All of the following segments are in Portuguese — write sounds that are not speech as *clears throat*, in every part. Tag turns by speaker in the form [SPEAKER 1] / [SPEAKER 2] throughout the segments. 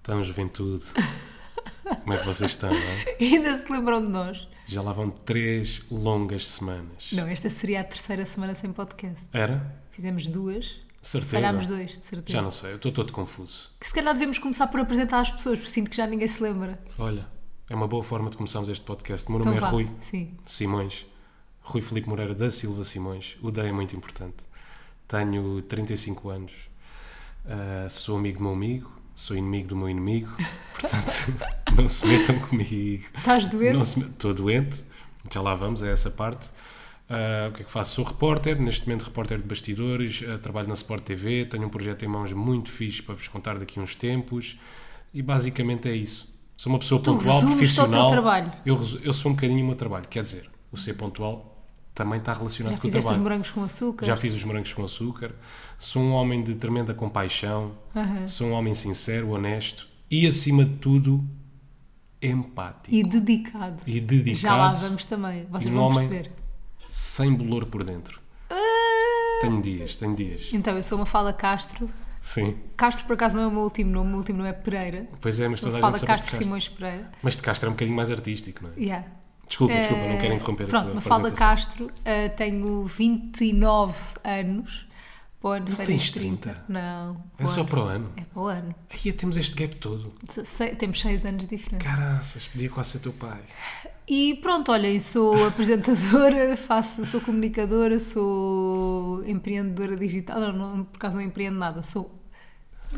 [SPEAKER 1] Então, juventude, como é que vocês estão? não é?
[SPEAKER 2] *laughs* Ainda se lembram de nós?
[SPEAKER 1] Já lá vão três longas semanas.
[SPEAKER 2] Não, esta seria a terceira semana sem podcast.
[SPEAKER 1] Era?
[SPEAKER 2] Fizemos duas,
[SPEAKER 1] Certeza?
[SPEAKER 2] falhámos dois, de certeza.
[SPEAKER 1] Já não sei, eu estou todo confuso.
[SPEAKER 2] Que se calhar devemos começar por apresentar às pessoas, porque sinto que já ninguém se lembra. Então
[SPEAKER 1] Olha, é uma boa forma de começarmos este podcast. O meu nome é
[SPEAKER 2] vá.
[SPEAKER 1] Rui
[SPEAKER 2] Sim.
[SPEAKER 1] Simões, Rui Filipe Moreira da Silva Simões. O DEI é muito importante. Tenho 35 anos, Ah, sou amigo do meu amigo, sou inimigo do meu inimigo, portanto, *laughs* não se metam comigo.
[SPEAKER 2] Estás doente?
[SPEAKER 1] Não se- Estou doente, já lá vamos, é essa parte. Ah, o que é que faço? Sou repórter, neste momento repórter de bastidores, ah, trabalho na Sport TV, tenho um projeto em mãos muito fixe para vos contar daqui a uns tempos e basicamente é isso. Sou uma pessoa pontual,
[SPEAKER 2] resumes só o
[SPEAKER 1] profissional.
[SPEAKER 2] teu trabalho.
[SPEAKER 1] Eu, resu- eu sou um bocadinho o meu trabalho, quer dizer, o ser pontual também está relacionado
[SPEAKER 2] Já
[SPEAKER 1] com o
[SPEAKER 2] fizeste os
[SPEAKER 1] trabalho.
[SPEAKER 2] morangos com açúcar?
[SPEAKER 1] Já fiz os morangos com açúcar. Sou um homem de tremenda compaixão.
[SPEAKER 2] Aham.
[SPEAKER 1] Sou um homem sincero, honesto e, acima de tudo, empático.
[SPEAKER 2] E dedicado.
[SPEAKER 1] E, dedicado.
[SPEAKER 2] Já lá vamos também,
[SPEAKER 1] E
[SPEAKER 2] vocês
[SPEAKER 1] um
[SPEAKER 2] vão
[SPEAKER 1] homem-
[SPEAKER 2] perceber.
[SPEAKER 1] Sem bolor por dentro. Tenho dias, tenho dias.
[SPEAKER 2] Ah! Então, eu sou uma Fala Castro.
[SPEAKER 1] Sim.
[SPEAKER 2] Castro, por acaso, não é o meu último nome, o meu último nome é Pereira.
[SPEAKER 1] Pois é, mas
[SPEAKER 2] Sou
[SPEAKER 1] toda a
[SPEAKER 2] Fala
[SPEAKER 1] gente sabe de
[SPEAKER 2] Castro,
[SPEAKER 1] Castro.
[SPEAKER 2] Simões Pereira.
[SPEAKER 1] Mas de Castro é um bocadinho mais artístico, não é?
[SPEAKER 2] Yeah.
[SPEAKER 1] Desculpa, desculpa,
[SPEAKER 2] Eh,
[SPEAKER 1] não quero interromper a
[SPEAKER 2] Pronto,
[SPEAKER 1] tua
[SPEAKER 2] Mafalda
[SPEAKER 1] apresentação.
[SPEAKER 2] Castro, eh, tenho 29 anos. Para o ano farei
[SPEAKER 1] tens 30?
[SPEAKER 2] Não.
[SPEAKER 1] É só para o ano.
[SPEAKER 2] É para o ano.
[SPEAKER 1] Aí temos este gap todo.
[SPEAKER 2] Se- se- temos 6 anos de diferença.
[SPEAKER 1] Caraças, podia quase ser teu pai.
[SPEAKER 2] E pronto, olhem, sou apresentadora, *laughs* faço, sou comunicadora, sou empreendedora digital. Não, não, por acaso não empreendo nada, sou.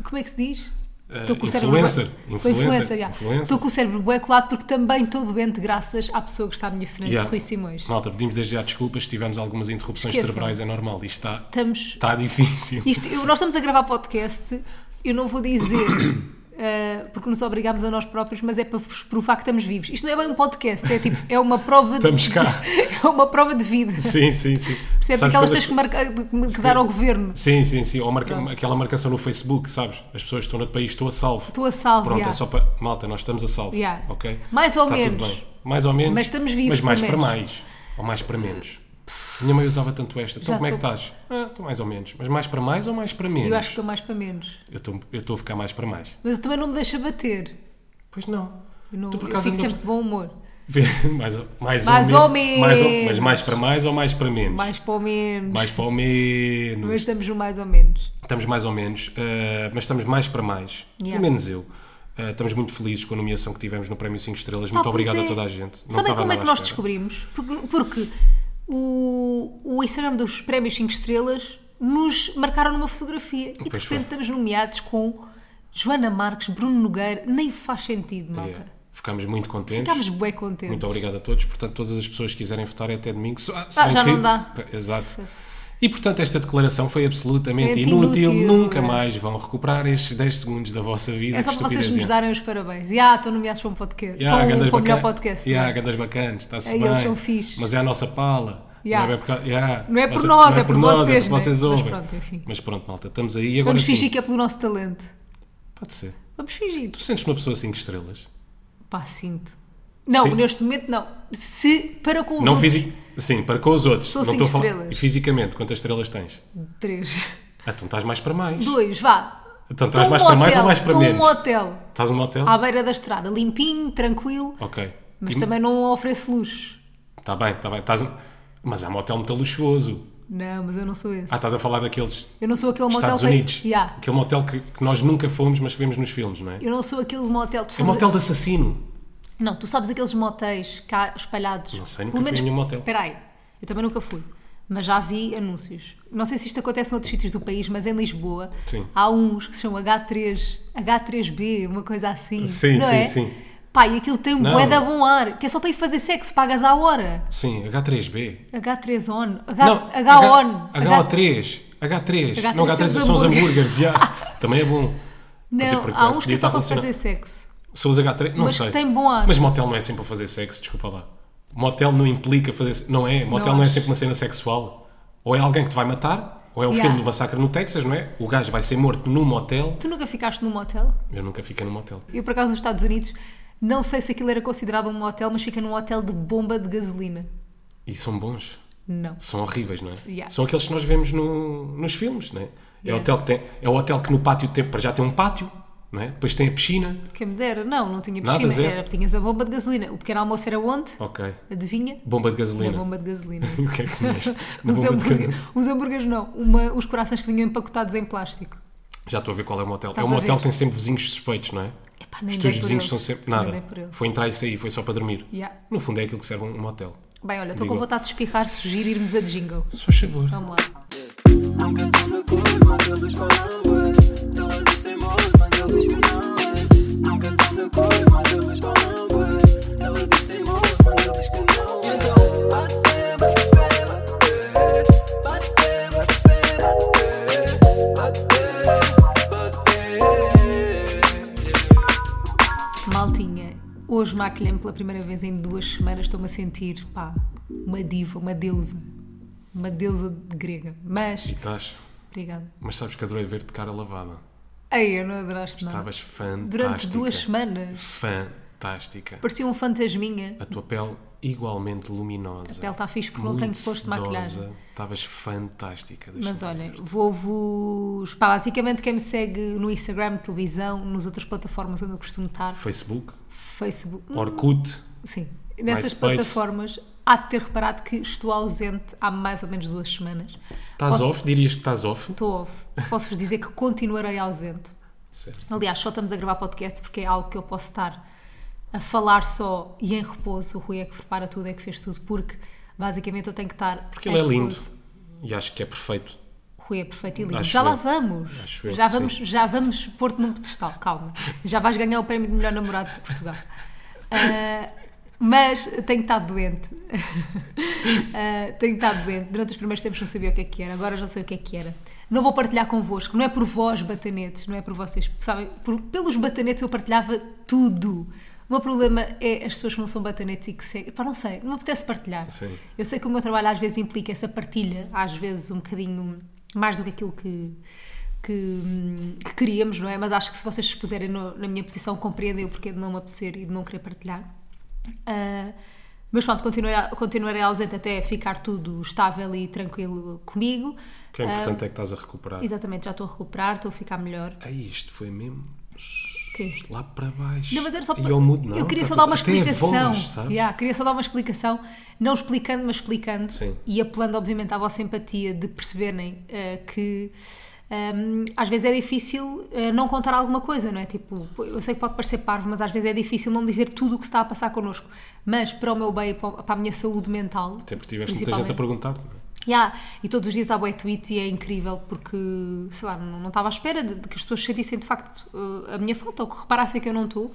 [SPEAKER 2] Como é que se diz?
[SPEAKER 1] Eh,
[SPEAKER 2] Estou
[SPEAKER 1] influencer,
[SPEAKER 2] bué- Sou
[SPEAKER 1] influencer,
[SPEAKER 2] influencer, já.
[SPEAKER 1] influencer.
[SPEAKER 2] Estou com o cérebro bué colado porque também estou doente graças à pessoa que está à minha frente,
[SPEAKER 1] Yeah.
[SPEAKER 2] É, Rui Simões.
[SPEAKER 1] Malta, pedimos desde já desculpas se tivemos algumas interrupções
[SPEAKER 2] Esqueçam.
[SPEAKER 1] cerebrais, é normal. Isto está,
[SPEAKER 2] Estamos
[SPEAKER 1] está difícil.
[SPEAKER 2] Isto, eu- nós estamos a gravar podcast, eu não vou dizer *coughs* eh, porque nos obrigámos a nós próprios, mas é para vos provar que estamos vivos. Isto não é bem um podcast, é tipo, é uma prova de,
[SPEAKER 1] Estamos cá.
[SPEAKER 2] *laughs* é uma prova de
[SPEAKER 1] *laughs*
[SPEAKER 2] vida.
[SPEAKER 1] Sim, sim, sim.
[SPEAKER 2] Percebes?
[SPEAKER 1] Sabes
[SPEAKER 2] Aquelas
[SPEAKER 1] quando é
[SPEAKER 2] coisas
[SPEAKER 1] as-
[SPEAKER 2] que, marca, que- que dar ao governo.
[SPEAKER 1] Sim, sim, sim. Ou marca-
[SPEAKER 2] Pronto.
[SPEAKER 1] aquela marcação no Facebook, sabes? As pessoas estão no país, estou a salvo.
[SPEAKER 2] Estou a salvo.
[SPEAKER 1] Pronto,
[SPEAKER 2] já.
[SPEAKER 1] é só para. Malta, nós estamos a salvo.
[SPEAKER 2] Yeah.
[SPEAKER 1] Ok?
[SPEAKER 2] Mais ou
[SPEAKER 1] Está tudo
[SPEAKER 2] menos.
[SPEAKER 1] bem. Mais ou menos.
[SPEAKER 2] Mas estamos vivos,
[SPEAKER 1] Mas mais
[SPEAKER 2] pelo
[SPEAKER 1] para
[SPEAKER 2] menos.
[SPEAKER 1] mais. Ou mais para menos. Minha mãe usava tanto esta. Então
[SPEAKER 2] Já
[SPEAKER 1] como é que
[SPEAKER 2] estou-
[SPEAKER 1] estás? Ah, estou mais ou menos. Mas mais para mais ou mais para menos?
[SPEAKER 2] Eu acho que estou mais para menos.
[SPEAKER 1] Eu estou, eu estou a ficar mais para mais.
[SPEAKER 2] Mas eu também não me deixa bater.
[SPEAKER 1] Pois não. *laughs*
[SPEAKER 2] Eu, não,
[SPEAKER 1] Tu, por
[SPEAKER 2] eu
[SPEAKER 1] acaso,
[SPEAKER 2] fico
[SPEAKER 1] ainda-
[SPEAKER 2] sempre de bom humor.
[SPEAKER 1] Vê, mais, ou- mais,
[SPEAKER 2] Mais ou
[SPEAKER 1] men-
[SPEAKER 2] menos.
[SPEAKER 1] mais ou- mas mais para mais ou mais para menos?
[SPEAKER 2] Mais para o menos.
[SPEAKER 1] Mais para o menos.
[SPEAKER 2] Mas estamos no mais ou menos.
[SPEAKER 1] Estamos mais ou menos, eh, mas estamos mais para mais.
[SPEAKER 2] Yeah.
[SPEAKER 1] Pelo menos eu. Eh, estamos muito felizes com a nomeação que tivemos no Prémio 5 Estrelas.
[SPEAKER 2] Pá,
[SPEAKER 1] muito
[SPEAKER 2] pois
[SPEAKER 1] obrigado
[SPEAKER 2] é.
[SPEAKER 1] a toda a gente. Não
[SPEAKER 2] Sabem
[SPEAKER 1] estava
[SPEAKER 2] como é
[SPEAKER 1] nada
[SPEAKER 2] que
[SPEAKER 1] à
[SPEAKER 2] nós
[SPEAKER 1] espera.
[SPEAKER 2] descobrimos? Porque, porque o, o Instagram dos Prémios 5 Estrelas nos marcaram numa fotografia e de
[SPEAKER 1] Pois
[SPEAKER 2] repente
[SPEAKER 1] foi.
[SPEAKER 2] estamos nomeados com Joana Marques, Bruno Nogueira, nem faz sentido, malta.
[SPEAKER 1] Yeah. Ficámos muito contentes.
[SPEAKER 2] Ficámos bem contentes.
[SPEAKER 1] É. Muito obrigado a todos. Portanto, todas as pessoas que quiserem votar é até domingo. Só- se
[SPEAKER 2] Ah,
[SPEAKER 1] bem
[SPEAKER 2] já
[SPEAKER 1] que-
[SPEAKER 2] não dá.
[SPEAKER 1] Exato. E portanto, esta declaração foi absolutamente
[SPEAKER 2] Muito
[SPEAKER 1] inútil.
[SPEAKER 2] inútil,
[SPEAKER 1] Nunca
[SPEAKER 2] é.
[SPEAKER 1] mais vão recuperar estes 10 segundos da vossa vida.
[SPEAKER 2] É só
[SPEAKER 1] que
[SPEAKER 2] para vocês
[SPEAKER 1] estupidez
[SPEAKER 2] nos
[SPEAKER 1] é.
[SPEAKER 2] darem os parabéns. E ah, estão nomeados para um podcast.
[SPEAKER 1] Yeah,
[SPEAKER 2] para um,
[SPEAKER 1] grandes ah,
[SPEAKER 2] para o melhor
[SPEAKER 1] bacanas.
[SPEAKER 2] podcast.
[SPEAKER 1] Yeah,
[SPEAKER 2] não é?
[SPEAKER 1] grandes bacanas, está-se
[SPEAKER 2] Aí
[SPEAKER 1] bem.
[SPEAKER 2] eles são fixes.
[SPEAKER 1] Mas é a nossa pala.
[SPEAKER 2] Yeah.
[SPEAKER 1] Não, é por, causa- yeah.
[SPEAKER 2] Não é por
[SPEAKER 1] Você-
[SPEAKER 2] nós, é por vocês,
[SPEAKER 1] é
[SPEAKER 2] né?
[SPEAKER 1] por vocês
[SPEAKER 2] Mas
[SPEAKER 1] ouvem.
[SPEAKER 2] pronto, enfim.
[SPEAKER 1] Mas pronto, malta, estamos aí. Agora
[SPEAKER 2] Vamos
[SPEAKER 1] sim,
[SPEAKER 2] fingir que é pelo nosso talento.
[SPEAKER 1] pode ser.
[SPEAKER 2] Vamos fingir.
[SPEAKER 1] Tu sentes uma pessoa 5 estrelas?
[SPEAKER 2] Pá, sinto. Não,
[SPEAKER 1] Sim.
[SPEAKER 2] neste momento não. Se para com os
[SPEAKER 1] não
[SPEAKER 2] outros,
[SPEAKER 1] fisi... Sim, para com os outros.
[SPEAKER 2] Sou
[SPEAKER 1] não
[SPEAKER 2] cinco
[SPEAKER 1] estou a falar-
[SPEAKER 2] estrelas.
[SPEAKER 1] E fisicamente, quantas estrelas tens?
[SPEAKER 2] três.
[SPEAKER 1] Ah, então estás mais para mais.
[SPEAKER 2] Dois, vá.
[SPEAKER 1] Então estás
[SPEAKER 2] Estou
[SPEAKER 1] mais
[SPEAKER 2] num
[SPEAKER 1] para mais
[SPEAKER 2] é um hotel,
[SPEAKER 1] ou mais para
[SPEAKER 2] estou
[SPEAKER 1] menos?
[SPEAKER 2] num hotel,
[SPEAKER 1] Estás num hotel?
[SPEAKER 2] à beira da estrada, limpinho, tranquilo,
[SPEAKER 1] Ok.
[SPEAKER 2] mas também não oferece luxo.
[SPEAKER 1] Está bem, está bem. Estás... um- Mas há um hotel muito luxuoso.
[SPEAKER 2] Não, mas eu não sou esse.
[SPEAKER 1] Ah, estás a falar daqueles
[SPEAKER 2] Eu não sou aquele motel
[SPEAKER 1] Estados
[SPEAKER 2] Um que-
[SPEAKER 1] Unidos.
[SPEAKER 2] Yeah.
[SPEAKER 1] Aquele motel que, que nós nunca fomos, mas que vemos nos filmes, não é?
[SPEAKER 2] Eu não sou aquele motel. Tu
[SPEAKER 1] É um
[SPEAKER 2] sabes...
[SPEAKER 1] motel de assassino.
[SPEAKER 2] Não, tu sabes aqueles motéis cá espalhados.
[SPEAKER 1] Não sei, nunca fui a nenhum motel.
[SPEAKER 2] Espera aí, eu também nunca fui. Mas já vi anúncios. Não sei se isto acontece noutros sítios do país, mas em Lisboa
[SPEAKER 1] Sim.
[SPEAKER 2] há uns que se chamam H3, H3B, uma coisa assim.
[SPEAKER 1] Sim,
[SPEAKER 2] não
[SPEAKER 1] sim,
[SPEAKER 2] é?
[SPEAKER 1] sim.
[SPEAKER 2] Pá, e aquilo tem um
[SPEAKER 1] Não.
[SPEAKER 2] bué de bom ar, que é só para ir fazer sexo, pagas à hora.
[SPEAKER 1] Sim, H3B.
[SPEAKER 2] H3 on. H,
[SPEAKER 1] Não,
[SPEAKER 2] H-on.
[SPEAKER 1] H- H3. H3.
[SPEAKER 2] H3
[SPEAKER 1] Não, H3
[SPEAKER 2] são
[SPEAKER 1] são,
[SPEAKER 2] os
[SPEAKER 1] os
[SPEAKER 2] hambúrgueres.
[SPEAKER 1] hambúrgueres.
[SPEAKER 2] *laughs*
[SPEAKER 1] já. Também é bom. Até
[SPEAKER 2] é Não,
[SPEAKER 1] por
[SPEAKER 2] há
[SPEAKER 1] acaso,
[SPEAKER 2] uns que
[SPEAKER 1] podia
[SPEAKER 2] é só
[SPEAKER 1] estar
[SPEAKER 2] para
[SPEAKER 1] relacionado.
[SPEAKER 2] fazer sexo.
[SPEAKER 1] São os H3. Não
[SPEAKER 2] Mas que
[SPEAKER 1] sei.
[SPEAKER 2] tem bom ar.
[SPEAKER 1] Mas motel não é sempre para fazer sexo, desculpa lá. Motel não implica fazer. se- Não é? Motel
[SPEAKER 2] Não
[SPEAKER 1] não, é
[SPEAKER 2] acho.
[SPEAKER 1] sempre uma cena sexual. Ou é alguém que te vai matar, ou é o
[SPEAKER 2] Yeah.
[SPEAKER 1] filme do massacre no Texas, não é? O gajo vai ser morto num motel.
[SPEAKER 2] Tu nunca ficaste num motel?
[SPEAKER 1] Eu nunca fiquei num motel.
[SPEAKER 2] Eu, por acaso, nos Estados Unidos, não sei se aquilo era considerado um motel, mas fica num hotel de bomba de gasolina.
[SPEAKER 1] E são bons.
[SPEAKER 2] Não.
[SPEAKER 1] São horríveis, não é?
[SPEAKER 2] Yeah.
[SPEAKER 1] São aqueles que nós vemos no- nos filmes, não é? É, o
[SPEAKER 2] Yeah.
[SPEAKER 1] hotel que tem, é o hotel que no pátio tem, para já tem um pátio, não é? Depois tem a piscina.
[SPEAKER 2] Quem me dera, não, não tinha
[SPEAKER 1] Nada,
[SPEAKER 2] piscina,
[SPEAKER 1] zero.
[SPEAKER 2] era, tinhas a bomba de gasolina. O pequeno almoço era onde?
[SPEAKER 1] Ok.
[SPEAKER 2] Adivinha?
[SPEAKER 1] Bomba de
[SPEAKER 2] Na
[SPEAKER 1] Oh. gasolina.
[SPEAKER 2] bomba é um de
[SPEAKER 1] *laughs*
[SPEAKER 2] gasolina.
[SPEAKER 1] O que é que
[SPEAKER 2] *laughs*
[SPEAKER 1] comeste? Na
[SPEAKER 2] Os
[SPEAKER 1] bomba de
[SPEAKER 2] hambúrgueres,
[SPEAKER 1] gasolina.
[SPEAKER 2] os hambúrgueres não, Uma- os corações que vinham empacotados em plástico.
[SPEAKER 1] Já estou a ver qual é o motel.
[SPEAKER 2] Estás
[SPEAKER 1] é um
[SPEAKER 2] a
[SPEAKER 1] motel
[SPEAKER 2] ver?
[SPEAKER 1] que tem sempre vizinhos suspeitos, não é?
[SPEAKER 2] Epá, nem
[SPEAKER 1] Os
[SPEAKER 2] dei
[SPEAKER 1] teus
[SPEAKER 2] por
[SPEAKER 1] vizinhos
[SPEAKER 2] eles.
[SPEAKER 1] são sempre.
[SPEAKER 2] Nem
[SPEAKER 1] Nada.
[SPEAKER 2] dei por eles.
[SPEAKER 1] Foi entrar e sair, foi só para dormir.
[SPEAKER 2] Yeah.
[SPEAKER 1] No fundo é aquilo que serve um motel.
[SPEAKER 2] Bem, olha, estou
[SPEAKER 1] Digo.
[SPEAKER 2] com vontade de espirrar, sugiro irmos a de jingle.
[SPEAKER 1] Só favor.
[SPEAKER 2] Vamos lá.
[SPEAKER 3] Não canto de cor, mas eles falam, ué. Ela diz temor, mas ele diz que não, ué. Não canto de cor, mas eles falam, ué. Ela diz temor, mas ele diz que não, ué. Então, bate, bate, bate, bate. Bate, bate, bate, bate.
[SPEAKER 2] Maltinha, hoje maquilhei-me pela primeira vez em duas semanas, estou-me a sentir, pá, uma diva, uma deusa. Uma deusa grega.
[SPEAKER 1] E
[SPEAKER 2] Mas,
[SPEAKER 1] estás.
[SPEAKER 2] obrigada.
[SPEAKER 1] Mas sabes que adorei ver-te de cara lavada.
[SPEAKER 2] Ei, eu não adoraste nada.
[SPEAKER 1] Estavas fantástica.
[SPEAKER 2] Durante duas semanas,
[SPEAKER 1] Fantástica.
[SPEAKER 2] parecia um fantasminha.
[SPEAKER 1] A tua pele igualmente luminosa.
[SPEAKER 2] A pele está fixe porque não tenho posto de maquilhagem.
[SPEAKER 1] Estavas fantástica. deixa-me
[SPEAKER 2] Mas olha,
[SPEAKER 1] dizer.
[SPEAKER 2] vou-vos. Pá, basicamente quem me segue no Instagram, televisão, nas outras plataformas onde eu costumo estar,
[SPEAKER 1] Facebook,
[SPEAKER 2] Facebook. hum,
[SPEAKER 1] Orkut.
[SPEAKER 2] Sim. Nessas
[SPEAKER 1] MySpace.
[SPEAKER 2] plataformas, há de ter reparado que estou ausente há mais ou menos duas semanas.
[SPEAKER 1] Estás
[SPEAKER 2] Posso-
[SPEAKER 1] off? Dirias que estás off?
[SPEAKER 2] Estou off. Posso-vos dizer que continuarei ausente.
[SPEAKER 1] Certo.
[SPEAKER 2] Aliás, só estamos a gravar podcast porque é algo que eu posso estar a falar só e em repouso. O Rui é que prepara tudo, é que fez tudo, porque basicamente eu tenho que estar.
[SPEAKER 1] Porque
[SPEAKER 2] em
[SPEAKER 1] ele é lindo.
[SPEAKER 2] repouso.
[SPEAKER 1] E acho que é perfeito.
[SPEAKER 2] Rui é perfeito e lindo.
[SPEAKER 1] Acho
[SPEAKER 2] já lá
[SPEAKER 1] eu.
[SPEAKER 2] vamos.
[SPEAKER 1] Acho eu,
[SPEAKER 2] já vamos, já vamos pôr-te num pedestal, calma. Já vais ganhar o prémio de melhor namorado de
[SPEAKER 1] *laughs*
[SPEAKER 2] Portugal. Ah, mas tenho estado doente. *laughs* Ah, tenho estado doente. Durante os primeiros tempos não sabia o que é que era, agora já sei o que é que era. Não vou partilhar convosco, não é por vós, batanetes, não é por vocês. Sabem, por- pelos batanetes eu partilhava tudo. O meu problema é as pessoas que não são batanetes e que seguem. Pá, não sei, não me apetece partilhar.
[SPEAKER 1] Sim.
[SPEAKER 2] Eu sei que o meu trabalho às vezes implica essa partilha, às vezes um bocadinho mais do que aquilo que, que, hum, que queríamos, não é? Mas acho que se vocês se expuserem no- na minha posição, compreendem o porquê de não me apetecer e de não querer partilhar. Ah, mas pronto, continuarei, continuarei ausente até ficar tudo estável e tranquilo comigo.
[SPEAKER 1] O
[SPEAKER 2] Ah,
[SPEAKER 1] que é importante é que estás a recuperar.
[SPEAKER 2] Exatamente, já estou a recuperar, estou a ficar melhor.
[SPEAKER 1] Ai, É isto foi mesmo
[SPEAKER 2] Que-
[SPEAKER 1] lá para baixo.
[SPEAKER 2] Não, mas era só
[SPEAKER 1] E
[SPEAKER 2] para-
[SPEAKER 1] ao mudo, não,
[SPEAKER 2] eu queria
[SPEAKER 1] tá
[SPEAKER 2] só
[SPEAKER 1] tudo-
[SPEAKER 2] dar uma
[SPEAKER 1] até a
[SPEAKER 2] explicação.
[SPEAKER 1] voz, sabes?
[SPEAKER 2] Yeah, queria só dar uma explicação, não explicando, mas explicando
[SPEAKER 1] Sim.
[SPEAKER 2] e apelando, obviamente, à vossa empatia de perceberem eh, que ehm, às vezes é difícil eh, não contar alguma coisa, não é? Tipo, pô, eu sei que pode parecer parvo, mas às vezes é difícil não dizer tudo o que se está a passar connosco. Mas para o meu bem, e para o- para a minha saúde mental,
[SPEAKER 1] Até porque tiveste um muita gente a
[SPEAKER 2] principalmente.
[SPEAKER 1] perguntar. não é?
[SPEAKER 2] Yeah, e todos os dias há bué tweet e é incrível porque, sei lá, não, não estava à espera de, de que as pessoas sentissem de facto eh, a minha falta ou que reparassem que eu não estou.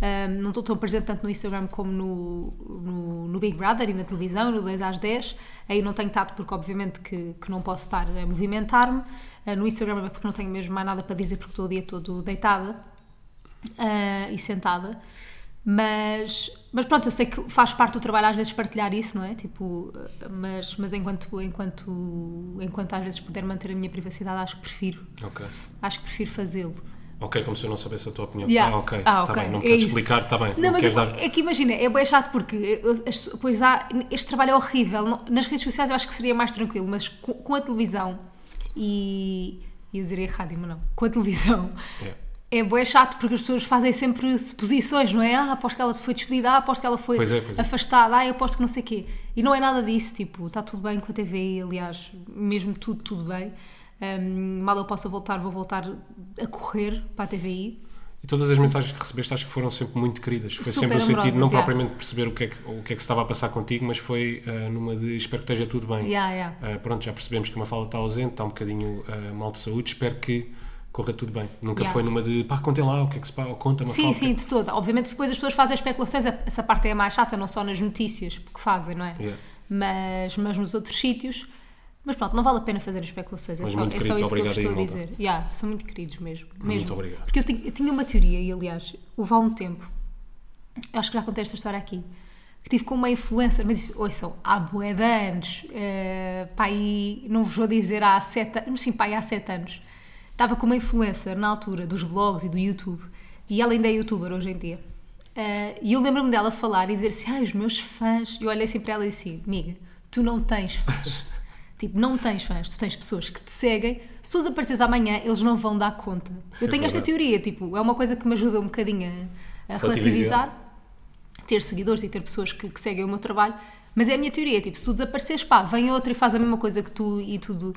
[SPEAKER 2] Ahm, não estou tão presente tanto no Instagram como no, no, no Big Brother e na televisão, no 2 às 10. Aí não tenho tato porque, obviamente, que, que não posso estar a movimentar-me. Ah, no Instagram é porque não tenho mesmo mais nada para dizer porque estou o dia todo deitada ah, e sentada. Mas, mas pronto, eu sei que faz parte do trabalho às vezes partilhar isso, não é? Tipo, ah, mas, mas enquanto, enquanto, enquanto às vezes puder manter a minha privacidade, acho que prefiro.
[SPEAKER 1] Ok.
[SPEAKER 2] Acho que prefiro fazê-lo.
[SPEAKER 1] é? Ok, como se eu não soubesse a tua opinião.
[SPEAKER 2] Yeah.
[SPEAKER 1] Ah, ok.
[SPEAKER 2] Ah,
[SPEAKER 1] Tá
[SPEAKER 2] ok,
[SPEAKER 1] bem, não me
[SPEAKER 2] é
[SPEAKER 1] queres
[SPEAKER 2] isso.
[SPEAKER 1] explicar, está bem.
[SPEAKER 2] Não,
[SPEAKER 1] me
[SPEAKER 2] mas
[SPEAKER 1] queres
[SPEAKER 2] é,
[SPEAKER 1] dar.
[SPEAKER 2] é que imagina, é bem chato porque eu- as- pois há, este trabalho é horrível. Não- Nas redes sociais eu acho que seria mais tranquilo, mas co- com, a televisão e. ia dizer errado, mas não. Com a televisão.
[SPEAKER 1] É.
[SPEAKER 2] É bué chato porque as pessoas fazem sempre suposições, não é? Ah, aposto que ela foi despedida, ah, aposto que ela foi
[SPEAKER 1] Pois é, pois é.
[SPEAKER 2] afastada, ah, eu aposto que não sei o quê. E não é nada disso, tipo, está tudo bem com a TV, aliás, mesmo tudo, tudo bem. Hum, mal eu possa voltar, vou voltar a correr para a TVI.
[SPEAKER 1] E todas as mensagens que recebeste acho que foram sempre muito queridas. Foi
[SPEAKER 2] Super
[SPEAKER 1] sempre no sentido,
[SPEAKER 2] amorosas,
[SPEAKER 1] não
[SPEAKER 2] yeah.
[SPEAKER 1] propriamente perceber o que, é que, o que é que se estava a passar contigo, mas foi ah, numa de espero que esteja tudo bem.
[SPEAKER 2] Yeah, yeah.
[SPEAKER 1] Ah, pronto, já percebemos que uma fala está ausente, está um bocadinho ah, mal de saúde, espero que corra tudo bem. Nunca
[SPEAKER 2] Yeah.
[SPEAKER 1] foi numa de pá, contem lá o que é que se passa, ou conta uma
[SPEAKER 2] Sim, sim, de toda. Obviamente depois as pessoas fazem especulações, a- essa parte é a mais chata, não só nas notícias, porque fazem, não é?
[SPEAKER 1] Yeah.
[SPEAKER 2] Mas, mas nos outros sítios. Mas pronto, não vale a pena fazer especulações, é
[SPEAKER 1] Mas
[SPEAKER 2] só,
[SPEAKER 1] muito
[SPEAKER 2] é só
[SPEAKER 1] queridos,
[SPEAKER 2] isso que eu
[SPEAKER 1] obrigado
[SPEAKER 2] vos
[SPEAKER 1] aí,
[SPEAKER 2] estou a
[SPEAKER 1] malta.
[SPEAKER 2] dizer. Yeah, são muito queridos mesmo. mesmo.
[SPEAKER 1] obrigado.
[SPEAKER 2] Porque eu, tinha- eu tinha uma teoria, e aliás, houve há um tempo, eu acho que já contei esta história aqui, que tive com uma influencer, mas isso, ouçam, há bué de anos, eh, pá, aí, não vos vou dizer há sete anos, sim, pá, aí há sete anos, estava com uma influencer na altura dos blogs e do YouTube, e ela ainda é youtuber hoje em dia. Eh, e eu lembro-me dela
[SPEAKER 1] *laughs*
[SPEAKER 2] falar e dizer assim, ai, os meus fãs, e eu olhei assim para ela e disse, amiga, tu não tens fãs. Tipo, não tens fãs, tu tens pessoas que te seguem. Se tu desapareces amanhã, eles não vão dar conta. Eu
[SPEAKER 1] É
[SPEAKER 2] tenho esta
[SPEAKER 1] verdade.
[SPEAKER 2] teoria, tipo, é uma coisa que me ajuda um bocadinho a, a
[SPEAKER 1] Relativizar.
[SPEAKER 2] relativizar. Ter seguidores e ter pessoas que, que seguem o meu trabalho. Mas é a minha teoria, tipo, se tu desapareces, pá, vem outra e faz a mesma coisa que tu e tudo,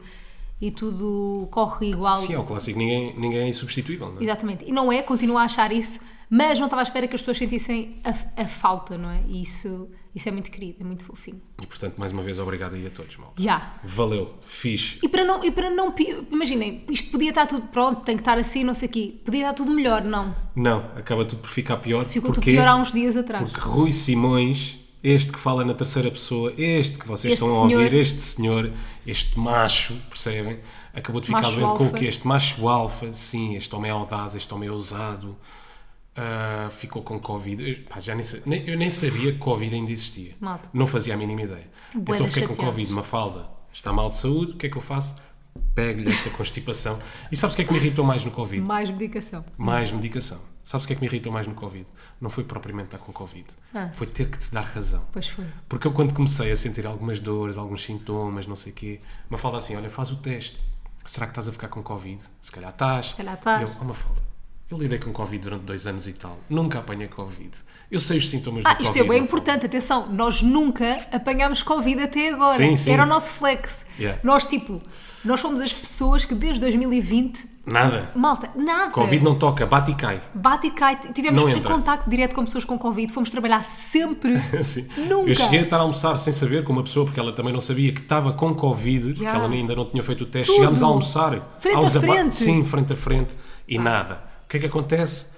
[SPEAKER 2] e tudo corre igual.
[SPEAKER 1] Sim, é o clássico, ninguém, ninguém é insubstituível, não é?
[SPEAKER 2] Exatamente. E não é, continuo a achar isso, mas não estava à espera que as pessoas sentissem a, a falta, não é? E isso, isso é muito querido, é muito fofinho.
[SPEAKER 1] E portanto, mais uma vez, obrigado aí a todos, malta.
[SPEAKER 2] Já.
[SPEAKER 1] Valeu, fixe.
[SPEAKER 2] E para não, e para não pi- imaginem, isto podia estar tudo pronto, tem que estar assim, não sei o quê. Podia estar tudo melhor, não.
[SPEAKER 1] Não, acaba tudo por ficar pior.
[SPEAKER 2] Ficou
[SPEAKER 1] Porquê?
[SPEAKER 2] tudo pior há uns dias atrás.
[SPEAKER 1] Porque Rui Simões, este que fala na terceira pessoa, este que vocês
[SPEAKER 2] Este
[SPEAKER 1] estão a ouvir,
[SPEAKER 2] senhor.
[SPEAKER 1] este senhor, este macho, percebem? Acabou de ficar
[SPEAKER 2] Macho
[SPEAKER 1] doente com o
[SPEAKER 2] alfa.
[SPEAKER 1] quê? Este macho alfa, sim, este homem é audaz, este homem ousado, ah, ficou com Covid. Eu, pá, já nem, sa- nem- eu nem sabia que Covid ainda existia.
[SPEAKER 2] Malta.
[SPEAKER 1] Não fazia a mínima ideia.
[SPEAKER 2] Bué
[SPEAKER 1] então
[SPEAKER 2] de
[SPEAKER 1] fiquei com
[SPEAKER 2] chateados.
[SPEAKER 1] Covid, uma falda. Está mal de saúde, o que é que eu faço? Pego-lhe esta constipação. E sabes o que é que me irritou mais no Covid?
[SPEAKER 2] Mais medicação.
[SPEAKER 1] mais medicação. Sabes o que é que me irritou mais no Covid? Não foi propriamente estar com Covid.
[SPEAKER 2] Ah.
[SPEAKER 1] Foi ter que te dar razão.
[SPEAKER 2] Pois foi.
[SPEAKER 1] Porque eu quando comecei a sentir algumas dores, alguns sintomas, não sei o quê, uma fala assim, olha, faz o teste. Será que estás a ficar com Covid? Se calhar estás. Se
[SPEAKER 2] calhar estás.
[SPEAKER 1] Eu, "Oh, uma fala. Eu lidei com Covid durante dois anos e tal. Nunca apanhei Covid. Eu sei os sintomas do
[SPEAKER 2] Ah,
[SPEAKER 1] Covid.
[SPEAKER 2] isto é bem
[SPEAKER 1] Mafalda.
[SPEAKER 2] importante, atenção, nós nunca apanhámos Covid até agora.
[SPEAKER 1] Sim, sim.
[SPEAKER 2] Era o nosso flex.
[SPEAKER 1] Yeah.
[SPEAKER 2] Nós, tipo, nós fomos as pessoas que desde 2020,
[SPEAKER 1] Nada.
[SPEAKER 2] malta, nada.
[SPEAKER 1] Covid não toca, bate e cai.
[SPEAKER 2] Bate e cai. Tivemos
[SPEAKER 1] Não
[SPEAKER 2] em
[SPEAKER 1] entra.
[SPEAKER 2] contacto direto com pessoas com Covid, fomos
[SPEAKER 1] *laughs*
[SPEAKER 2] trabalhar sempre.
[SPEAKER 1] Sim. Assim,
[SPEAKER 2] Nunca.
[SPEAKER 1] Eu cheguei a estar a almoçar sem saber com uma pessoa, porque ela também não sabia que estava com Covid, porque
[SPEAKER 2] Yeah.
[SPEAKER 1] ela ainda não tinha feito o teste.
[SPEAKER 2] Tudo.
[SPEAKER 1] Chegámos a almoçar.
[SPEAKER 2] Frente a
[SPEAKER 1] aos aba-
[SPEAKER 2] frente. Ah.
[SPEAKER 1] Sim, frente a frente. E nada. O que é que acontece?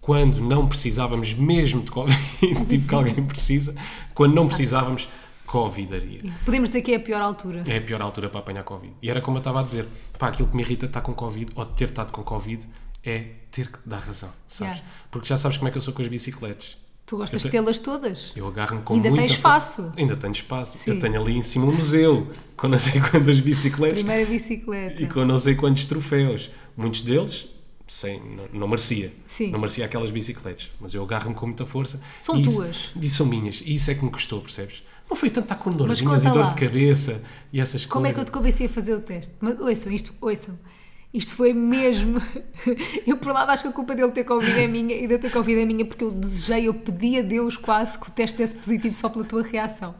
[SPEAKER 1] Quando não precisávamos mesmo de Covid, *laughs* tipo que alguém precisa, quando não precisávamos, Covidaria.
[SPEAKER 2] Podemos dizer que é a pior altura.
[SPEAKER 1] É a pior altura para apanhar Covid. E era como eu estava a dizer: pá, aquilo que me irrita de estar com Covid ou de ter estado com Covid é ter que te dar razão, sabes?
[SPEAKER 2] Yeah.
[SPEAKER 1] Porque já sabes como é que eu sou com as bicicletas.
[SPEAKER 2] Tu gostas
[SPEAKER 1] Eu
[SPEAKER 2] de tê-las todas?
[SPEAKER 1] Eu agarro-me com
[SPEAKER 2] Ainda
[SPEAKER 1] muita
[SPEAKER 2] tem
[SPEAKER 1] fo-
[SPEAKER 2] espaço.
[SPEAKER 1] Ainda tenho espaço.
[SPEAKER 2] Sim.
[SPEAKER 1] Eu tenho ali em cima um museu com não sei *laughs* quantas bicicletas
[SPEAKER 2] Primeira bicicleta.
[SPEAKER 1] e com não sei quantos troféus. Muitos deles sem, não, não merecia.
[SPEAKER 2] Sim.
[SPEAKER 1] Não merecia aquelas bicicletas. Mas eu agarro-me com muita força.
[SPEAKER 2] São
[SPEAKER 1] e isso-
[SPEAKER 2] tuas.
[SPEAKER 1] E são minhas. E isso é que me custou, percebes? Não foi tanto estar com dorzinhas
[SPEAKER 2] conta
[SPEAKER 1] e dor
[SPEAKER 2] lá.
[SPEAKER 1] de cabeça e essas
[SPEAKER 2] Como
[SPEAKER 1] coisas.
[SPEAKER 2] é que eu te convenci a fazer o teste? Mas ouçam, isto, ouçam. Isto foi mesmo. *laughs* Eu, por um lado, acho que a culpa dele ter Covid é minha e de eu ter Covid é minha porque eu desejei, eu pedi a Deus quase que o teste desse positivo só pela tua reação.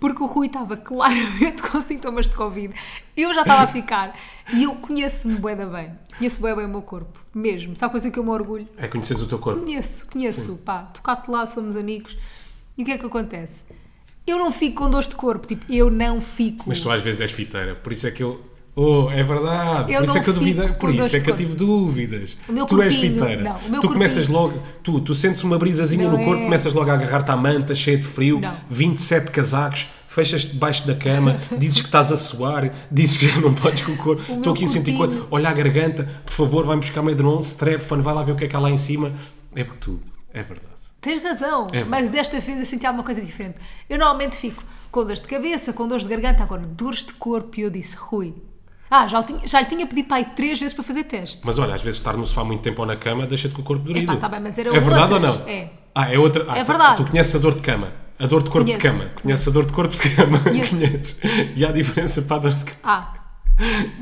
[SPEAKER 2] Porque o Rui estava claramente *laughs* com sintomas de Covid. Eu já estava a ficar. E eu conheço-me bué da bem. Conheço bué bem o meu corpo. Mesmo. Sabe coisa que eu me orgulho?
[SPEAKER 1] É conheceres o teu corpo.
[SPEAKER 2] Conheço, conheço, pá, tocar-te lá, somos amigos. E o que é que acontece? Eu não fico com dores de corpo, tipo, eu não fico.
[SPEAKER 1] Mas tu às vezes és fiteira. Por isso é que eu. Oh, é verdade.
[SPEAKER 2] Eu
[SPEAKER 1] por isso é
[SPEAKER 2] não
[SPEAKER 1] que eu
[SPEAKER 2] fico
[SPEAKER 1] duvidei.
[SPEAKER 2] com
[SPEAKER 1] Por isso
[SPEAKER 2] dores
[SPEAKER 1] é
[SPEAKER 2] de
[SPEAKER 1] que eu
[SPEAKER 2] corpo.
[SPEAKER 1] tive dúvidas.
[SPEAKER 2] O meu
[SPEAKER 1] tu és
[SPEAKER 2] corpinho,
[SPEAKER 1] fiteira.
[SPEAKER 2] não, o meu
[SPEAKER 1] tu
[SPEAKER 2] corpinho.
[SPEAKER 1] começas logo. Tu, tu sentes uma brisazinha
[SPEAKER 2] Não
[SPEAKER 1] no corpo,
[SPEAKER 2] é.
[SPEAKER 1] começas logo a agarrar-te à manta, cheia de frio,
[SPEAKER 2] Não.
[SPEAKER 1] 27 casacos. Fechas-te debaixo da
[SPEAKER 2] *laughs*
[SPEAKER 1] cama, dizes que estás a suar, dizes que já não podes com o corpo.
[SPEAKER 2] O
[SPEAKER 1] Estou
[SPEAKER 2] meu
[SPEAKER 1] aqui em 104,
[SPEAKER 2] corpinho.
[SPEAKER 1] olha a garganta, por favor, vai-me buscar medron, strepfan, vai lá ver o que é que há lá em cima. É porque tu, é verdade.
[SPEAKER 2] Tens razão,
[SPEAKER 1] É
[SPEAKER 2] mas desta vez eu senti alguma coisa diferente. Eu normalmente fico com dores de cabeça, com dores de garganta, agora dores de corpo, e eu disse, Rui. Ah, já, o tinha- já lhe tinha pedido pai três vezes para fazer teste.
[SPEAKER 1] Mas olha, às vezes estar no sofá muito tempo ou na cama deixa-te com o corpo dorido.
[SPEAKER 2] Epá, tá bem, mas era
[SPEAKER 1] é verdade
[SPEAKER 2] outras.
[SPEAKER 1] ou não?
[SPEAKER 2] É.
[SPEAKER 1] Ah, é outra. ah,
[SPEAKER 2] É
[SPEAKER 1] tu-
[SPEAKER 2] verdade.
[SPEAKER 1] Tu, conheces a dor de cama. A dor de corpo de
[SPEAKER 2] Conheço,
[SPEAKER 1] cama. Conheces a dor de corpo de cama. *laughs*
[SPEAKER 2] Conheço.
[SPEAKER 1] Conheces. E há diferença para a dor de cama.
[SPEAKER 2] Ah,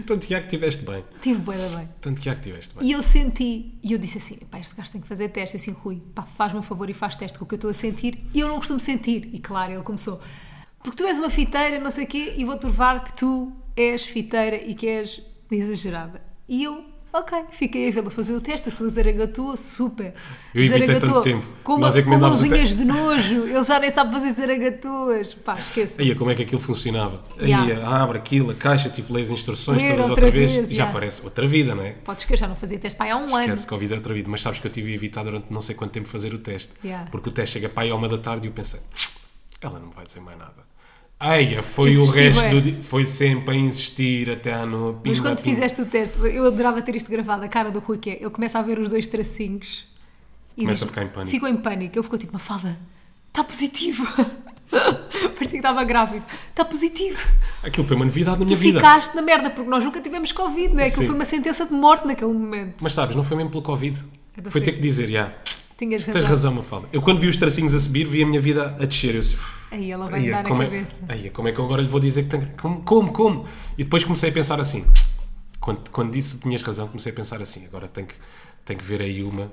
[SPEAKER 1] Tanto que há que estiveste bem.
[SPEAKER 2] tive bué da bem.
[SPEAKER 1] Tanto que há que estiveste bem.
[SPEAKER 2] E eu senti, e eu disse assim: pá, este gajo tem que fazer teste. Eu assim, Rui, pá, faz-me um favor e faz teste com o que eu estou a sentir. E eu não costumo sentir. E claro, ele começou: porque tu és uma fiteira, não sei o quê, e vou-te provar que tu és fiteira e que és exagerada. E eu, ok, fiquei a vê-lo fazer o teste. A sua zaragatua, super.
[SPEAKER 1] Eu evitei tanto
[SPEAKER 2] Zaragatua,
[SPEAKER 1] tempo.
[SPEAKER 2] Com, uma,
[SPEAKER 1] Nós é que
[SPEAKER 2] com
[SPEAKER 1] mandámos o te-
[SPEAKER 2] mãozinhas de nojo. Ele já nem sabe fazer zaragatuas. Pá, esqueça.
[SPEAKER 1] Aí, como é que aquilo funcionava?
[SPEAKER 2] Yeah.
[SPEAKER 1] Aí, abre aquilo, a caixa, tipo, lê as instruções
[SPEAKER 2] Ler
[SPEAKER 1] todas
[SPEAKER 2] outra
[SPEAKER 1] outra vez.
[SPEAKER 2] vez,
[SPEAKER 1] e já
[SPEAKER 2] yeah.
[SPEAKER 1] parece outra vida, não é?
[SPEAKER 2] Podes que eu já não fazia teste, pá, há um ano.
[SPEAKER 1] Esquece que Covid é outra vida. Mas sabes que eu tive a evitar durante não sei quanto tempo fazer o teste.
[SPEAKER 2] Yeah.
[SPEAKER 1] Porque o teste chega para aí à uma da tarde e eu pensei, ela não vai dizer mais nada. Ai, é, foi
[SPEAKER 2] Insisti,
[SPEAKER 1] o resto
[SPEAKER 2] bué.
[SPEAKER 1] do dia. Foi sempre a insistir até à noite.
[SPEAKER 2] Mas quando fizeste o teste, eu adorava ter isto gravado, a cara do Rui, que é, ele começa a ver os dois tracinhos e
[SPEAKER 1] Começa a ficar em pânico.
[SPEAKER 2] Ficou em pânico, ele ficou tipo, Mafalda, está positivo. *laughs* Parecia que estava grávido. Está positivo.
[SPEAKER 1] Aquilo foi uma novidade na
[SPEAKER 2] Tu
[SPEAKER 1] minha vida.
[SPEAKER 2] ficaste na merda, porque nós nunca tivemos Covid, não é? Aquilo
[SPEAKER 1] Sim.
[SPEAKER 2] foi uma sentença de morte naquele momento.
[SPEAKER 1] Mas sabes, não foi mesmo pelo Covid.
[SPEAKER 2] Então
[SPEAKER 1] Foi
[SPEAKER 2] foi.
[SPEAKER 1] ter que dizer, já,
[SPEAKER 2] Tinhas razão.
[SPEAKER 1] Tens razão, Mafalda. Eu quando vi os tracinhos a subir, vi a minha vida a descer. Eu disse, "Uf,
[SPEAKER 2] Aí ela vai me
[SPEAKER 1] aia,
[SPEAKER 2] dar na
[SPEAKER 1] como
[SPEAKER 2] cabeça."
[SPEAKER 1] É, aia, como é que eu agora lhe vou dizer que tem... Como, como, como? E depois comecei a pensar assim. Quando, quando disse tinhas razão, comecei a pensar assim. Agora tenho que, tenho que ver aí uma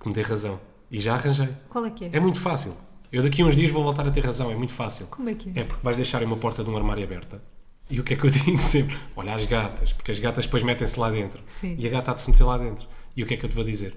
[SPEAKER 1] que me dê razão. E já arranjei.
[SPEAKER 2] Qual é que é?
[SPEAKER 1] É muito fácil. Eu daqui a uns dias vou voltar a ter razão. É muito fácil.
[SPEAKER 2] Como é que é?
[SPEAKER 1] É porque vais deixar uma porta de um armário aberta. E o que é que eu *laughs* digo sempre? Olha as gatas, porque as gatas depois metem-se lá dentro.
[SPEAKER 2] Sim.
[SPEAKER 1] E a gata há de se meter lá dentro. E o que é que eu te vou dizer?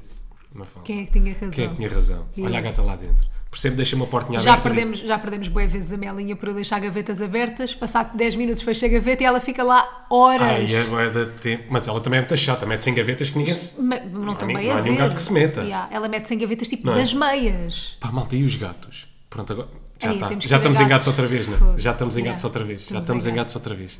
[SPEAKER 1] Mafalda.
[SPEAKER 2] Quem é que tinha razão?
[SPEAKER 1] Quem é que tinha razão?
[SPEAKER 2] Eu.
[SPEAKER 1] Olha a gata lá dentro. Por sempre deixa uma portinha
[SPEAKER 2] Já
[SPEAKER 1] aberta.
[SPEAKER 2] perdemos, já perdemos boas vezes a Melinha por eu deixar gavetas abertas, passado 10 minutos fecha a gaveta e ela fica lá horas.
[SPEAKER 1] Ai, é bué de tempo. Mas ela também é muito chata, mete-se em gavetas que ninguém se.
[SPEAKER 2] Ma- Não,
[SPEAKER 1] há
[SPEAKER 2] tem
[SPEAKER 1] nem-
[SPEAKER 2] bem
[SPEAKER 1] não
[SPEAKER 2] a
[SPEAKER 1] há
[SPEAKER 2] ver.
[SPEAKER 1] nenhum gato que se meta.
[SPEAKER 2] Yeah, ela mete-se em gavetas tipo
[SPEAKER 1] Não é?
[SPEAKER 2] das meias.
[SPEAKER 1] Pá, malta, e os gatos? Pronto, agora. Já,
[SPEAKER 2] Ai,
[SPEAKER 1] tá.
[SPEAKER 2] temos que
[SPEAKER 1] já
[SPEAKER 2] ver
[SPEAKER 1] estamos em gatos
[SPEAKER 2] gatos.
[SPEAKER 1] outra vez, não?
[SPEAKER 2] Fogo.
[SPEAKER 1] Já estamos em
[SPEAKER 2] Yeah.
[SPEAKER 1] gatos outra vez. Já
[SPEAKER 2] Estamos
[SPEAKER 1] estamos
[SPEAKER 2] em
[SPEAKER 1] em gatos outra vez.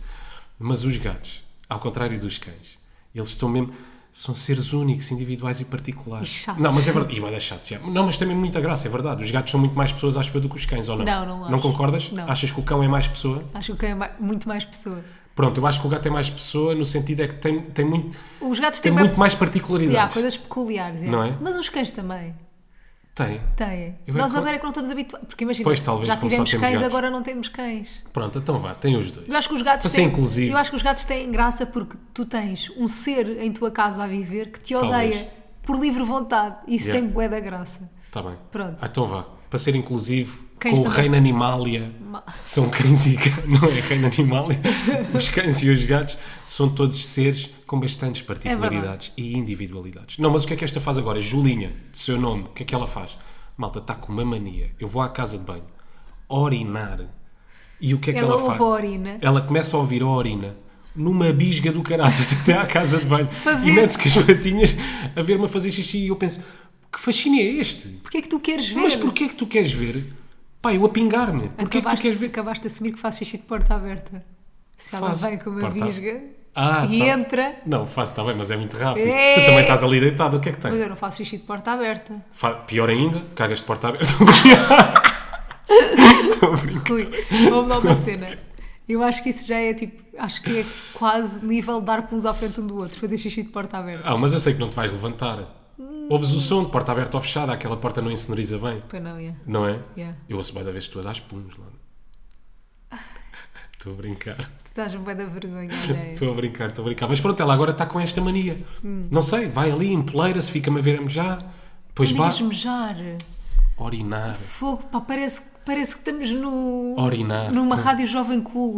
[SPEAKER 1] Mas os gatos, ao contrário dos cães, eles são mesmo. São seres únicos, individuais e particulares.
[SPEAKER 2] E chatos.
[SPEAKER 1] Não, mas é verdade. E bué de chatos, já. Não, mas também muita graça, é verdade. Os gatos são muito mais pessoas, acho eu, do que os cães, ou não?
[SPEAKER 2] Não, não
[SPEAKER 1] Não
[SPEAKER 2] acho.
[SPEAKER 1] concordas?
[SPEAKER 2] Não.
[SPEAKER 1] Achas que o cão é mais pessoa?
[SPEAKER 2] Acho que o cão é ma- muito mais pessoa.
[SPEAKER 1] Pronto, eu acho que o gato é mais pessoa no sentido é que tem, tem muito,
[SPEAKER 2] Os gatos
[SPEAKER 1] tem
[SPEAKER 2] têm
[SPEAKER 1] muito
[SPEAKER 2] bem-
[SPEAKER 1] mais particularidades.
[SPEAKER 2] yeah, coisas peculiares, yeah.
[SPEAKER 1] Não é?
[SPEAKER 2] mas os cães também
[SPEAKER 1] Tem.
[SPEAKER 2] têm.
[SPEAKER 1] Eu é
[SPEAKER 2] Nós
[SPEAKER 1] que-
[SPEAKER 2] agora é que não estamos habituados, porque imagina,
[SPEAKER 1] Pois, talvez,
[SPEAKER 2] já
[SPEAKER 1] como só
[SPEAKER 2] tivemos
[SPEAKER 1] temos
[SPEAKER 2] cães,
[SPEAKER 1] gatos.
[SPEAKER 2] agora não temos cães.
[SPEAKER 1] Pronto, então vá, tem os dois.
[SPEAKER 2] Eu acho que os gatos
[SPEAKER 1] Para ser
[SPEAKER 2] têm,
[SPEAKER 1] inclusivo.
[SPEAKER 2] eu acho que os gatos têm graça porque tu tens um ser em tua casa a viver que te
[SPEAKER 1] Talvez.
[SPEAKER 2] odeia por livre vontade. Isso
[SPEAKER 1] Yeah.
[SPEAKER 2] tem bué da graça.
[SPEAKER 1] Está bem.
[SPEAKER 2] Pronto.
[SPEAKER 1] Ah, Então vá. Para ser inclusivo,
[SPEAKER 2] Cães
[SPEAKER 1] com o
[SPEAKER 2] também
[SPEAKER 1] reino
[SPEAKER 2] são-
[SPEAKER 1] animalia,
[SPEAKER 2] Ma-
[SPEAKER 1] são cães e gatos. *laughs* Não é reino animalia. os cães e os gatos são todos seres com
[SPEAKER 2] É
[SPEAKER 1] bastantes particularidades e individualidades. Não, mas o que é que esta faz agora? Julinha, de seu nome, o que é que ela faz? Malta, está com uma mania. Eu vou à casa de banho orinar. E o que é que
[SPEAKER 2] Ela
[SPEAKER 1] ela,
[SPEAKER 2] ouve
[SPEAKER 1] faz?
[SPEAKER 2] a urina.
[SPEAKER 1] Ela começa a ouvir a urina numa bisga do caraças *laughs* até à casa de banho
[SPEAKER 2] Para
[SPEAKER 1] e
[SPEAKER 2] ver.
[SPEAKER 1] mete-se com as patinhas a ver-me a fazer xixi e eu penso que fascínio é este?
[SPEAKER 2] Porquê é que tu queres ver?
[SPEAKER 1] Mas porquê é que tu queres ver? Pá, eu a pingar-me. Porquê é que tu
[SPEAKER 2] acabaste,
[SPEAKER 1] queres ver?
[SPEAKER 2] acabaste de assumir que faz xixi de porta aberta. Se ela
[SPEAKER 1] Faço
[SPEAKER 2] vem com uma
[SPEAKER 1] porta
[SPEAKER 2] bisga
[SPEAKER 1] Ah,
[SPEAKER 2] e
[SPEAKER 1] tá.
[SPEAKER 2] entra.
[SPEAKER 1] Não, faço, está bem, mas é muito rápido.
[SPEAKER 2] É.
[SPEAKER 1] Tu também estás ali deitado, o que é que tem?
[SPEAKER 2] Mas eu não faço xixi de porta aberta. *laughs*
[SPEAKER 1] Fa- Pior ainda, cagas de porta aberta. *laughs* Estou a brincar. Estou a brincar.
[SPEAKER 2] Rui, vamos lá uma cena. Eu acho que isso já é tipo, acho que é quase nível de dar pulos à frente um do outro, fazer xixi de porta aberta.
[SPEAKER 1] Ah, mas eu sei que não te vais levantar. Ouves o som de porta aberta ou fechada, aquela porta não insonoriza bem.
[SPEAKER 2] Pois não, yeah.
[SPEAKER 1] Não é?
[SPEAKER 2] Yeah. Ah.
[SPEAKER 1] Eu ouço bem da vez que tu as às punhos lá. Estou a brincar.
[SPEAKER 2] Tu estás um bem da vergonha,
[SPEAKER 1] *laughs*
[SPEAKER 2] alheia.
[SPEAKER 1] Estou a brincar, estou a brincar. Mas pronto, ela agora está com esta mania.
[SPEAKER 2] Hum.
[SPEAKER 1] Não sei, vai ali, empoleira-se, fica-me a ver a mejar, depois
[SPEAKER 2] Não
[SPEAKER 1] bate,
[SPEAKER 2] digas mejar.
[SPEAKER 1] orinar, *laughs*
[SPEAKER 2] Fogo, pá, parece, parece que estamos no,
[SPEAKER 1] Orinar.
[SPEAKER 2] numa rádio jovem
[SPEAKER 1] *laughs*
[SPEAKER 2] cool.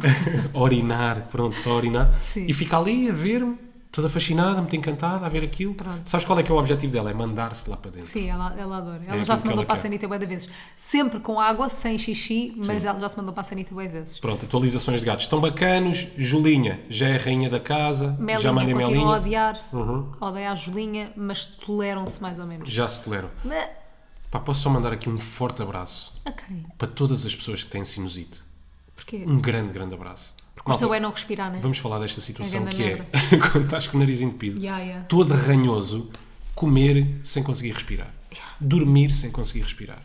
[SPEAKER 1] orinar, pronto, está a orinar.
[SPEAKER 2] Sim.
[SPEAKER 1] E fica ali a ver-me, toda fascinada, muito encantada, a ver aquilo.
[SPEAKER 2] Pronto.
[SPEAKER 1] Sabes qual é que é o objetivo dela? É mandar-se lá para dentro.
[SPEAKER 2] Sim, ela, ela adora. Ela
[SPEAKER 1] É
[SPEAKER 2] já
[SPEAKER 1] aquilo
[SPEAKER 2] se
[SPEAKER 1] que
[SPEAKER 2] mandou
[SPEAKER 1] ela
[SPEAKER 2] para a
[SPEAKER 1] quer.
[SPEAKER 2] sanita bué de vezes. Sempre com água, sem xixi, mas ela já se mandou para a sanita bué de vezes.
[SPEAKER 1] Pronto, atualizações de gatos. Estão bacanos. Julinha já é a rainha da casa. já
[SPEAKER 2] Melinha
[SPEAKER 1] mandei
[SPEAKER 2] continua a
[SPEAKER 1] melinha. Uhum.
[SPEAKER 2] odiar, odeia a Julinha, mas toleram-se mais ou menos.
[SPEAKER 1] Já se toleram.
[SPEAKER 2] Mas,
[SPEAKER 1] Pá, posso só mandar aqui um forte abraço
[SPEAKER 2] a quem?
[SPEAKER 1] para todas as pessoas que têm sinusite.
[SPEAKER 2] Porquê?
[SPEAKER 1] Um grande, grande abraço. Porque,
[SPEAKER 2] Custa
[SPEAKER 1] malta,
[SPEAKER 2] bem não respirar, né?
[SPEAKER 1] vamos falar desta situação
[SPEAKER 2] É grande
[SPEAKER 1] que é
[SPEAKER 2] merda.
[SPEAKER 1] *laughs* quando estás com o nariz entupido,
[SPEAKER 2] Ya, ya.
[SPEAKER 1] todo ranhoso, comer sem conseguir respirar, dormir sem conseguir respirar.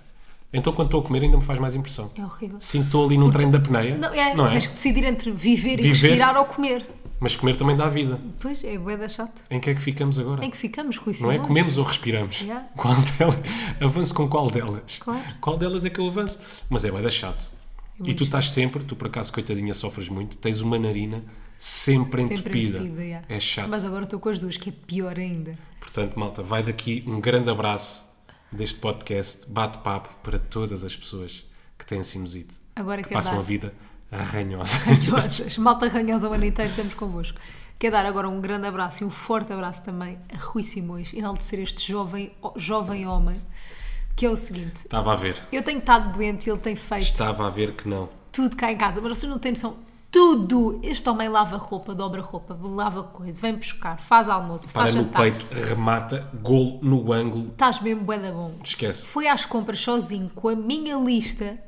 [SPEAKER 1] Então, quando estou a comer, ainda me faz mais impressão.
[SPEAKER 2] É horrível.
[SPEAKER 1] Sinto estou ali num trem da peneia,
[SPEAKER 2] Não, é,
[SPEAKER 1] não é?
[SPEAKER 2] Tens que decidir entre viver, e
[SPEAKER 1] Viver.
[SPEAKER 2] respirar ou comer.
[SPEAKER 1] Mas comer também dá vida.
[SPEAKER 2] Pois, é bué da chato.
[SPEAKER 1] Em que é que ficamos agora?
[SPEAKER 2] Em que ficamos, Rui
[SPEAKER 1] Não é?
[SPEAKER 2] Simões?
[SPEAKER 1] Comemos ou respiramos?
[SPEAKER 2] Yeah.
[SPEAKER 1] Qual delas? Avanço com qual delas?
[SPEAKER 2] Claro.
[SPEAKER 1] Qual delas é que eu avanço? Mas é bem chato. e tu estás sempre, tu por acaso, coitadinha, sofres muito, tens uma narina sempre entupida.
[SPEAKER 2] Sempre entupida, yeah.
[SPEAKER 1] É chato.
[SPEAKER 2] Mas agora estou com as duas, que é pior ainda.
[SPEAKER 1] Portanto, malta, vai daqui um grande abraço deste podcast, bate-papo para todas as pessoas que têm sinusite.
[SPEAKER 2] Agora
[SPEAKER 1] que
[SPEAKER 2] quer
[SPEAKER 1] passam
[SPEAKER 2] dar.
[SPEAKER 1] a vida
[SPEAKER 2] *laughs*
[SPEAKER 1] ranhosa.
[SPEAKER 2] ranhosas. Malta ranhosa o ano inteiro, estamos convosco. Quero dar agora um grande abraço e um forte abraço também a Rui Simões, enaltecer este jovem, jovem homem, que é o seguinte:
[SPEAKER 1] Estava a ver.
[SPEAKER 2] eu tenho estado doente e ele tem feito
[SPEAKER 1] Estava a ver que não.
[SPEAKER 2] tudo cá em casa, mas vocês não têm noção. Tudo! Este homem lava roupa, dobra roupa, lava coisa, vem buscar, faz almoço,
[SPEAKER 1] Para
[SPEAKER 2] faz
[SPEAKER 1] no
[SPEAKER 2] jantar.
[SPEAKER 1] peito, remata, golo no ângulo.
[SPEAKER 2] Estás mesmo bué da bom.
[SPEAKER 1] Esquece.
[SPEAKER 2] Foi às compras sozinho com a minha lista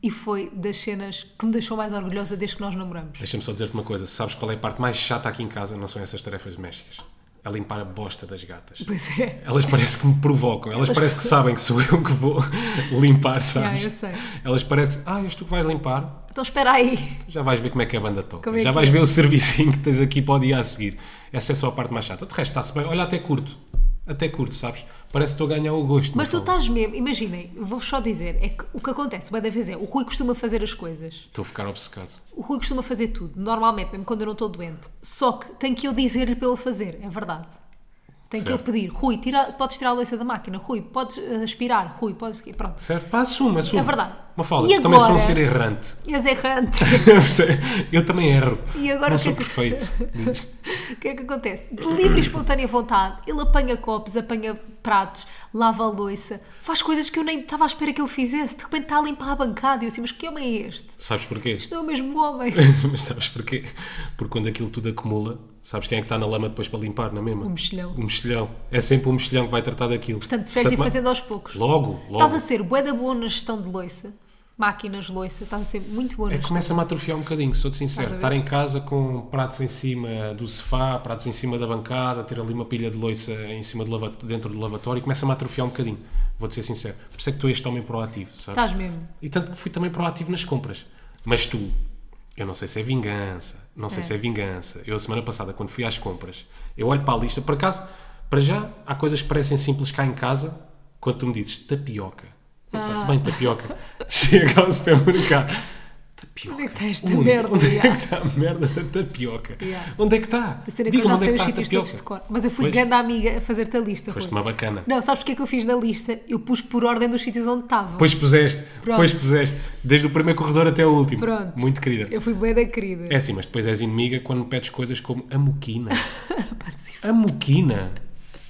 [SPEAKER 2] e foi das cenas que me deixou mais orgulhosa desde que nós namoramos.
[SPEAKER 1] Deixa-me só dizer-te uma coisa. Sabes qual é a parte mais chata aqui em casa? Não são essas tarefas domésticas. É limpar a bosta das gatas.
[SPEAKER 2] Pois é.
[SPEAKER 1] Elas parece que me provocam. Elas parece que sabem que sou eu que vou *laughs* limpar, sabes?
[SPEAKER 2] eu sei.
[SPEAKER 1] Elas parecem, ah, és tu que vais limpar.
[SPEAKER 2] Então espera aí.
[SPEAKER 1] Já vais ver como é que a banda toca.
[SPEAKER 2] Como é
[SPEAKER 1] Já
[SPEAKER 2] que
[SPEAKER 1] vais
[SPEAKER 2] é?
[SPEAKER 1] ver o servicinho que tens aqui para o dia a seguir. Essa é só a parte mais chata. De resto, está-se bem. Olha, até curto. até curto, sabes? Parece que estou a ganhar o gosto.
[SPEAKER 2] Mas tu
[SPEAKER 1] Mafalda.
[SPEAKER 2] estás mesmo, imaginem, vou-vos só dizer, é que o que acontece, uma da vez é, o Rui costuma fazer as coisas,
[SPEAKER 1] Estou a ficar obcecado.
[SPEAKER 2] o Rui costuma fazer tudo, normalmente, mesmo quando eu não estou doente, só que tem que eu dizer-lhe para ele fazer, é verdade. Tem que eu
[SPEAKER 1] Certo.
[SPEAKER 2] pedir, Rui, tira, podes tirar a louça da máquina, Rui, podes eh, aspirar, Rui, podes. Pronto.
[SPEAKER 1] Certo? Pá, assume, assume.
[SPEAKER 2] É verdade.
[SPEAKER 1] Uma fala,
[SPEAKER 2] E
[SPEAKER 1] eu também sou um
[SPEAKER 2] agora?
[SPEAKER 1] ser errante. *laughs*
[SPEAKER 2] És errante. *laughs*
[SPEAKER 1] Percebe? eu também erro.
[SPEAKER 2] E
[SPEAKER 1] não
[SPEAKER 2] agora o que
[SPEAKER 1] sou
[SPEAKER 2] é que-
[SPEAKER 1] perfeito. Diz.
[SPEAKER 2] O que é que acontece? De livre e espontânea vontade, ele apanha copos, apanha pratos, lava a louça, faz coisas que eu nem estava à espera que ele fizesse. De repente está a limpar a bancada e eu assim, mas que homem é este?
[SPEAKER 1] Sabes porquê? *laughs*
[SPEAKER 2] Isto não é o mesmo homem.
[SPEAKER 1] Mas sabes porquê? Porque quando aquilo tudo acumula, sabes quem é que está na lama depois para limpar, não é mesmo?
[SPEAKER 2] O mexilhão.
[SPEAKER 1] O mexilhão. É sempre o mexilhão que vai tratar daquilo.
[SPEAKER 2] Portanto, preferes ir
[SPEAKER 1] ma-
[SPEAKER 2] fazendo aos poucos.
[SPEAKER 1] Logo, logo.
[SPEAKER 2] Estás a ser bué da boa na gestão de louça, máquinas de louça, estás a ser muito boa na
[SPEAKER 1] É,
[SPEAKER 2] gestão.
[SPEAKER 1] Começa-me a atrofiar um bocadinho, sou-te sincero.
[SPEAKER 2] tá Estás a
[SPEAKER 1] Estar
[SPEAKER 2] ver?
[SPEAKER 1] em casa com pratos em cima do sofá, pratos em cima da bancada, ter ali uma pilha de loiça em cima do lava- dentro do lavatório, começa-me a atrofiar um bocadinho. Vou-te ser sincero. Por isso é que tu és este homem proativo, sabes?
[SPEAKER 2] Estás mesmo.
[SPEAKER 1] E tanto que fui também proativo nas compras. Mas tu, eu não sei se é vingança, não sei
[SPEAKER 2] É.
[SPEAKER 1] se é vingança. Eu, a semana passada, quando fui às compras, eu olho para a lista, por acaso, para já, há coisas que parecem simples cá em casa, quando tu me dizes tapioca. Hum,
[SPEAKER 2] Ah.
[SPEAKER 1] Está-se bem, tapioca. *laughs* Chega ao supermercado. Tapioca.
[SPEAKER 2] Onde é que está esta
[SPEAKER 1] Onde?
[SPEAKER 2] merda?
[SPEAKER 1] Onde é que
[SPEAKER 2] Yeah.
[SPEAKER 1] está a merda da tapioca?
[SPEAKER 2] Yeah.
[SPEAKER 1] Onde é que está?
[SPEAKER 2] A cena é que eu
[SPEAKER 1] Diga-me
[SPEAKER 2] já
[SPEAKER 1] onde é
[SPEAKER 2] sei
[SPEAKER 1] que
[SPEAKER 2] os
[SPEAKER 1] está a
[SPEAKER 2] sítios todos de
[SPEAKER 1] tapioca.
[SPEAKER 2] cor. Mas eu fui
[SPEAKER 1] Pois.
[SPEAKER 2] grande amiga a fazer-te a lista.
[SPEAKER 1] Foste
[SPEAKER 2] Rui.
[SPEAKER 1] uma bacana.
[SPEAKER 2] Não, sabes porque é que eu fiz na lista? Eu pus por ordem dos sítios onde estavam.
[SPEAKER 1] Pois puseste,
[SPEAKER 2] Pronto.
[SPEAKER 1] pois puseste. Desde o primeiro corredor até o último.
[SPEAKER 2] Pronto.
[SPEAKER 1] Muito querida.
[SPEAKER 2] Eu fui bué da querida.
[SPEAKER 1] É assim, mas depois és inimiga quando pedes coisas como a moquina.
[SPEAKER 2] Pá, sim.
[SPEAKER 1] A moquina?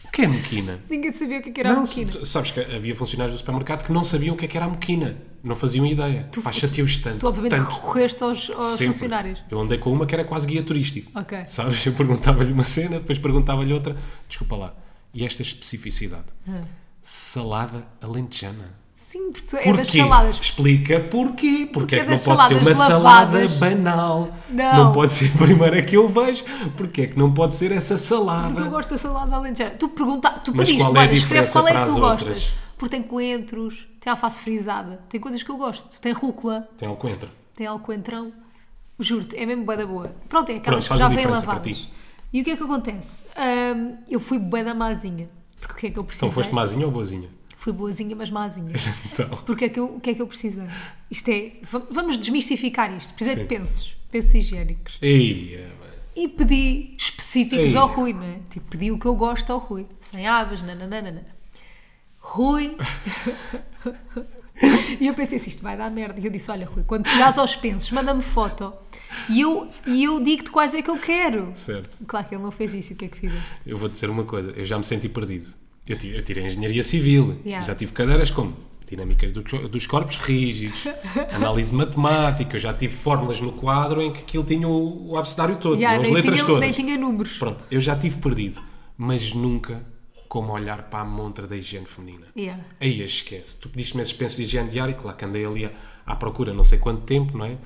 [SPEAKER 1] O que é moquina?
[SPEAKER 2] Ninguém sabia o que é que era a
[SPEAKER 1] Não,
[SPEAKER 2] moquina.
[SPEAKER 1] tu- Sabes que havia funcionários do supermercado que não sabiam o que é que era a moquina. Não faziam ideia.
[SPEAKER 2] Tu-
[SPEAKER 1] Pá, chateou-os tanto.
[SPEAKER 2] Tu obviamente
[SPEAKER 1] tanto,
[SPEAKER 2] recorreste aos, aos
[SPEAKER 1] sempre.
[SPEAKER 2] funcionários.
[SPEAKER 1] Eu andei com uma que era quase guia turístico.
[SPEAKER 2] Ok.
[SPEAKER 1] Sabes? Eu perguntava-lhe uma cena, depois perguntava-lhe outra. Desculpa lá. E esta especificidade?
[SPEAKER 2] Ah.
[SPEAKER 1] Salada alentejana.
[SPEAKER 2] Sim, porque é das
[SPEAKER 1] Porquê?
[SPEAKER 2] saladas.
[SPEAKER 1] Explica porquê. Porque, é
[SPEAKER 2] é
[SPEAKER 1] que não
[SPEAKER 2] das
[SPEAKER 1] pode ser uma
[SPEAKER 2] saladas
[SPEAKER 1] salada
[SPEAKER 2] lavadas.
[SPEAKER 1] banal.
[SPEAKER 2] Não.
[SPEAKER 1] pode ser a primeira que eu vejo. Porque é que não pode ser essa
[SPEAKER 2] Porque eu
[SPEAKER 1] salada?
[SPEAKER 2] gosto da salada alentejana. Tu, pergunta, tu
[SPEAKER 1] Mas
[SPEAKER 2] pediste,
[SPEAKER 1] qual é a
[SPEAKER 2] olha, escreve
[SPEAKER 1] diferença
[SPEAKER 2] qual é
[SPEAKER 1] para
[SPEAKER 2] que tu
[SPEAKER 1] as
[SPEAKER 2] gostas.
[SPEAKER 1] outras?
[SPEAKER 2] Porque tem coentros, tem alface frisada, tem coisas que eu gosto. Tem rúcula,
[SPEAKER 1] Tem um alcoentra.
[SPEAKER 2] tem alcoentrão. Juro-te, é mesmo bué da boa. Pronto, é
[SPEAKER 1] Pronto,
[SPEAKER 2] aquelas
[SPEAKER 1] faz
[SPEAKER 2] que já
[SPEAKER 1] a
[SPEAKER 2] vêm
[SPEAKER 1] diferença para
[SPEAKER 2] lavadas.
[SPEAKER 1] ti.
[SPEAKER 2] E o que é que acontece? Ahm, eu fui bué da mazinha. Porque o que é que eu precisei?
[SPEAKER 1] Então foste mazinha ou boazinha? *laughs*
[SPEAKER 2] Fui boazinha, mas mazinha.
[SPEAKER 1] Então,
[SPEAKER 2] Porque é que eu, o que é que eu precisei? Isto é, va- vamos desmistificar isto. Precisei de
[SPEAKER 1] Sim.
[SPEAKER 2] pensos, pensos higiênicos.
[SPEAKER 1] ei, é,
[SPEAKER 2] E pedi específicos
[SPEAKER 1] Ei.
[SPEAKER 2] ao Rui, não é? Tipo, pedi o que eu gosto ao Rui. Sem abas, nananana. Rui. *laughs* e eu pensei assim, isto vai dar merda. E eu disse, olha Rui, quando chegares aos pensos, manda-me foto. E eu, e eu digo-te quais é que eu quero.
[SPEAKER 1] certo.
[SPEAKER 2] Claro que ele não fez isso. E o que é que fizeste?
[SPEAKER 1] Eu vou dizer uma coisa. Eu já me senti perdido. Eu, ti- eu tirei engenharia civil.
[SPEAKER 2] Yeah.
[SPEAKER 1] Já tive cadeiras como dinâmica do co- dos corpos
[SPEAKER 2] *laughs*
[SPEAKER 1] rígidos, análise matemática. Eu já tive fórmulas no quadro em que aquilo tinha o, o abecedário todo,
[SPEAKER 2] Ya,
[SPEAKER 1] não as
[SPEAKER 2] nem,
[SPEAKER 1] letras
[SPEAKER 2] tinha,
[SPEAKER 1] todas.
[SPEAKER 2] nem tinha números.
[SPEAKER 1] Pronto, eu já tive perdido, mas nunca como olhar para a montra da higiene feminina.
[SPEAKER 2] Yeah.
[SPEAKER 1] Aí esquece. Tu pediste-me esses pensos de higiene diária, claro que andei ali à, à procura não sei quanto tempo, não é?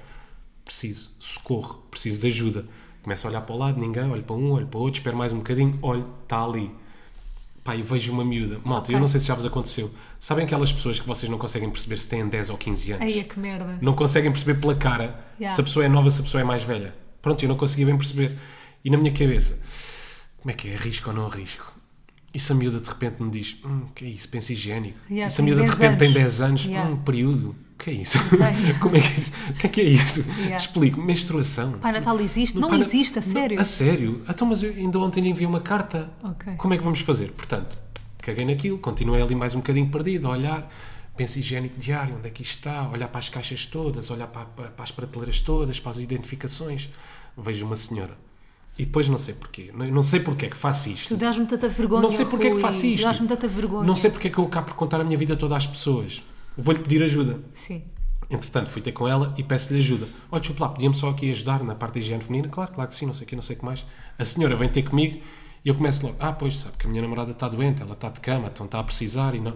[SPEAKER 1] Preciso, socorro, preciso de ajuda. Começo a olhar para o lado, ninguém, olho para um, olho para o outro, espero mais um bocadinho, olho, está ali. Pá, e vejo uma miúda. Malta, eu
[SPEAKER 2] Ok.
[SPEAKER 1] não sei se já vos aconteceu. Sabem aquelas pessoas que vocês não conseguem perceber se têm 10 ou 15 anos?
[SPEAKER 2] Aí é que merda.
[SPEAKER 1] não conseguem perceber pela cara
[SPEAKER 2] Yeah.
[SPEAKER 1] se a pessoa é nova, se a pessoa é mais velha. Pronto, eu não conseguia bem perceber. E na minha cabeça, como é que é? Arrisco ou não arrisco? E se a miúda de repente me diz, hum, que é isso? Pensa higiênico.
[SPEAKER 2] Yeah,
[SPEAKER 1] e se a
[SPEAKER 2] tem
[SPEAKER 1] miúda de
[SPEAKER 2] 10
[SPEAKER 1] repente tem
[SPEAKER 2] anos.
[SPEAKER 1] 10 anos,
[SPEAKER 2] Yeah.
[SPEAKER 1] hum, período. O que é isso?
[SPEAKER 2] Ok.
[SPEAKER 1] *laughs* como é que é isso? O que é que é isso?
[SPEAKER 2] Yeah.
[SPEAKER 1] Explico. Menstruação.
[SPEAKER 2] Pai Natal existe? Não,
[SPEAKER 1] Pai Na-
[SPEAKER 2] existe, a
[SPEAKER 1] Não,
[SPEAKER 2] sério.
[SPEAKER 1] a sério? Então, mas eu ainda ontem lhe enviei uma carta.
[SPEAKER 2] Ok.
[SPEAKER 1] Como é que vamos fazer? Portanto, caguei naquilo, continuei ali mais um bocadinho perdido, a olhar, penso higiênico diário, onde é que isto está, olhar para as caixas todas, olhar para, para- para as prateleiras todas, para as identificações. Vejo uma senhora. E depois não sei porquê. Não, não sei porquê que faço
[SPEAKER 2] Tu
[SPEAKER 1] isto.
[SPEAKER 2] dás-me tanta vergonha.
[SPEAKER 1] Não sei porquê que
[SPEAKER 2] Rui.
[SPEAKER 1] faço
[SPEAKER 2] Tu
[SPEAKER 1] isto.
[SPEAKER 2] dás-me tanta vergonha.
[SPEAKER 1] Não sei porquê que eu acabo por contar a minha vida toda às pessoas. Vou-lhe pedir ajuda.
[SPEAKER 2] Sim.
[SPEAKER 1] Entretanto, fui ter com ela e peço-lhe ajuda. Olha, desculpa lá, podia-me só aqui ajudar na parte da higiene feminina? Claro, claro que sim, não sei o que, não sei o que mais. A senhora vem ter comigo e eu começo logo, ah, pois, sabe que a minha namorada está doente, ela está de cama, então está a precisar e não...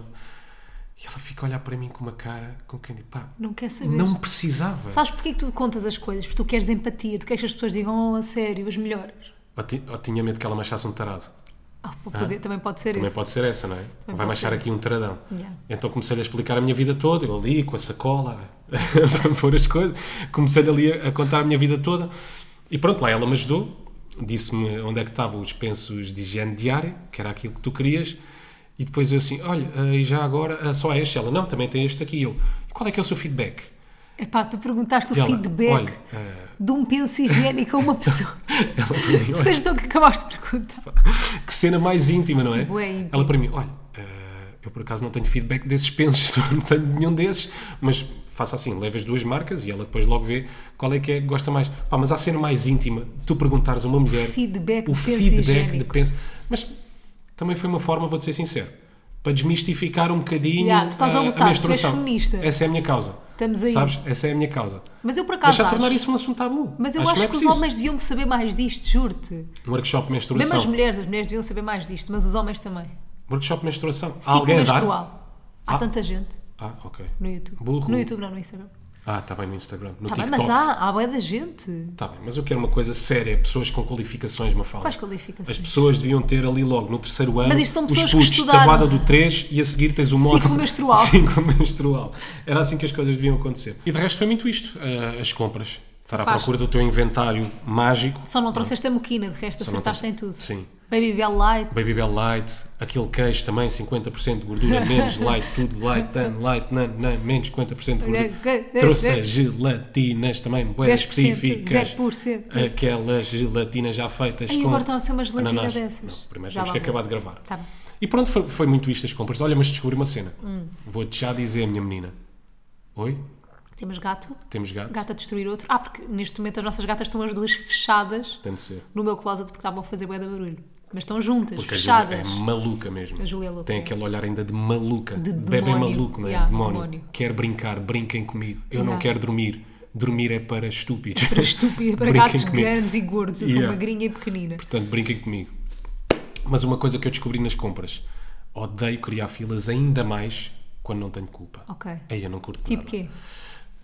[SPEAKER 1] E ela fica a olhar para mim com uma cara, com quem diz, pá,
[SPEAKER 2] Não quer saber.
[SPEAKER 1] não precisava.
[SPEAKER 2] Sabes porquê que tu contas as coisas? Porque tu queres empatia, tu queres que as pessoas digam, oh, a sério, as melhores.
[SPEAKER 1] Ou, ti- ou tinha medo que ela me achasse um tarado.
[SPEAKER 2] Ah, pô, pode- Também pode ser
[SPEAKER 1] Também
[SPEAKER 2] isso.
[SPEAKER 1] pode ser essa, não é? Vai-me
[SPEAKER 2] pode
[SPEAKER 1] achar
[SPEAKER 2] ser.
[SPEAKER 1] aqui um taradão.
[SPEAKER 2] Yeah.
[SPEAKER 1] Então comecei-lhe a explicar a minha vida toda, eu ali com a sacola, *laughs* a pôr as coisas, comecei-lhe ali a, a contar a minha vida toda. E pronto, lá ela me ajudou, disse-me onde é que estavam os pensos de higiene diária, que era aquilo que tu querias, e depois eu assim, olha, ah, e já agora ah, só é este? Ela, não, também tem este aqui. E eu, e qual é que é o seu feedback?
[SPEAKER 2] Epá, tu perguntaste o
[SPEAKER 1] E ela,
[SPEAKER 2] feedback
[SPEAKER 1] olha, eh, *laughs*
[SPEAKER 2] de um penso higiênico a uma pessoa.
[SPEAKER 1] Ela para mim, olha,
[SPEAKER 2] Vocês estão que acabaste de perguntar.
[SPEAKER 1] *laughs* que cena mais íntima, não é?
[SPEAKER 2] Bué íntimo.
[SPEAKER 1] Ela para mim, olha, eh, eu por acaso não tenho feedback desses pensos, *laughs* não tenho nenhum desses, mas faça assim, leva as duas marcas e ela depois logo vê qual é que é que gosta mais. Pá, mas há cena mais íntima, tu perguntares a uma mulher
[SPEAKER 2] Feedback
[SPEAKER 1] o
[SPEAKER 2] de um penso
[SPEAKER 1] feedback de
[SPEAKER 2] higiênico.
[SPEAKER 1] penso. Mas também foi uma forma, vou-te ser sincero, para desmistificar um bocadinho
[SPEAKER 2] Yeah, tu estás a
[SPEAKER 1] a,
[SPEAKER 2] lutar, tu és
[SPEAKER 1] menstruação.
[SPEAKER 2] feminista.
[SPEAKER 1] Essa é a minha causa.
[SPEAKER 2] Estamos aí.
[SPEAKER 1] Sabes? Essa é a minha causa.
[SPEAKER 2] Mas eu por acaso
[SPEAKER 1] Deixa de
[SPEAKER 2] acho.
[SPEAKER 1] tornar isso um assunto tabu.
[SPEAKER 2] Mas eu
[SPEAKER 1] não
[SPEAKER 2] acho,
[SPEAKER 1] é
[SPEAKER 2] que os
[SPEAKER 1] preciso. Um
[SPEAKER 2] homens deviam saber mais disto, juro-te.
[SPEAKER 1] Workshop de menstruação.
[SPEAKER 2] Mesmo as mulheres, as mulheres deviam saber mais disto, mas os homens também.
[SPEAKER 1] Workshop de menstruação. Há
[SPEAKER 2] Ciclo
[SPEAKER 1] alguém a dar?
[SPEAKER 2] menstrual. Há
[SPEAKER 1] Ah.
[SPEAKER 2] tanta gente
[SPEAKER 1] Ah, ok.
[SPEAKER 2] no YouTube.
[SPEAKER 1] Burro.
[SPEAKER 2] No YouTube, não, no Instagram.
[SPEAKER 1] Ah, está bem no Instagram. No
[SPEAKER 2] Tá bem,
[SPEAKER 1] TikTok.
[SPEAKER 2] mas há, há bué da gente.
[SPEAKER 1] Tá bem, mas eu quero uma coisa séria, pessoas com qualificações, Mafalda.
[SPEAKER 2] Quais qualificações?
[SPEAKER 1] As pessoas deviam ter ali logo no terceiro ano
[SPEAKER 2] Mas isto são pessoas
[SPEAKER 1] os
[SPEAKER 2] que
[SPEAKER 1] putos
[SPEAKER 2] estudaram.
[SPEAKER 1] tabuada do 3 e a seguir tens o módulo.
[SPEAKER 2] Ciclo menstrual.
[SPEAKER 1] *laughs* Ciclo menstrual. Era assim que as coisas deviam acontecer. E de resto foi muito isto, ah, as compras. Estar à
[SPEAKER 2] Safaste.
[SPEAKER 1] procura do teu inventário mágico.
[SPEAKER 2] Só não trouxeste a moquina, de resto
[SPEAKER 1] Só não
[SPEAKER 2] acertaste em
[SPEAKER 1] trouxe-
[SPEAKER 2] tudo.
[SPEAKER 1] Sim.
[SPEAKER 2] Baby Bell Light.
[SPEAKER 1] Baby Bell Light, aquele queijo também, 50% de gordura,
[SPEAKER 2] *laughs*
[SPEAKER 1] menos light, tudo light, tan, light, nan, nan, menos 50% de gordura. Trouxe as gelatinas também, boas
[SPEAKER 2] 10%,
[SPEAKER 1] específicas.
[SPEAKER 2] 0%.
[SPEAKER 1] É. Aquelas gelatinas já feitas
[SPEAKER 2] Ai,
[SPEAKER 1] com.
[SPEAKER 2] agora estão a ser uma gelatina
[SPEAKER 1] ananás.
[SPEAKER 2] dessas.
[SPEAKER 1] Não, primeiro
[SPEAKER 2] Já
[SPEAKER 1] temos que
[SPEAKER 2] lá vou.
[SPEAKER 1] acabar de gravar.
[SPEAKER 2] Tá bem.
[SPEAKER 1] E pronto, foi, foi muito isto as compras. Olha, mas descobri uma cena.
[SPEAKER 2] Hum.
[SPEAKER 1] Vou-te já dizer, minha menina. Oi?
[SPEAKER 2] Temos gato.
[SPEAKER 1] Temos gato?
[SPEAKER 2] Gato a destruir outro. Ah, porque neste momento as nossas gatas estão as duas fechadas
[SPEAKER 1] Tem de ser.
[SPEAKER 2] no meu closet porque estavam a fazer bué de barulho. Mas estão juntas,
[SPEAKER 1] Porque a Júlia
[SPEAKER 2] fechadas.
[SPEAKER 1] é maluca mesmo.
[SPEAKER 2] A Júlia é louca,
[SPEAKER 1] Tem
[SPEAKER 2] é.
[SPEAKER 1] aquele olhar ainda de maluca.
[SPEAKER 2] De
[SPEAKER 1] Bebê
[SPEAKER 2] demónio.
[SPEAKER 1] maluco, não é?
[SPEAKER 2] Yeah,
[SPEAKER 1] demónio.
[SPEAKER 2] demónio.
[SPEAKER 1] Quer brincar, brinquem comigo. Eu não
[SPEAKER 2] Yeah.
[SPEAKER 1] quero dormir. Dormir é para estúpidos.
[SPEAKER 2] Para estúpida, para
[SPEAKER 1] Brinquem
[SPEAKER 2] gatos
[SPEAKER 1] comigo.
[SPEAKER 2] grandes e gordos. Eu sou
[SPEAKER 1] Yeah.
[SPEAKER 2] magrinha e
[SPEAKER 1] *laughs*
[SPEAKER 2] pequenina.
[SPEAKER 1] Portanto, brinquem comigo. Mas uma coisa que eu descobri nas compras: odeio criar filas ainda mais quando não tenho culpa.
[SPEAKER 2] Ok.
[SPEAKER 1] Aí eu não curto
[SPEAKER 2] Tipo
[SPEAKER 1] nada.
[SPEAKER 2] quê?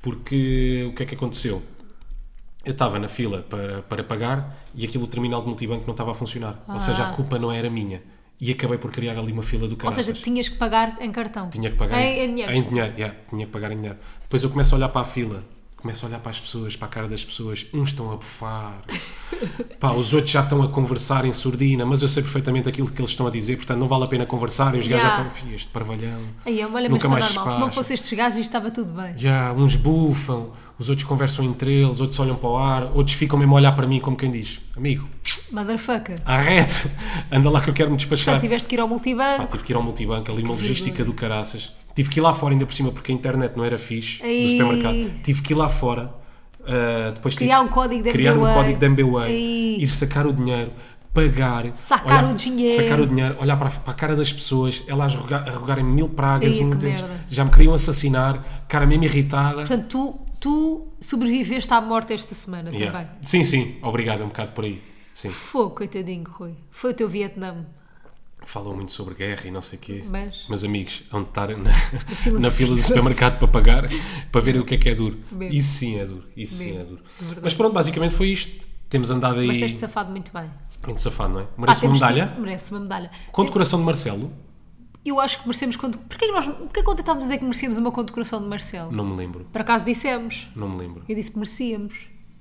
[SPEAKER 1] Porque o que é que aconteceu? Eu estava na fila para, para pagar e aquilo, o terminal de multibanco, não estava a funcionar. Ou seja, a culpa não era minha. E acabei por criar ali uma fila do
[SPEAKER 2] Ah. Ou
[SPEAKER 1] caraças.
[SPEAKER 2] seja, tinhas que pagar em cartão.
[SPEAKER 1] Tinha que pagar
[SPEAKER 2] em, em dinheiro.
[SPEAKER 1] yeah, tinha que pagar em dinheiro. Depois eu começo a olhar para a fila, começo a olhar para as pessoas, para a cara das pessoas. Uns estão a
[SPEAKER 2] *laughs*
[SPEAKER 1] bufar, Pá, os outros já estão a conversar em surdina, mas eu sei perfeitamente aquilo que eles estão a dizer, portanto não vale a pena conversar. E os gajos já
[SPEAKER 2] Yeah.
[SPEAKER 1] estão, "Ih, este parvalhão.
[SPEAKER 2] Aí, olha, mas
[SPEAKER 1] Nunca
[SPEAKER 2] está
[SPEAKER 1] mais
[SPEAKER 2] normal. Se não
[SPEAKER 1] despacha.
[SPEAKER 2] fosse estes gajos, isto estava tudo bem.
[SPEAKER 1] Já, uns bufam, os outros conversam entre eles, outros olham para o ar, outros ficam mesmo a olhar para mim, como quem diz: Amigo,
[SPEAKER 2] Motherfucker.
[SPEAKER 1] Ah, arrete, *laughs* anda lá que eu quero me despachar.
[SPEAKER 2] Portanto, tiveste que ir ao
[SPEAKER 1] Pá,
[SPEAKER 2] multibanco.
[SPEAKER 1] tive que ir ao multibanco, ali uma logística do caraças. Tive que ir lá fora ainda por cima porque a internet não era fixe
[SPEAKER 2] Ai.
[SPEAKER 1] do supermercado. Tive que ir lá fora. ah, depois tive-
[SPEAKER 2] Criar um código da
[SPEAKER 1] criar
[SPEAKER 2] MBWay.
[SPEAKER 1] um código da MBWay,
[SPEAKER 2] Ai.
[SPEAKER 1] ir sacar o dinheiro, pagar,
[SPEAKER 2] Sacar o dinheiro.
[SPEAKER 1] sacar o dinheiro, olhar para, a- para a cara das pessoas, elas roga- a rogarem mil pragas,
[SPEAKER 2] Ai,
[SPEAKER 1] um
[SPEAKER 2] que
[SPEAKER 1] deles
[SPEAKER 2] merda.
[SPEAKER 1] já me queriam assassinar, cara mesmo irritada.
[SPEAKER 2] Portanto, tu, tu sobreviveste à morte esta semana
[SPEAKER 1] Yeah.
[SPEAKER 2] também.
[SPEAKER 1] Sim, sim, obrigado, é um bocado por aí. Sim,
[SPEAKER 2] Foi, coitadinho, Rui. Foi o teu Vietnã.
[SPEAKER 1] falam muito sobre guerra e não sei o quê.
[SPEAKER 2] Mas-
[SPEAKER 1] Meus amigos, onde estar na,
[SPEAKER 2] fila
[SPEAKER 1] na
[SPEAKER 2] do-
[SPEAKER 1] fila do supermercado para pagar, para verem o que é que é duro.
[SPEAKER 2] Mesmo.
[SPEAKER 1] Isso sim é duro, isso sim é
[SPEAKER 2] Mesmo,
[SPEAKER 1] duro.
[SPEAKER 2] de verdade.
[SPEAKER 1] Mas pronto, basicamente foi isto. Temos andado aí
[SPEAKER 2] Mas tens-te safado muito bem.
[SPEAKER 1] muito safado, não é?
[SPEAKER 2] Ah,
[SPEAKER 1] Merece uma
[SPEAKER 2] temos
[SPEAKER 1] medalha.
[SPEAKER 2] tido- merece uma medalha.
[SPEAKER 1] Com decoração de Marcelo?
[SPEAKER 2] Eu acho que merecemos. Quando... Porquê que nós. Porquê que ontem estávamos a dizer que merecíamos uma condecoração de Marcelo?
[SPEAKER 1] Não me lembro,
[SPEAKER 2] Por acaso dissemos.
[SPEAKER 1] não me lembro.
[SPEAKER 2] Eu disse que merecíamos.